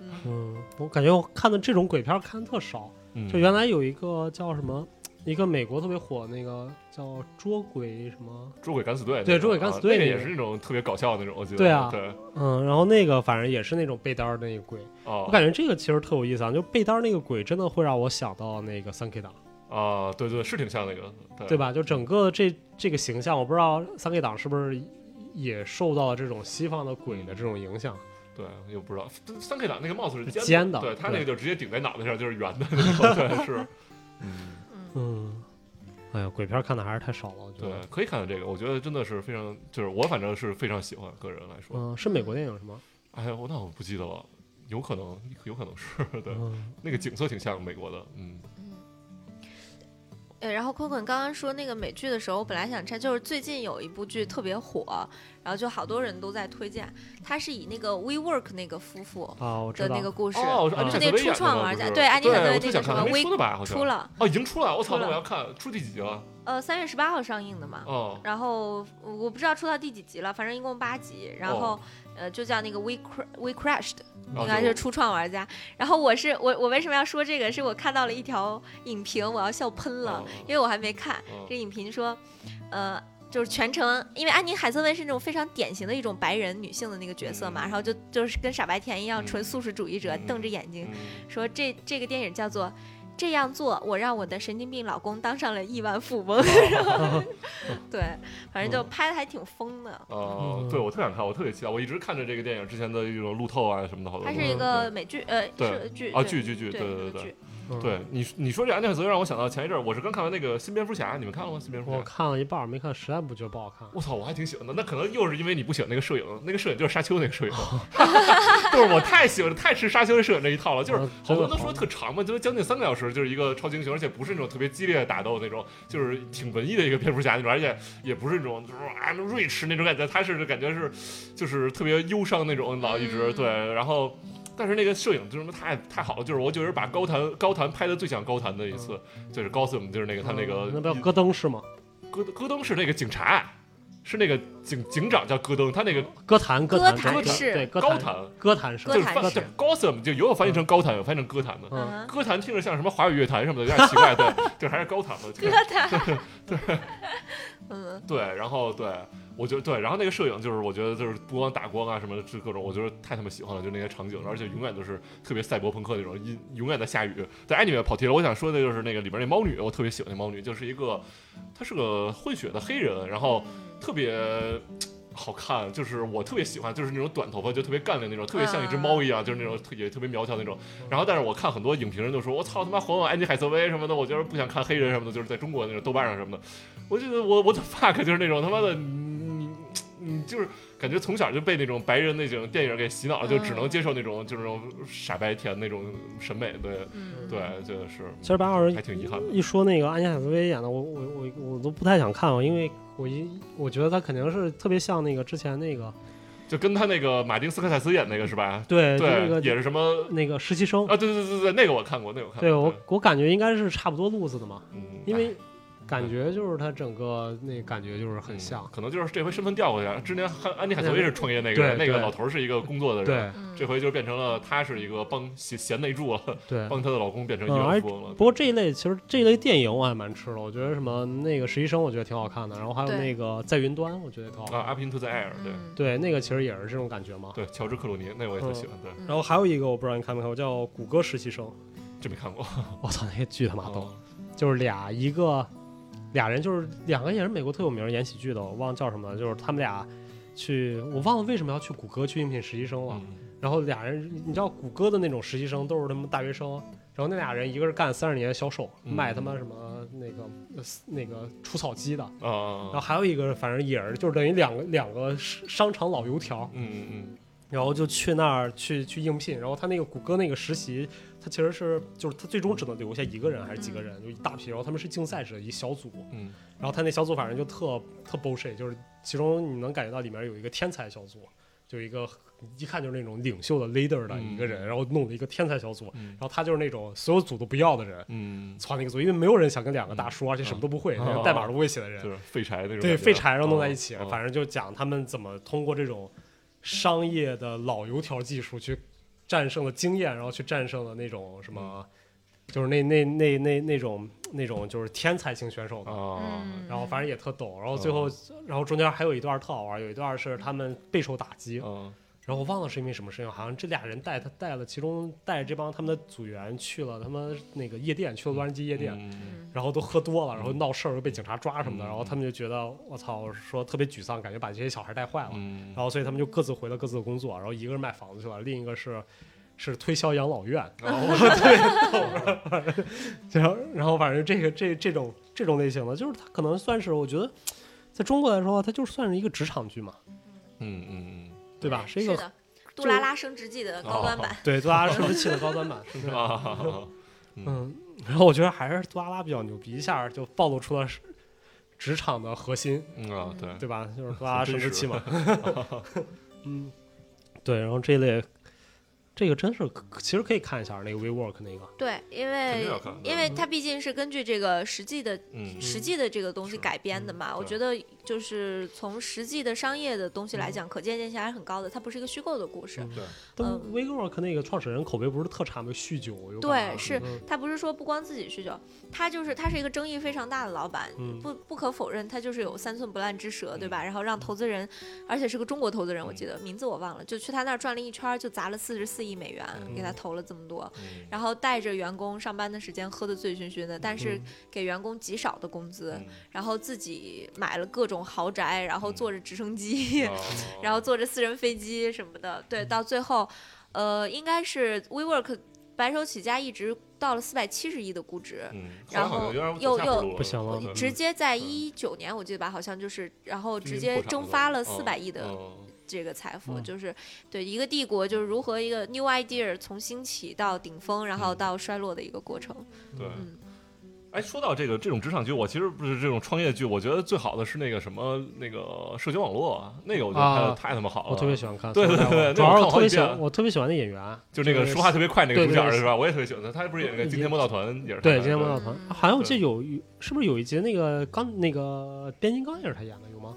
Speaker 3: 嗯，
Speaker 2: 嗯，我感觉我看的这种鬼片儿看的特少。
Speaker 4: 嗯
Speaker 2: 就原来有一个叫什么，一个美国特别火那个叫捉鬼什么，
Speaker 4: 捉鬼敢死队那种啊，
Speaker 2: 对捉鬼敢死队
Speaker 4: 那
Speaker 2: 那
Speaker 4: 个也
Speaker 2: 个
Speaker 4: 是那种特别搞笑的那种，我记得。
Speaker 2: 对啊
Speaker 4: 对，
Speaker 2: 嗯，然后那个反正也是那种被单儿的那个鬼，
Speaker 4: 哦
Speaker 2: 我，感觉这个其实特有意思啊，就被单儿那个鬼真的会让我想到那个三 K 党，
Speaker 4: 啊，对对，是挺像那个，
Speaker 2: 对？吧？就整个这这个形象，我不知道三 K 党是不是也受到了这种西方的鬼的这种影响，
Speaker 4: 对，又不知道三 K 党那个帽子是
Speaker 2: 是
Speaker 4: 尖
Speaker 2: 尖的
Speaker 4: 对他
Speaker 2: 对
Speaker 4: 那个就直接顶在脑袋上，就是圆的那种，对，是，嗯，
Speaker 2: 嗯，哎呀，鬼片儿看的还是太少了，我觉
Speaker 4: 对
Speaker 2: 得。，
Speaker 4: 可以看看这个，我觉得真的是非常，就是我反正是非常喜欢，个人来说，
Speaker 2: 嗯，是美国电影是吗？
Speaker 4: 哎呀，我那我不记得了。有可能，有可能是对，
Speaker 2: 嗯，
Speaker 4: 那个景色挺像美国的，嗯，
Speaker 3: 呃，然后坤坤刚刚说那个美剧的时候，我本来想拆，就是最近有一部剧特别火，然后就好多人都在推荐，它是以那个 WeWork 那个夫妇
Speaker 2: 啊，我知
Speaker 3: 的
Speaker 2: 道
Speaker 3: 那个。故事。
Speaker 4: 哦，是
Speaker 2: 就
Speaker 4: 安妮海
Speaker 3: 嗯那
Speaker 4: 瑟薇
Speaker 3: 初
Speaker 4: 演的
Speaker 3: 创
Speaker 4: 吗
Speaker 3: 玩
Speaker 4: 不
Speaker 3: 家
Speaker 4: 是
Speaker 3: 对安妮海瑟薇
Speaker 4: 对，我特
Speaker 3: 那
Speaker 4: 想
Speaker 3: 个什
Speaker 4: 看，还
Speaker 3: 么
Speaker 4: 没
Speaker 3: We-
Speaker 4: 出的吧？好像
Speaker 3: 出了，
Speaker 4: 哦，已经出来了，我
Speaker 3: 出
Speaker 4: 操，那
Speaker 3: 了
Speaker 4: 我要看，出第几集了？
Speaker 3: 呃，三月十八号上映的嘛。
Speaker 4: 哦，
Speaker 3: 然后我不知道出到第几集了，反正一共八集。然后、
Speaker 4: 哦
Speaker 3: 呃，就叫那个 We Cra We Crashed，
Speaker 4: 然后
Speaker 3: 应该是初创玩家。然后我是我我为什么要说这个？是我看到了一条影评，我要笑喷了，
Speaker 4: 哦
Speaker 3: 因为我还没看。
Speaker 4: 哦
Speaker 3: 这影评说，呃。就是全程，因为安妮海瑟薇是那种非常典型的一种白人女性的那个角色嘛，
Speaker 4: 嗯
Speaker 3: 然后就就是跟傻白甜一样，
Speaker 4: 嗯
Speaker 3: 纯素食主义者，
Speaker 4: 嗯
Speaker 3: 瞪着眼睛，
Speaker 4: 嗯
Speaker 3: 说这这个电影叫做《这样做我让我的神经病老公当上了亿万富翁》 对，反正就
Speaker 4: 嗯
Speaker 3: 拍的还挺疯的。
Speaker 4: 哦，对，我特想看，我特别期待，我一直看着这个电影之前的一种路透啊什么的，好多
Speaker 3: 它
Speaker 4: 东西。
Speaker 3: 是一个美剧，呃，
Speaker 4: 对
Speaker 3: 是剧
Speaker 4: 啊
Speaker 3: 对
Speaker 4: 剧剧剧
Speaker 3: 对
Speaker 4: 对
Speaker 3: 是个
Speaker 4: 对
Speaker 3: 剧
Speaker 2: 嗯
Speaker 4: 对，对你你说这安妮海瑟薇让我想到前一阵儿，我是刚看完那个新蝙蝠侠，你们看了吗？新蝙蝠
Speaker 2: 我
Speaker 4: 侠？
Speaker 2: 看了一半儿，没看，实在不觉得不好看。
Speaker 4: 我操，我还挺喜欢的。那可能又是因为你不喜欢那个摄影，那个摄影就是沙丘那 个摄影，就是我太喜欢，太吃沙丘的摄影这一套了。就 是
Speaker 2: 嗯
Speaker 4: 好多人都
Speaker 2: 真的
Speaker 4: 说特长嘛，就是将近三个小时，就是一个超级英雄，而且不是那种特别激烈的打斗那种，就是挺文艺的一个蝙蝠侠那种，而且也不是那种就是啊那睿智那种感觉，他是感觉是就是特别忧伤那种，老一
Speaker 3: 嗯
Speaker 4: 直对，然后。但是那个摄影就是太太好了，就是我觉得是把高谭高谭拍的最像高谭的一次，就是高 o 就是那个他那个
Speaker 2: 嗯那不叫戈登是吗？
Speaker 4: 戈戈登是那个警察，是那个警警长叫戈登，他那个
Speaker 2: 歌坛，歌
Speaker 3: 歌
Speaker 2: 坛
Speaker 3: 坛
Speaker 2: 对
Speaker 3: 是
Speaker 2: 对，歌
Speaker 4: 高
Speaker 2: 坛，
Speaker 4: 谭，
Speaker 2: 歌坛是
Speaker 3: 歌
Speaker 4: 就是
Speaker 3: 坛
Speaker 4: 翻
Speaker 3: 是
Speaker 4: 就 Gotham 就有有翻译成高谭，有翻译成歌坛的。
Speaker 2: 嗯
Speaker 3: 嗯哼
Speaker 4: 歌坛听着像什么华语乐坛什么的，有点奇怪，对， 就还是高谭的。就
Speaker 3: 歌坛， 嗯，
Speaker 4: 对，然后对，我觉得对，然后那个摄影就是我觉得就是不光打光啊什么的，这各种我觉得太他妈喜欢了，就那些场景，而且永远都是特别赛博朋克那种，一永远在下雨。在 anime 跑题了，我想说的就是那个里边那猫女，我特别喜欢那猫女，就是一个她是个混血的黑人，然后特别。好看，就是我特别喜欢，就是那种短头发就特别干练那种，特别像一只猫一样，就是那种特也特别苗条那种。然后，但是我看很多影评人都说，我操他妈黄我安妮海瑟薇什么的，我就是不想看黑人什么的，就是在中国那种豆瓣上什么的，我觉得我我的 fuck 就是那种他妈的你你你就是感觉从小就被那种白人那种电影给洗脑
Speaker 2: 嗯
Speaker 4: 了，就只能接受那种就是那种傻白甜那种审美，对
Speaker 3: 嗯，
Speaker 4: 对，就是
Speaker 2: 其实白老
Speaker 4: 还
Speaker 2: 师
Speaker 4: 挺遗憾的。
Speaker 2: 一说那个安妮海瑟薇演的，我我我我都不太想看了，因为我一我觉得她肯定是特别像那个之前那个，
Speaker 4: 就跟他那个马丁斯科塞斯演那个是吧？
Speaker 2: 对，就那
Speaker 4: 对，也
Speaker 2: 呃个
Speaker 4: 是什么
Speaker 2: 那个实习生，
Speaker 4: 啊？对对对对对，那个我看过，那个我看过。
Speaker 2: 对我我感觉应该是差不多路子的嘛，
Speaker 4: 嗯，
Speaker 2: 因为感觉就是她整个那感觉就是很像
Speaker 4: 嗯，可能就是这回身份调过去了。之前汉安妮海瑟薇是创业那个人，
Speaker 2: 对
Speaker 4: 那个
Speaker 2: 对
Speaker 4: 老头儿是一啊个工作的人，
Speaker 2: 对
Speaker 3: 嗯
Speaker 4: 这回就变成了他是一个帮闲闲内助了，
Speaker 2: 对。
Speaker 4: 帮她的老公变成亿
Speaker 2: 嗯
Speaker 4: 万
Speaker 2: 而
Speaker 4: 富翁了。
Speaker 2: 不过这一类其实这一类电影我还蛮吃的，我觉得什么那个实习生我觉得挺好看的，然后还有
Speaker 3: 对
Speaker 2: 那个在云端我觉得也挺好看
Speaker 4: 啊，阿平特在艾尔，对
Speaker 3: 嗯
Speaker 2: 对，那个其实也是这种感觉嘛。
Speaker 4: 对，乔治克鲁尼那我也特喜欢，对，
Speaker 2: 然后还有一个我不知道你看没看过，叫《谷歌实习生》。
Speaker 4: 这没看过。
Speaker 2: 我操，那个剧他妈逗，
Speaker 4: 哦
Speaker 2: 就是俩一个俩人，就是两个也是美国特有名演喜剧的，我忘了叫什么了，就是他们俩去，我忘了为什么要去谷歌去应聘实习生了。
Speaker 4: 嗯
Speaker 2: 然后俩人，你知道谷歌的那种实习生都是他妈大学生，然后那俩人一个是干三十年销售，
Speaker 4: 嗯
Speaker 2: 卖他妈什么那个呃那个除草机的，然
Speaker 4: 啊
Speaker 2: 后，还有一个反正也是就是等于两个两个商场老油条，
Speaker 4: 嗯嗯
Speaker 2: 然后就去那儿去去应聘，然后他那个谷歌那个实习，他其实是就是他最终只能留下一个人还是几个人，就一大批，然后他们是竞赛制一小组，
Speaker 4: 嗯
Speaker 2: 然后他那小组反正就特特 bullshit，就是其中你能感觉到里面有一个天才小组，就一个一看就是那种领袖的 leader 的一个人，
Speaker 4: 嗯
Speaker 2: 然后弄了一个天才小组，
Speaker 4: 嗯
Speaker 2: 然后他就是那种所有组都不要的人，
Speaker 4: 嗯，
Speaker 2: 窜那个组，因为没有人想跟两个大叔，而且什么都不会，
Speaker 4: 嗯
Speaker 2: 连代码都不会写的人，
Speaker 4: 就是废柴那种感觉，
Speaker 2: 对废柴然后弄在一起，
Speaker 4: 啊
Speaker 2: 反正就讲他们怎么通过这种商业的老油条技术去战胜了经验，然后去战胜了那种什
Speaker 4: 嗯
Speaker 2: 么，就是那那那那那种那种就是天才型选手的。
Speaker 4: 啊，
Speaker 3: 嗯，
Speaker 2: 然后反正也特逗，然后
Speaker 4: 嗯
Speaker 2: 最后，然后中间还有一段特好玩，有一段是他们备受打击，
Speaker 4: 嗯
Speaker 2: 然后我忘了是因为什么事情，好像这俩人带他带了其中带着这帮他们的组员去了他们那个夜店，去了洛杉矶夜店，
Speaker 4: 嗯
Speaker 2: 然后都喝多了，然后闹事儿又被警察抓什么的，
Speaker 4: 嗯
Speaker 2: 然后他们就觉得我操，说特别沮丧，感觉把这些小孩带坏了，
Speaker 4: 嗯
Speaker 2: 然后所以他们就各自回了各自的工作，然后一个是卖房子去了，另一个是是推销养老院， 对，然后然后反正这个这这种这种类型的，就是它可能算是我觉得在中国来说，它就算是一个职场剧嘛，
Speaker 4: 嗯嗯
Speaker 2: 对吧？是一个
Speaker 3: 的，杜拉拉升职记的
Speaker 4: 哦
Speaker 3: 高端版，
Speaker 2: 对杜拉拉升职器的高端版，是不
Speaker 4: 嗯
Speaker 2: 是？
Speaker 4: 啊，
Speaker 2: 嗯，然后我觉得还是杜拉拉比较牛逼，一下就暴露出了是职场的核心。
Speaker 4: 嗯啊，对，
Speaker 2: 对吧？ 就是啊拉拉
Speaker 4: 真
Speaker 2: 升职
Speaker 4: 实
Speaker 2: 期嘛。嗯，对，然后这类，这个真是可其实可以看一下那个 WeWork 那个，
Speaker 3: 对，因
Speaker 4: 肯
Speaker 3: 为
Speaker 4: 定要看
Speaker 3: 因为它毕竟是根据这个实际的
Speaker 4: 嗯
Speaker 3: 实际的这个东西
Speaker 4: 是
Speaker 3: 改编的嘛，
Speaker 4: 嗯
Speaker 3: 我
Speaker 4: 对
Speaker 3: 觉得就是从实际的商业的东
Speaker 4: 嗯
Speaker 3: 西来讲，可借鉴性还是很高的，它不是一个虚构的故事。
Speaker 2: 嗯
Speaker 4: 对，
Speaker 2: 但
Speaker 3: 嗯
Speaker 2: WeWork 那个创始人口碑不是特差吗？酗酒有感
Speaker 3: 对，
Speaker 2: 觉
Speaker 3: 是
Speaker 2: 嗯
Speaker 3: 他不是说不光自己酗酒，他就是他是一个争议非常大的老板，
Speaker 2: 嗯
Speaker 4: 哦
Speaker 3: 不不可否认，他就是有三寸不烂之舌，对吧？
Speaker 4: 嗯
Speaker 3: 然后让投资人，而且是个中国投资人，我记得名字我忘了，就去他那儿转了一圈儿，就砸了四十四亿美元，给他投了这么多，
Speaker 4: 嗯
Speaker 3: 然后带着员工上班的时间喝得醉醺醺的，但是
Speaker 2: 嗯
Speaker 3: 给员工极少的工资，
Speaker 4: 嗯
Speaker 3: 然后自己买了各种豪宅，然后坐着直升 机，
Speaker 4: 啊
Speaker 3: 然后坐着私人飞机什么的。
Speaker 4: 嗯
Speaker 3: 对，到最后，呃，应该是 WeWork 白手起家一直到了四百七十亿的估值。
Speaker 4: 嗯，
Speaker 3: 然后
Speaker 4: 后来好像有点
Speaker 3: 又
Speaker 4: 走下坡路
Speaker 3: 又
Speaker 4: 了
Speaker 2: 不行了
Speaker 4: 对
Speaker 3: 直接在
Speaker 4: 嗯
Speaker 3: 一九年，我记得吧，好像就是，然后
Speaker 4: 居
Speaker 3: 直
Speaker 4: 民
Speaker 3: 接
Speaker 4: 破产
Speaker 3: 蒸
Speaker 4: 了
Speaker 3: 发了
Speaker 4: 嗯
Speaker 3: 四百亿的
Speaker 4: 嗯
Speaker 3: 这个财富，
Speaker 2: 嗯
Speaker 3: 就是对一个帝国就是如何一个 new idea 从兴起到顶峰，然后
Speaker 4: 嗯
Speaker 3: 到衰落的一个过程。
Speaker 4: 对
Speaker 3: 嗯，
Speaker 4: 哎，说到这个这种职场剧，我其实不是这种创业剧，我觉得最好的是那个什么那个社交网络啊，那个我觉得拍的
Speaker 2: 啊
Speaker 4: 太他妈好了，
Speaker 2: 我特别喜欢看。
Speaker 4: 对对对对
Speaker 2: 主要
Speaker 4: 那
Speaker 2: 是
Speaker 4: 个
Speaker 2: 我特别
Speaker 4: 看好几
Speaker 2: 喜
Speaker 4: 遍
Speaker 2: 欢，我特别喜欢的演员 啊，
Speaker 4: 就那个说话特别快那个
Speaker 2: 对
Speaker 4: 主
Speaker 2: 对
Speaker 4: 角
Speaker 2: 对
Speaker 4: 是吧？我也特别喜欢他，他不是演那个《惊天魔盗团》也是他
Speaker 2: 对，
Speaker 4: 拍的
Speaker 2: 今天梦到团
Speaker 3: 嗯，
Speaker 2: 啊好像我记
Speaker 4: 对
Speaker 2: 得有一，是不是有一集那个钢那个变形金刚也是他演的，有吗？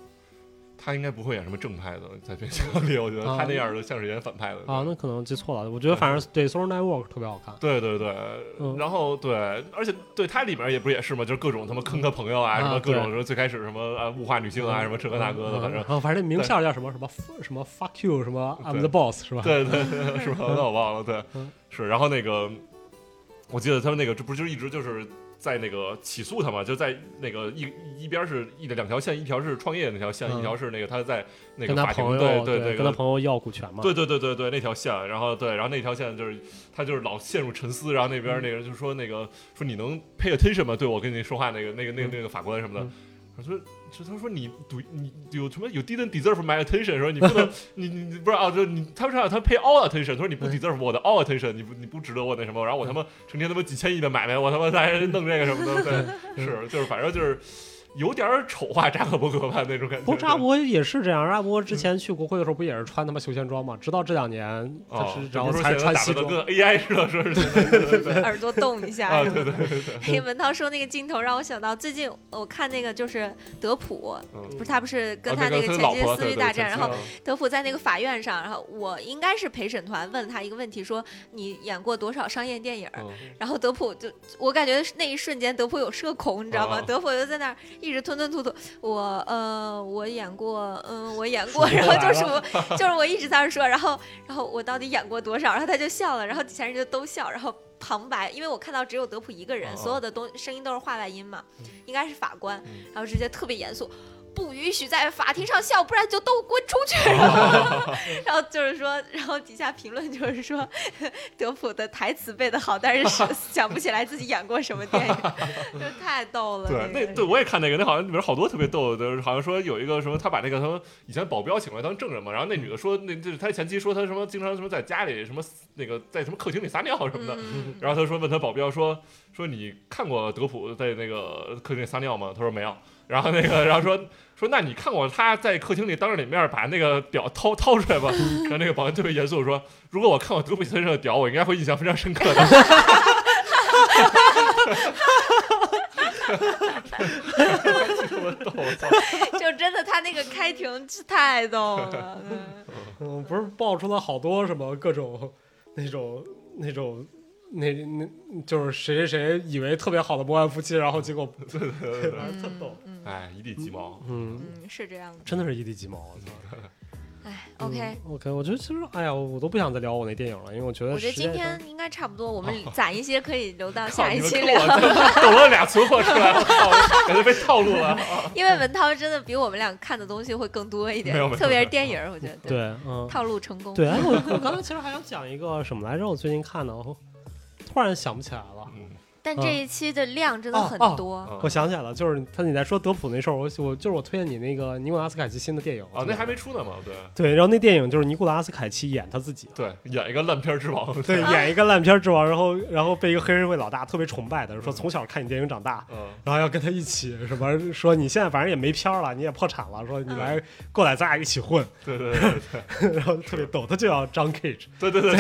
Speaker 4: 他应该不会演什么正派的，在变形里，我觉得
Speaker 2: 啊
Speaker 4: 他那样的像是演反派的
Speaker 2: 啊，那可能记错了。我觉得反正对《Social Network》特别好看。
Speaker 4: 对对对，
Speaker 2: 嗯
Speaker 4: 然后对，而且对他里面也不是也是嘛，就是各种他妈坑他朋友啊，
Speaker 2: 啊
Speaker 4: 什么各种
Speaker 2: 对嗯
Speaker 4: 什么最开始什么啊物化女性啊，什么这个那个的，反正
Speaker 2: 然后哦反正名下叫什么什么什么 fuck you 什么 I'm
Speaker 4: 对
Speaker 2: the boss 是吧？
Speaker 4: 对对对，是吧？那我忘了，对
Speaker 2: 嗯，
Speaker 4: 是。然后那个，我记得他们那个，这不就是一直就是在那个起诉他嘛，就在那个一一边是一两条线，一条是创业那条线，
Speaker 2: 嗯
Speaker 4: 一条是那个他在那个
Speaker 2: 跟他
Speaker 4: 法庭
Speaker 2: 朋友
Speaker 4: 对对
Speaker 2: 跟他
Speaker 4: 那个。
Speaker 2: 朋友要股权嘛。
Speaker 4: 对对对对对，那条线，然后对，然后那条线就是他就是老陷入沉思，然后那边
Speaker 2: 嗯
Speaker 4: 那个人就说那个说你能 pay attention 吗？对我跟你说话那个那个那个那个法官什么的
Speaker 2: 嗯，
Speaker 4: 我说就他说你 do 你有什么有 didn't deserve my attention，说你不 能你你你不是啊，就你他说让他 pay all attention，他说你不 deserve 我的 all attention，你不你不值得我那什么，然后我他
Speaker 2: 嗯
Speaker 4: 妈成天他妈几千亿的买卖，我他 妈在弄这个什么的，对，是就是反正就是有点儿丑化扎克伯格吧那种感觉，
Speaker 2: 不过扎克伯也是这样，扎克伯
Speaker 4: 嗯
Speaker 2: 之前去国会的时候不也是穿他妈休闲装嘛？直到这两年，他
Speaker 4: 哦
Speaker 2: 是，
Speaker 4: 这
Speaker 2: 然
Speaker 4: 不
Speaker 2: 后
Speaker 4: 是
Speaker 2: 才
Speaker 4: 说
Speaker 2: 是穿
Speaker 4: 现在打
Speaker 2: 西
Speaker 4: 扮的
Speaker 2: 装。
Speaker 4: 跟 AI 似的，说是对对对对对
Speaker 3: 嗯耳朵动一下。
Speaker 4: 啊，对对对，
Speaker 3: 黑文涛说那个镜头让我想到最近我看那个就是德普，
Speaker 4: 嗯
Speaker 3: 不是他不是跟
Speaker 4: 啊
Speaker 3: 他那
Speaker 4: 对
Speaker 3: 个
Speaker 4: 跟
Speaker 3: 前
Speaker 4: 老
Speaker 3: 妻
Speaker 4: 婆
Speaker 3: 私
Speaker 4: 对
Speaker 3: 域
Speaker 4: 对
Speaker 3: 大
Speaker 4: 前啊
Speaker 3: 战，
Speaker 4: 妻
Speaker 3: 然后德普在那个法院上，然后我应该是陪审团问他一个问题，说你演过多少商业电影？
Speaker 4: 嗯
Speaker 3: 然后德普就我感觉那一瞬间德普有社恐，你知道吗？
Speaker 4: 啊
Speaker 3: 德普就在那儿一直吞吞吐吐，我呃我演过，嗯、我演 过，然后就
Speaker 2: 数
Speaker 3: 是我就是我一直在那儿说，然后然后我到底演过多少？然后他就笑了，然后底下人就都笑，然后。旁白，因为我看到只有德普一个人，
Speaker 4: 啊
Speaker 3: 所有的东声音都是话外音嘛，应该是法官，
Speaker 4: 嗯
Speaker 3: 然后直接特别严肃，不允许在法庭上笑，不然就都滚出 去。 然后就是说，然后底下评论就是说，德普的台词背得好，但是 是想不起来自己演过什么电影，就太逗了。
Speaker 4: 对，
Speaker 3: 那
Speaker 4: 那对我也看那个，那好像里面好多特别逗的，好像说有一个什么，他把那个他们以前保镖请过来当证人嘛，然后那女的说，那就是他前妻说他什么经常什么在家里什么那个在什么客厅里撒尿什么的，
Speaker 3: 嗯，
Speaker 4: 然后他说问他保镖说说你看过德普在那个客厅里撒尿吗？他说没有，然后那个 然后说说那你看过他在客厅里当着你面把那个屌掏掏出来吗？然后那个保安特别严肃地说，如果我看过德普先生的屌，我应该会印象非常深刻的。 这么逗，我操！
Speaker 3: 就真的他那个开庭是太逗 了。嗯
Speaker 2: 嗯，不是爆出了好多什么各种那种那种那那就是谁谁谁以为特别好的模范夫妻，然后结果
Speaker 4: 嗯
Speaker 2: 特逗，
Speaker 4: 哎，一地鸡毛。
Speaker 2: 嗯，
Speaker 3: 嗯，是这样的。
Speaker 2: 真的是一地鸡毛，我操。
Speaker 3: 哎，OK，
Speaker 2: 嗯 OK，我觉得其实哎呀，我都不想再聊我那电影了，因为我觉得
Speaker 3: 我觉得
Speaker 2: 时
Speaker 3: 今
Speaker 2: 间
Speaker 3: 天应该差不多，我们攒一些可以留到
Speaker 4: 哦 靠
Speaker 3: 下一
Speaker 4: 你们
Speaker 3: 期
Speaker 4: 跟
Speaker 3: 聊
Speaker 4: 我。抖了俩存货出来，我靠，感觉被套路了。
Speaker 3: 因为文涛真的比我们俩看的东西会更多一点
Speaker 4: 没有没，有
Speaker 3: 特别是电影儿，我觉得
Speaker 2: 对嗯
Speaker 3: 套路成功。
Speaker 2: 对，哎，我我刚才其实还想讲一个什么来着？我最近看的，我突然想不起来了。
Speaker 4: 嗯
Speaker 3: 但这一期的量真的很多，
Speaker 4: 嗯
Speaker 2: 我想起来了，就是他你在说德普那事儿，我我就是我推荐你那个尼古拉斯凯奇新的电影
Speaker 4: 啊，那还没出呢嘛，对
Speaker 2: 对，然后那电影就是尼古拉斯凯奇演他自己，
Speaker 4: 对，演一个烂片儿之王，
Speaker 2: 对，演一个烂片儿之王，然后然后被一个黑社会老大特别崇拜的，说从小看你电影长大，
Speaker 4: 嗯，
Speaker 2: 然后要跟他一起什么说你现在反正也没片儿了，你也破产了，说你
Speaker 4: 嗯
Speaker 2: 来过来咱俩一起混，
Speaker 4: 对对对
Speaker 2: 然后特别逗，他就叫 John Cage，
Speaker 4: 对对对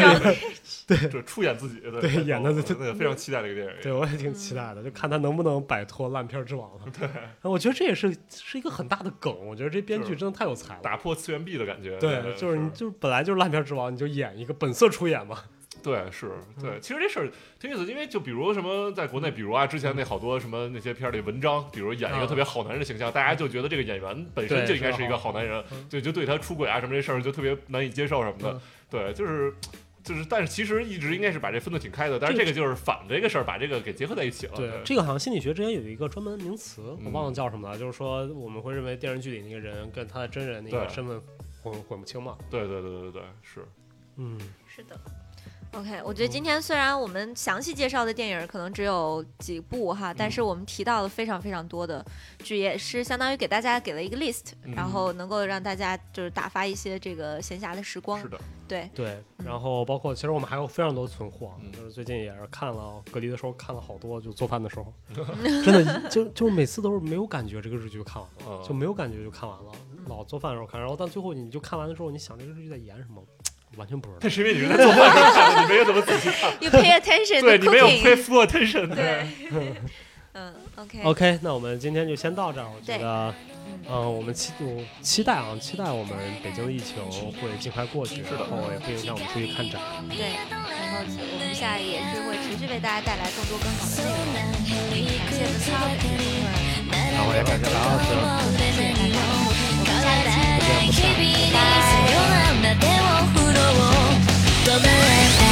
Speaker 4: 对对，就出演自己，对
Speaker 2: 对
Speaker 4: 太逗
Speaker 2: 演的
Speaker 4: 了
Speaker 2: 这
Speaker 4: 对非常期待这个电影。
Speaker 2: 对我也挺期待的，就看他能不能摆脱烂片儿之王 了。对，我觉得这也是是一个很大的梗，我觉得这编剧
Speaker 4: 是
Speaker 2: 真的太有才了。
Speaker 4: 打破次元壁的感觉，
Speaker 2: 对，就是你
Speaker 4: 是
Speaker 2: 就是本来就是烂片儿之王，你就演一个本色出演嘛。
Speaker 4: 对，是
Speaker 2: 嗯
Speaker 4: 对。其实这事儿挺有意思，因为就比如什么，在国内，比如啊，之前那好多什么那些片儿里文章，比如演一
Speaker 2: 啊
Speaker 4: 个特别好男人的形象，大家就觉得这个演员本
Speaker 2: 对
Speaker 4: 身就应该
Speaker 2: 是
Speaker 4: 是一个好男人，就就对他出轨啊什么这事儿就特别难以接受什么的
Speaker 2: 嗯。
Speaker 4: 对，就是就是，但是其实一直应该是把这分得挺开的，但是
Speaker 2: 这
Speaker 4: 这
Speaker 2: 个
Speaker 4: 个就是反这个事儿，把这个给结合在一起了。
Speaker 2: 对，这个好像心理学之前有一个专门的名词，我
Speaker 4: 嗯
Speaker 2: 忘了叫什么了，就是说我们会认为电视剧里那个人跟他的真人那个
Speaker 4: 对
Speaker 2: 身份混混不清嘛。
Speaker 4: 对对对对对对，是。
Speaker 2: 嗯，
Speaker 3: 是的。OK，我觉得今天虽然我们详细介绍的电影可能只有几部哈，但
Speaker 4: 嗯
Speaker 3: 是我们提到了非常非常多的剧，也是相当于给大家给了一个 list，
Speaker 4: 嗯
Speaker 3: 然后能够让大家就是打发一些这个闲暇的时光
Speaker 4: 是。的，
Speaker 3: 对，
Speaker 2: 对。然后包括其实我们还有非常多存货，
Speaker 4: 嗯
Speaker 2: 就是最近也是看了隔离的时候看了好多，就做饭的时 候，真的就就每次都是没有感觉这个日剧看完了，
Speaker 4: 嗯
Speaker 2: 就没有感觉就看完了，老做饭的时候看，然后但最后你就看完了之后，你想这个日剧在演什么，完全不知道。
Speaker 4: 那是因为 你是在做饭时候看的，你没有怎 么仔细看，
Speaker 3: You pay attention
Speaker 4: 对
Speaker 3: to
Speaker 4: 你没有 pay
Speaker 3: cooking。
Speaker 4: full attention。
Speaker 3: 对， 嗯，OK，
Speaker 2: OK，那我们今天就先到这儿。我觉
Speaker 3: 对
Speaker 2: 得，嗯，我们期我期待啊，期待我们北京的疫情会尽快过去，然后也不影响我们出去看展。
Speaker 3: 对，然后我们下也是会持续为大家带来更多更好的内容。感谢文涛，感谢主持人
Speaker 2: 然后也感谢白老师。
Speaker 3: 谢谢大家，我们下一期。
Speaker 1: 日々にさよなら手を振ろう Go back